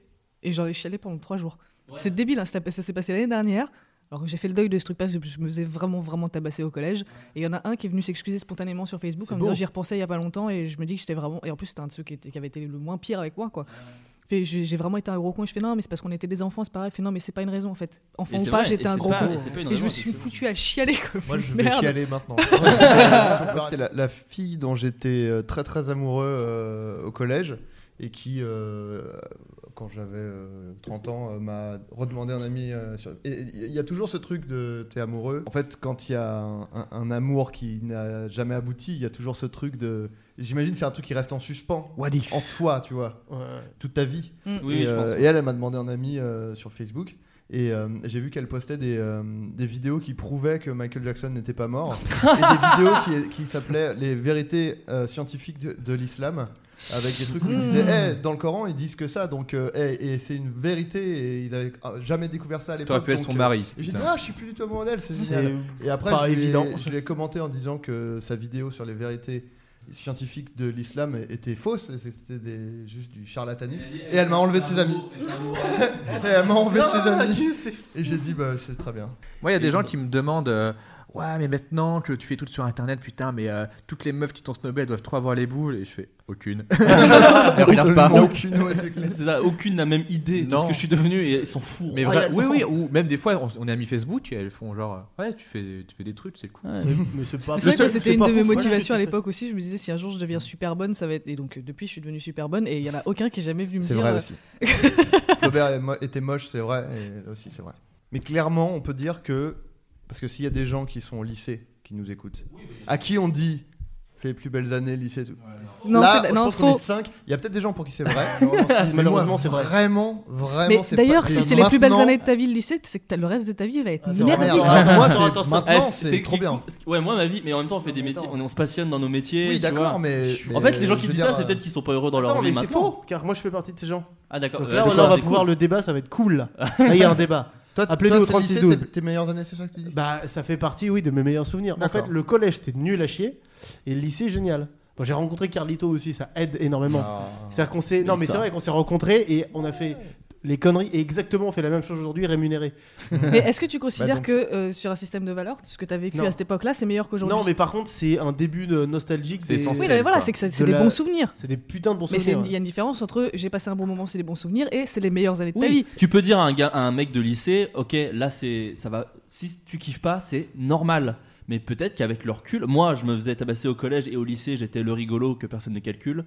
Speaker 5: et j'en ai chialé pendant trois jours. C'est débile, hein, ça ça s'est passé l'année dernière. Alors que j'ai fait le deuil de ce truc parce que je me faisais vraiment, vraiment tabasser au collège. Et il y en a un qui est venu s'excuser spontanément sur Facebook en me disant j'y repensais il y a pas longtemps et je me dis que j'étais vraiment. Et en plus, c'était un de ceux qui, était- qui avait été le moins pire avec moi, quoi. Fait, j'ai j'ai vraiment été un gros con. Je fais non, mais c'est parce qu'on était des enfants, c'est pareil. Je fais non, mais c'est pas une raison en fait. Enfant
Speaker 7: Et
Speaker 5: ou
Speaker 7: c'est
Speaker 5: pas,
Speaker 7: vrai, et
Speaker 5: j'étais un
Speaker 7: c'est
Speaker 5: gros
Speaker 7: pas-
Speaker 5: con.
Speaker 7: et c'est pas une
Speaker 5: Et je me
Speaker 7: raison,
Speaker 5: suis
Speaker 7: c'est-
Speaker 5: foutu à chialer comme
Speaker 4: Moi,
Speaker 5: une
Speaker 4: je vais
Speaker 5: merde.
Speaker 4: chialer [LAUGHS] maintenant. C'était la, la fille dont j'étais euh, très très amoureux euh, au collège et qui, euh, quand j'avais euh, 30 ans, euh, m'a redemandé un ami. euh, sur- Et il y a toujours ce truc de t'es amoureux. En fait, quand il y a un, un- un amour qui n'a jamais abouti, il y a toujours ce truc de. J'imagine que c'est un truc qui reste en suspens. En toi, tu vois, toute ta vie.
Speaker 7: Oui,
Speaker 4: et,
Speaker 7: oui, je pense.
Speaker 4: euh, et elle, elle m'a demandé un ami euh, sur Facebook. Et euh, j'ai vu qu'elle postait des, euh, des vidéos qui prouvaient que Michael Jackson n'était pas mort. et des vidéos qui, qui s'appelaient Les vérités euh, scientifiques de, de l'islam. Avec des trucs où ils disaient, Eh, dans le Coran, ils disent que ça. Donc, euh, eh, et c'est une vérité. Et ils n'avaient ah, jamais découvert ça à l'époque.
Speaker 6: T'aurais pu être
Speaker 4: donc,
Speaker 6: son
Speaker 4: euh,
Speaker 6: mari.
Speaker 4: et J'ai dit,
Speaker 6: putain.
Speaker 4: ah, je suis plus du tout amoureux d'elle. C'est génial.
Speaker 3: C'est
Speaker 4: Et après,
Speaker 3: pas
Speaker 4: je l'ai-
Speaker 3: évident.
Speaker 4: je l'ai commenté en disant que sa vidéo sur les vérités scientifiques de l'islam était fausse, et c'était des- juste du charlatanisme. Et elle m'a enlevé de ses amis. Et elle m'a enlevé de ses amis. Et j'ai dit, bah, c'est très bien.
Speaker 6: Moi, il y a des gens qui me demandent euh, Ouais, mais maintenant que tu fais tout sur internet, putain, mais euh, toutes les meufs qui t'ont snobé, elles doivent trop avoir les boules. Et je fais
Speaker 4: [LAUGHS]
Speaker 6: Aucune. Elles regardent pas.
Speaker 4: Absolument aucune, ouais, c'est clair.
Speaker 7: C'est ça, aucune n'a même idée de
Speaker 6: Non.
Speaker 7: ce que je suis devenu et ils s'en foutent.
Speaker 6: Mais vrai- oui, oui, ou même des fois, on, on est amis Facebook et elles font genre euh, Ouais, tu fais, tu fais des trucs, c'est cool.
Speaker 3: Mais c'est pas.
Speaker 5: Mais c'est vrai que
Speaker 3: c'est
Speaker 5: c'était une
Speaker 3: pas
Speaker 5: de mes
Speaker 3: faux, ouais.
Speaker 5: motivations à l'époque aussi. Je me disais, si un jour je deviens super bonne, ça va être. Et donc, euh, depuis, je suis devenue super bonne et il y en a aucun qui est jamais venu me
Speaker 4: C'est
Speaker 5: dire.
Speaker 4: vrai
Speaker 5: euh,
Speaker 4: aussi. Flaubert est mo- était moche, c'est vrai, et là aussi c'est vrai. Mais clairement, on peut dire que, parce que s'il y a des gens qui sont au lycée, qui nous écoutent, à qui on dit c'est les plus belles années, lycée, et tout.
Speaker 5: Non,
Speaker 4: Là,
Speaker 5: c'est-
Speaker 4: je
Speaker 5: non,
Speaker 4: pense qu'on
Speaker 5: faux.
Speaker 4: est cinq. Il y a peut-être des gens pour qui c'est vrai. Mais
Speaker 3: Malheureusement,
Speaker 4: moi,
Speaker 3: c'est vrai.
Speaker 4: Vraiment, vraiment.
Speaker 5: Mais
Speaker 4: c'est
Speaker 5: d'ailleurs,
Speaker 4: pas-
Speaker 5: si c'est les plus belles
Speaker 4: maintenant-
Speaker 5: années de ta vie, le lycée, c'est que t'as- le reste de ta vie va être
Speaker 3: Ah, c'est vrai.
Speaker 5: merdique.
Speaker 4: Merde, attends, moi, c'est-
Speaker 3: Attends, attends,
Speaker 7: Ah,
Speaker 4: maintenant, c'est trop
Speaker 7: qui-
Speaker 4: bien.
Speaker 7: Ouais, moi ma vie, mais en même temps on fait des métiers, on, on se passionne dans nos métiers.
Speaker 4: Oui,
Speaker 7: tu
Speaker 4: d'accord,
Speaker 7: vois.
Speaker 4: mais,
Speaker 7: En
Speaker 4: mais
Speaker 7: fait, les gens
Speaker 4: je
Speaker 7: qui
Speaker 4: veux
Speaker 7: disent
Speaker 4: dire, euh,
Speaker 7: ça, c'est peut-être qu'ils sont pas heureux dans leur
Speaker 3: Non,
Speaker 7: vie
Speaker 3: mais c'est
Speaker 7: maintenant.
Speaker 3: faux, car moi je fais partie de ces gens.
Speaker 7: Ah d'accord.
Speaker 3: Donc
Speaker 7: Euh,
Speaker 3: là,
Speaker 7: c'est
Speaker 3: on
Speaker 7: quoi,
Speaker 3: va
Speaker 7: c'est
Speaker 3: pouvoir
Speaker 7: cool.
Speaker 3: le débat, ça va être cool. Là, Là, il y a un débat.
Speaker 4: Toi,
Speaker 3: Appelez-nous
Speaker 4: toi,
Speaker 3: au
Speaker 4: c'est lycée,
Speaker 3: 36-12.
Speaker 4: Tes, tes meilleures années, c'est ça que tu dis
Speaker 3: Bah, ça fait partie, oui, de mes meilleurs souvenirs. En
Speaker 4: D'accord.
Speaker 3: fait, le collège, c'était nul à chier, et le lycée, génial. Bon, j'ai rencontré Carlito aussi, ça aide énormément. C'est-à-dire qu'on s'est, non, mais
Speaker 7: ça.
Speaker 3: c'est vrai qu'on s'est rencontrés et on a fait les conneries et exactement on fait la même chose aujourd'hui, rémunéré.
Speaker 5: Mais est-ce que tu considères
Speaker 4: donc,
Speaker 5: que euh, sur un système de valeurs, ce que t'as vécu
Speaker 3: Non.
Speaker 5: à cette époque-là, c'est meilleur qu'aujourd'hui
Speaker 3: Non, mais par contre, c'est un début de nostalgique.
Speaker 6: C'est
Speaker 3: des-
Speaker 5: Oui,
Speaker 6: essentiel.
Speaker 5: non, mais voilà,
Speaker 6: quoi.
Speaker 5: c'est que ça-
Speaker 3: De
Speaker 5: c'est des
Speaker 3: la-
Speaker 5: bons souvenirs.
Speaker 3: C'est des putains de bons
Speaker 5: Mais c'est
Speaker 3: souvenirs.
Speaker 5: une- il y a une différence entre euh, j'ai passé un bon moment, c'est les bons souvenirs, et c'est les meilleures années de ta
Speaker 7: Oui.
Speaker 5: vie.
Speaker 7: Tu peux dire à un gars, à un mec de lycée, ok, là c'est, ça va. Si tu kiffes pas, c'est normal. Mais peut-être qu'avec le recul, moi, je me faisais tabasser au collège et au lycée, j'étais le rigolo que personne ne calcule.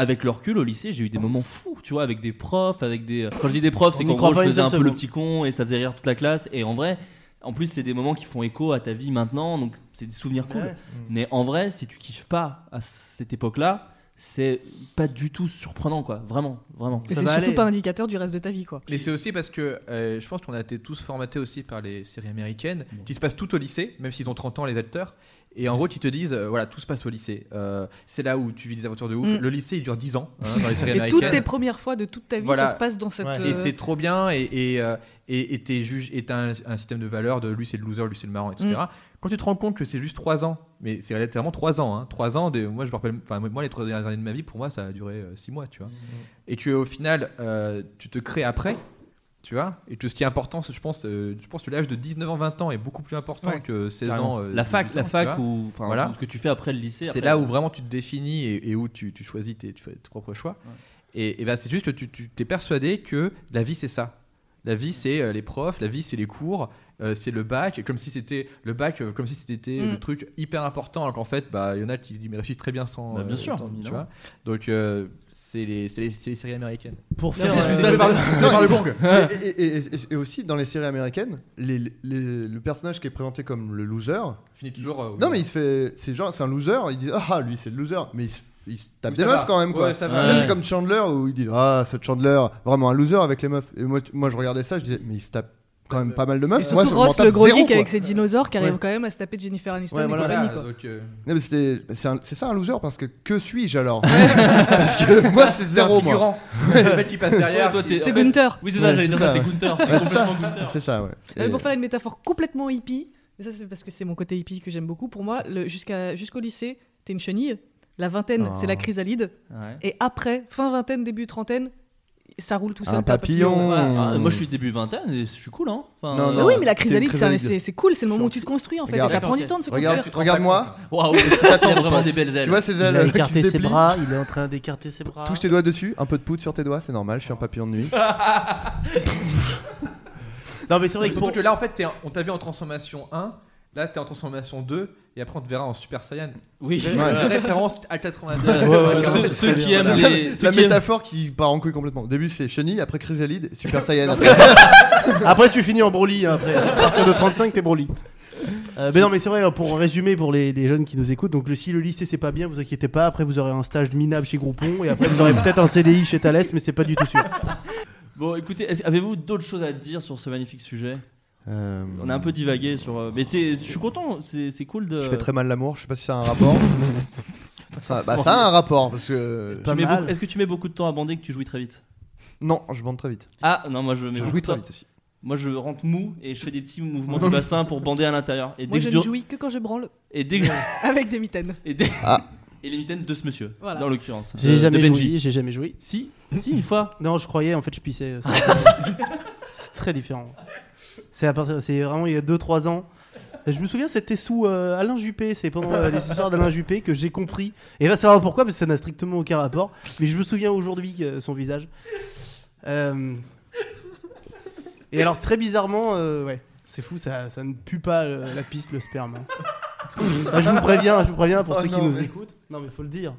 Speaker 7: Avec le recul, au lycée, j'ai eu des moments fous, tu vois, avec des profs, avec des. Quand je dis des profs,
Speaker 3: On
Speaker 7: c'est
Speaker 3: n'y
Speaker 7: qu'en
Speaker 3: croit
Speaker 7: gros, je
Speaker 3: pas une
Speaker 7: faisais un
Speaker 3: seule
Speaker 7: peu le
Speaker 3: seconde.
Speaker 7: petit con et ça faisait rire toute la classe. Et en vrai, en plus, c'est des moments qui font écho à ta vie maintenant, donc c'est des souvenirs cool.
Speaker 5: hein.
Speaker 3: Ouais.
Speaker 7: Mais en vrai, si tu kiffes pas à c- cette époque-là, c'est pas du tout surprenant, quoi. Vraiment,
Speaker 5: [LAUGHS]
Speaker 7: vraiment.
Speaker 5: Et
Speaker 3: Ça
Speaker 5: c'est
Speaker 3: va
Speaker 5: surtout
Speaker 3: aller.
Speaker 5: pas indicateur du reste de ta vie, quoi.
Speaker 6: Mais c'est aussi parce que euh, je pense qu'on a été tous formatés aussi par les séries américaines qui se passent tout au lycée, même s'ils ont 30 ans les acteurs. Et en gros, ils te disent, euh, voilà, tout se passe au lycée. Euh, c'est là où tu vis des aventures de ouf.
Speaker 5: Mm.
Speaker 6: Le lycée, il dure 10 ans hein,
Speaker 5: [LAUGHS]
Speaker 6: dans les séries
Speaker 5: Et
Speaker 6: américaines.
Speaker 5: toutes tes premières fois de toute ta vie,
Speaker 6: Voilà.
Speaker 5: ça se passe dans cette.
Speaker 4: Ouais.
Speaker 6: Et
Speaker 5: euh,
Speaker 6: c'est trop bien, et et, euh, et, et t'es juge, et t'as un, un système de valeurs de lui c'est le loser, lui c'est le marrant, etc.
Speaker 7: Mm.
Speaker 6: Quand tu te rends compte que c'est juste 3 ans, mais c'est littéralement 3 ans, hein, 3 ans, de, moi je me rappelle, enfin moi les 3 dernières années de ma vie, pour moi ça a duré 6 mois, tu vois.
Speaker 7: Mm.
Speaker 6: Et que au final, euh, tu te crées après, tu vois, et que ce qui est important, c'est, je pense, euh, je pense que l'âge de 19 ans, 20 ans est beaucoup plus important
Speaker 5: Ouais.
Speaker 6: que 16
Speaker 7: Carrément.
Speaker 6: ans. euh,
Speaker 7: la fac,
Speaker 6: 18
Speaker 7: la
Speaker 6: ans, tu
Speaker 7: fac
Speaker 6: vois.
Speaker 7: ou enfin,
Speaker 6: Voilà.
Speaker 7: ou ce que tu fais après le lycée.
Speaker 6: C'est
Speaker 7: après- euh,
Speaker 6: là où vraiment tu te définis et, et où tu, tu choisis tes, tu fais tes propres choix. Et, et ben c'est juste que tu, tu t'es persuadé que la vie c'est ça. La vie c'est euh, les profs, la vie c'est les cours, euh, c'est le bac, et comme si c'était le bac, euh, comme si c'était
Speaker 5: Mm.
Speaker 6: le truc hyper important, alors qu'en fait, bah il y en a qui réussissent très bien sans. euh,
Speaker 7: Bah, bien sûr,
Speaker 6: sans- tu
Speaker 7: évidemment.
Speaker 6: vois. Donc euh, c'est les, c'est les- c'est les séries américaines.
Speaker 3: Pour faire.
Speaker 5: mais-
Speaker 3: euh,
Speaker 6: Je vais faire- je vais faire le gong.
Speaker 4: Mais- et, et- et- et- et aussi, dans les séries américaines, les- les- le personnage qui est présenté comme le loser,
Speaker 6: Finis toujours. euh, au-
Speaker 4: non mais il se fait. C'est genre, c'est un loser, ils disent Ah, lui c'est le loser, mais il se, il se tape
Speaker 6: Oui,
Speaker 4: des
Speaker 6: ça
Speaker 4: meufs
Speaker 6: va.
Speaker 4: quand même quoi.
Speaker 6: Ouais, ça va.
Speaker 4: Là,
Speaker 7: Ouais.
Speaker 4: c'est comme Chandler où ils disent Ah, ce Chandler, vraiment un loser avec les meufs. Et moi, tu- moi, je regardais ça, je disais Mais il se tape quand même pas mal de meufs.
Speaker 5: Et
Speaker 4: Moi,
Speaker 5: surtout
Speaker 4: je m'en
Speaker 5: Ross,
Speaker 4: tape
Speaker 5: le gros
Speaker 4: zéro,
Speaker 5: geek
Speaker 4: quoi.
Speaker 5: avec ses dinosaures qui
Speaker 4: Ouais.
Speaker 5: arrivent quand même à se taper de Jennifer Aniston
Speaker 4: Ouais,
Speaker 5: et
Speaker 4: voilà.
Speaker 5: compagnie, quoi.
Speaker 6: donc, euh,
Speaker 4: Non, mais c'était- c'est un, c'est ça un loser parce que que suis-je alors Parce que moi
Speaker 6: c'est
Speaker 4: c'est
Speaker 6: un
Speaker 4: zéro moi. [LAUGHS]
Speaker 6: figurant. le mec qui passe derrière.
Speaker 7: Ouais, toi, t'es-
Speaker 5: T'es
Speaker 7: en fait-
Speaker 5: Gunther.
Speaker 7: Oui, c'est ça,
Speaker 4: Ouais,
Speaker 7: j'allais
Speaker 4: c'est
Speaker 7: dire
Speaker 4: ça,
Speaker 7: ça, t'es
Speaker 4: ouais.
Speaker 7: Gunther. t'es
Speaker 4: Ouais, c'est
Speaker 7: complètement
Speaker 4: ça.
Speaker 7: Gunther.
Speaker 4: C'est ça ouais.
Speaker 5: Euh,
Speaker 4: Et-
Speaker 5: Pour
Speaker 4: [LAUGHS]
Speaker 5: faire une métaphore complètement hippie, mais ça c'est parce que c'est mon côté hippie que j'aime beaucoup. Pour moi, le- jusqu'à- jusqu'au lycée, t'es une chenille. La vingtaine,
Speaker 4: Ah.
Speaker 5: c'est la chrysalide.
Speaker 7: Ouais.
Speaker 5: Et après, fin vingtaine, début trentaine, ça roule tout seul.
Speaker 4: Un
Speaker 5: t'as
Speaker 4: papillon.
Speaker 7: Ah, moi, je suis début vingtaine et je suis cool, hein. Enfin,
Speaker 4: Non,
Speaker 7: euh,
Speaker 5: Mais oui, mais la
Speaker 4: T'es une
Speaker 5: chrysalide, c'est un-
Speaker 4: chrysalide.
Speaker 5: c'est c'est cool, c'est le moment où tu te construis en fait.
Speaker 4: Regarde.
Speaker 5: et ça prend
Speaker 7: D'accord,
Speaker 5: du temps de se construire.
Speaker 4: Regarde, tu- regarde-moi.
Speaker 7: [LAUGHS] Waouh, t'as vraiment des belles ailes.
Speaker 4: Tu vois ces
Speaker 3: Il a
Speaker 4: ailes [LAUGHS] qui
Speaker 3: écarté
Speaker 4: se
Speaker 3: ses
Speaker 4: déplient.
Speaker 3: bras, il est en train d'écarter ses bras.
Speaker 4: Touche tes doigts dessus, un peu de poudre sur tes doigts, c'est normal, je suis un papillon de nuit.
Speaker 3: Non, mais c'est vrai que
Speaker 6: Surtout
Speaker 3: pour-
Speaker 6: que là, en fait, t'es- on t'a vu en transformation 1. Là, t'es en transformation 2 et après on te verra en Super Saiyan.
Speaker 7: Oui.
Speaker 6: Ré-
Speaker 4: Ouais.
Speaker 6: Référence à 82.
Speaker 7: Euh,
Speaker 4: ouais,
Speaker 7: ceux-
Speaker 4: ouais,
Speaker 7: Ceux
Speaker 4: c'est
Speaker 7: qui
Speaker 4: bien.
Speaker 7: aiment
Speaker 4: La-
Speaker 7: les. ceux
Speaker 4: La
Speaker 7: qui aiment-
Speaker 4: métaphore qui part en couille complètement. Au début, c'est chenille, après chrysalide, super saiyan. après.
Speaker 3: Après, tu finis en Broly. hein, après. À partir de 35, t'es Broly. Euh, mais non, mais c'est vrai, pour résumer, pour les, les jeunes qui nous écoutent, donc le, si le lycée c'est pas bien, vous inquiétez pas, après vous aurez un stage minable chez Groupon, et après vous aurez peut-être un CDI chez Thales, mais c'est pas du tout sûr.
Speaker 7: Bon, écoutez, est-ce- avez-vous d'autres choses à dire sur ce magnifique sujet
Speaker 4: Euh,
Speaker 7: On a un peu divagué sur. euh, Mais c'est, je suis content, c'est, c'est cool de.
Speaker 4: Je fais très mal l'amour, je sais pas si ça a un rapport. ça, bah, ça a un rapport, parce que. euh,
Speaker 7: Tu
Speaker 3: Pas
Speaker 7: mets
Speaker 3: mal.
Speaker 7: beaucoup- Est-ce que tu mets beaucoup de temps à bander et que tu jouis très vite
Speaker 4: Non, je bande très vite.
Speaker 7: Ah non, moi je mets
Speaker 4: Je
Speaker 7: beaucoup
Speaker 4: jouis
Speaker 7: de
Speaker 4: très
Speaker 7: temps.
Speaker 4: vite aussi.
Speaker 7: Moi je rentre mou et je fais des petits
Speaker 3: [LAUGHS]
Speaker 7: mouvements du bassin pour bander à l'intérieur. Et dès
Speaker 5: Moi,
Speaker 7: que
Speaker 5: je
Speaker 7: je
Speaker 5: ne jouis que quand je branle [LAUGHS]
Speaker 7: et dès que
Speaker 5: avec des mitaines.
Speaker 7: et dès-
Speaker 4: Ah.
Speaker 7: [LAUGHS] et les mitaines de ce monsieur
Speaker 5: Voilà.
Speaker 7: dans l'occurrence.
Speaker 3: [LAUGHS] J'ai
Speaker 7: euh,
Speaker 3: jamais
Speaker 7: de Benji.
Speaker 3: joué, j'ai jamais joué. Si
Speaker 7: Si une fois.
Speaker 3: Non, je croyais, en fait, je pissais. euh, C'est- C'est très différent. C'est à partir- c'est vraiment il y a 2-3 ans. Je me souviens, c'était sous euh, Alain Juppé. C'est pendant euh, les histoires d'Alain Juppé que j'ai compris. Et va savoir pourquoi, parce que ça n'a strictement aucun rapport. Mais je me souviens aujourd'hui euh, son visage. Euh, Et alors, très bizarrement, euh, ouais, c'est fou, ça, ça ne pue pas euh, la piste, le sperme. hein. Ah, je vous préviens, je vous préviens pour
Speaker 4: Oh
Speaker 3: ceux qui
Speaker 4: non,
Speaker 3: nous
Speaker 4: mais-
Speaker 3: écoutent. Non, mais faut le dire.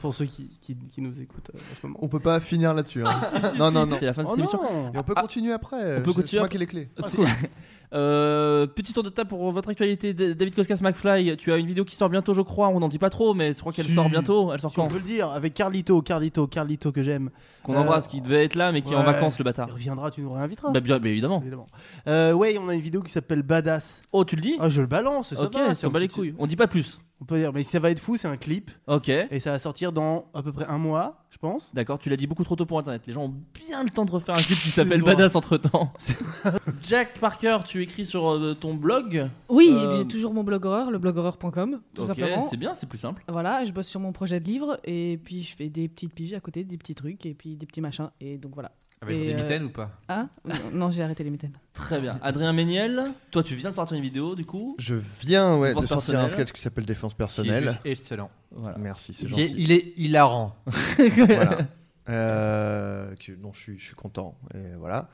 Speaker 3: Pour ceux qui, qui, qui nous écoutent euh, en ce moment.
Speaker 4: On peut pas finir là-dessus. hein. non, non, Ah, non.
Speaker 7: C'est la fin de
Speaker 4: Oh
Speaker 7: cette émission.
Speaker 4: non. Et on peut
Speaker 7: Ah,
Speaker 4: continuer après.
Speaker 7: on peut
Speaker 4: C'est- C'est
Speaker 7: continuer
Speaker 4: moi
Speaker 7: après.
Speaker 4: qui ai les clés.
Speaker 7: C'est- [LAUGHS] Euh, petit tour de table pour votre actualité, D- David Koskas McFly. Tu as une vidéo qui sort bientôt, je crois. On n'en dit pas trop, mais je crois qu'elle
Speaker 3: Si.
Speaker 7: sort bientôt. Elle sort
Speaker 3: Si on
Speaker 7: quand
Speaker 3: peut le dire, avec Carlito, Carlito, Carlito que j'aime.
Speaker 7: Qu'on
Speaker 3: Euh,
Speaker 7: embrasse, qui devait être là, mais qui est en
Speaker 3: ouais.
Speaker 7: vacances, le
Speaker 3: Il
Speaker 7: bâtard.
Speaker 3: reviendra, tu nous réinviteras.
Speaker 7: Ah. Bah, bien, mais évidemment.
Speaker 3: Évidemment. Euh, ouais, on a une vidéo qui s'appelle Badass.
Speaker 7: Oh, tu le dis
Speaker 3: Ah, je le balance, ça
Speaker 7: Ok,
Speaker 3: va. c'est
Speaker 7: t'en
Speaker 3: un
Speaker 7: bats les
Speaker 3: petit-
Speaker 7: couilles. On dit pas plus.
Speaker 3: On peut dire, mais ça va être fou, c'est un clip.
Speaker 7: Ok.
Speaker 3: Et ça va sortir dans à peu près un mois, je pense.
Speaker 7: D'accord, tu l'as dit beaucoup trop tôt pour internet. Les gens ont bien le temps de refaire un clip qui s'appelle
Speaker 3: Excuse-moi.
Speaker 7: Badass entre
Speaker 4: [LAUGHS]
Speaker 7: temps. Jack Parker, tu écris sur euh, ton blog.
Speaker 5: Oui,
Speaker 7: Euh,
Speaker 5: j'ai toujours mon blog horreur, le blogorreur.com, tout
Speaker 7: ok,
Speaker 5: simplement.
Speaker 7: c'est bien, c'est plus simple.
Speaker 5: Voilà, je bosse sur mon projet de livre et puis je fais des petites piges à côté, des petits trucs et puis des petits machins et donc voilà.
Speaker 6: Avec
Speaker 5: Et,
Speaker 6: des
Speaker 5: euh,
Speaker 6: mitaines ou pas
Speaker 5: Ah non, non, j'ai arrêté les mitaines.
Speaker 7: Très bien. Adrien Méniel, toi, tu viens de sortir une vidéo du coup.
Speaker 4: Je viens ouais, de
Speaker 7: Défense
Speaker 4: sortir un
Speaker 7: personnelle.
Speaker 4: sketch qui s'appelle Défense
Speaker 6: Qui est
Speaker 4: personnelle.
Speaker 6: juste excellent.
Speaker 7: Voilà.
Speaker 4: Merci, c'est
Speaker 6: Il est, [LAUGHS]
Speaker 4: gentil.
Speaker 6: il est hilarant.
Speaker 4: Voilà. Euh, que- non, je suis, je suis content. Et voilà.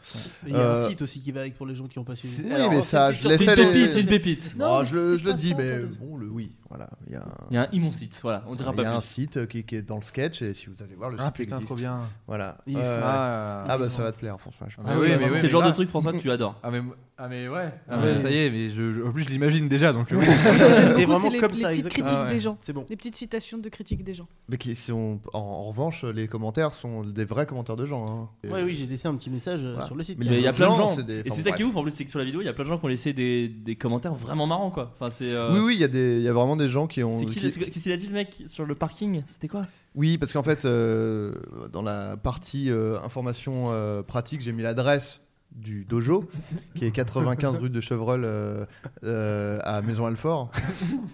Speaker 3: Il y a
Speaker 4: Euh,
Speaker 3: un site aussi qui va avec pour les gens qui ont pas suivi.
Speaker 4: Oui,
Speaker 7: alors,
Speaker 4: mais ça,
Speaker 7: c'est
Speaker 4: je
Speaker 7: une
Speaker 4: laisse aller.
Speaker 7: pépite, c'est une pépite.
Speaker 4: Non, je, le-
Speaker 5: c'est
Speaker 4: je le
Speaker 5: pas
Speaker 4: dis,
Speaker 5: ça,
Speaker 4: mais
Speaker 5: en fait.
Speaker 4: bon, le oui. Voilà. Il y a un,
Speaker 7: Il y a un immense site, voilà, on dira
Speaker 4: Ah, il y a
Speaker 7: pas
Speaker 4: un
Speaker 7: plus.
Speaker 4: site euh, qui, qui est dans le sketch et si vous allez voir, le
Speaker 6: Ah
Speaker 4: site
Speaker 6: putain,
Speaker 4: existe.
Speaker 6: trop bien.
Speaker 4: Voilà.
Speaker 3: Il
Speaker 4: Euh,
Speaker 6: Ah,
Speaker 4: ah bah ça va te plaire, François. je pense.
Speaker 6: Ah oui, mais oui,
Speaker 7: c'est
Speaker 6: mais
Speaker 7: le genre
Speaker 6: là-
Speaker 7: de truc, François, que tu adores.
Speaker 6: Ah mais, ah mais ouais, Ah
Speaker 7: Ouais.
Speaker 6: mais ça y est, mais je, je- en plus je l'imagine déjà donc euh, oui.
Speaker 3: [LAUGHS] c'est
Speaker 5: Beaucoup,
Speaker 3: vraiment
Speaker 5: les,
Speaker 3: comme
Speaker 5: les
Speaker 3: ça,
Speaker 5: petites
Speaker 3: exactement.
Speaker 5: critiques
Speaker 6: Ah ouais.
Speaker 5: des gens,
Speaker 3: C'est bon.
Speaker 5: les petites citations de critiques des gens.
Speaker 4: Mais qui sont, en, en revanche, les commentaires sont des vrais commentaires de gens. hein.
Speaker 3: Ouais, oui, j'ai laissé un petit message euh,
Speaker 4: Voilà.
Speaker 3: sur le site.
Speaker 4: Mais
Speaker 7: Il
Speaker 3: [LAUGHS]
Speaker 7: y a
Speaker 4: Les
Speaker 7: plein de gens.
Speaker 4: gens, c'est des-
Speaker 7: Et
Speaker 4: enfin,
Speaker 7: c'est ça qui est
Speaker 4: bref.
Speaker 7: ouf en plus, c'est que sur la vidéo, il y a plein de gens qui ont laissé des, des commentaires vraiment marrants quoi. Enfin, c'est. euh,
Speaker 4: Oui, oui, il y, a des- il y a vraiment des gens qui ont.
Speaker 7: C'est qui,
Speaker 4: qui-
Speaker 7: le- Qu'est-ce qu'il a dit le mec sur le parking C'était quoi
Speaker 4: Oui, parce qu'en fait, euh, dans la partie euh, information euh, pratique, j'ai mis l'adresse du dojo, qui est 95 rue de Chevreul euh, euh, à Maison Alfort.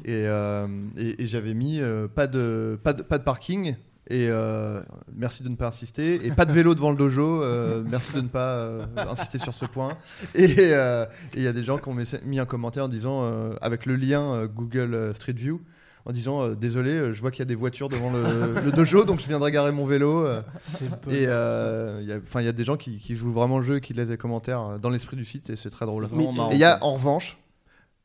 Speaker 4: Et, euh, et- et j'avais mis euh, pas, de, pas, de, pas de parking. Et euh, merci de ne pas insister. Et pas de vélo devant le dojo. euh, merci de ne pas euh, insister sur ce point. Et euh, et il y a des gens qui ont mis- mis un commentaire en disant, euh, avec le lien euh, Google euh, Street View, en disant euh, désolé, euh, je vois qu'il y a des voitures devant le, le dojo, donc je viendrai garer mon vélo. euh. et euh, il y a- enfin, il y a des gens qui, qui jouent vraiment le jeu, et qui laissent des commentaires euh, dans l'esprit du site, et c'est très drôle.
Speaker 7: C'est vraiment
Speaker 3: Mais-
Speaker 7: marrant.
Speaker 4: Et il y a en revanche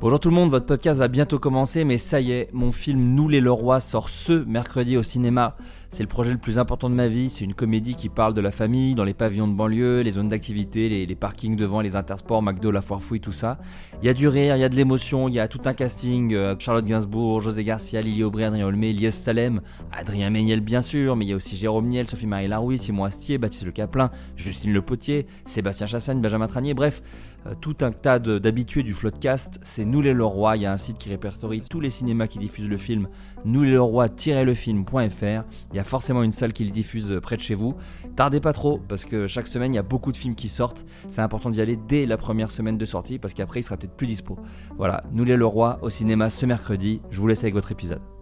Speaker 1: Bonjour tout le monde, votre podcast va bientôt commencer, mais ça y est, mon film Nous les Leroy sort ce mercredi au cinéma. C'est le projet le plus important de ma vie, c'est une comédie qui parle de la famille, dans les pavillons de banlieue, les zones d'activité, les, les parkings devant, les intersports, McDo, la foire fouille, tout ça. Il y a du rire, il y a de l'émotion, il y a tout un casting, euh, Charlotte Gainsbourg, José Garcia, Lily Aubry, Adrien Olmé, Lies Salem, Adrien Méniel bien sûr, mais il y a aussi Jérôme Niel, Sophie-Marie Larouille, Simon Astier, Baptiste Le Caplin, Justine Le Potier, Sébastien Chassagne, Benjamin Tranier, bref, euh, tout un tas de- d'habitués du Floodcast, c'est Nous les Leroy. Il y a un site qui répertorie tous les cinémas qui diffusent le film, nous les Leroy-lefilm.fr. Il y a forcément une salle qui le diffuse euh, près de chez vous. Tardez pas trop, parce que chaque semaine, il y a beaucoup de films qui sortent. C'est important d'y aller dès la première semaine de sortie, parce qu'après, il sera peut-être plus dispo. Voilà, Nous les Leroy au cinéma ce mercredi. Je vous laisse avec votre épisode.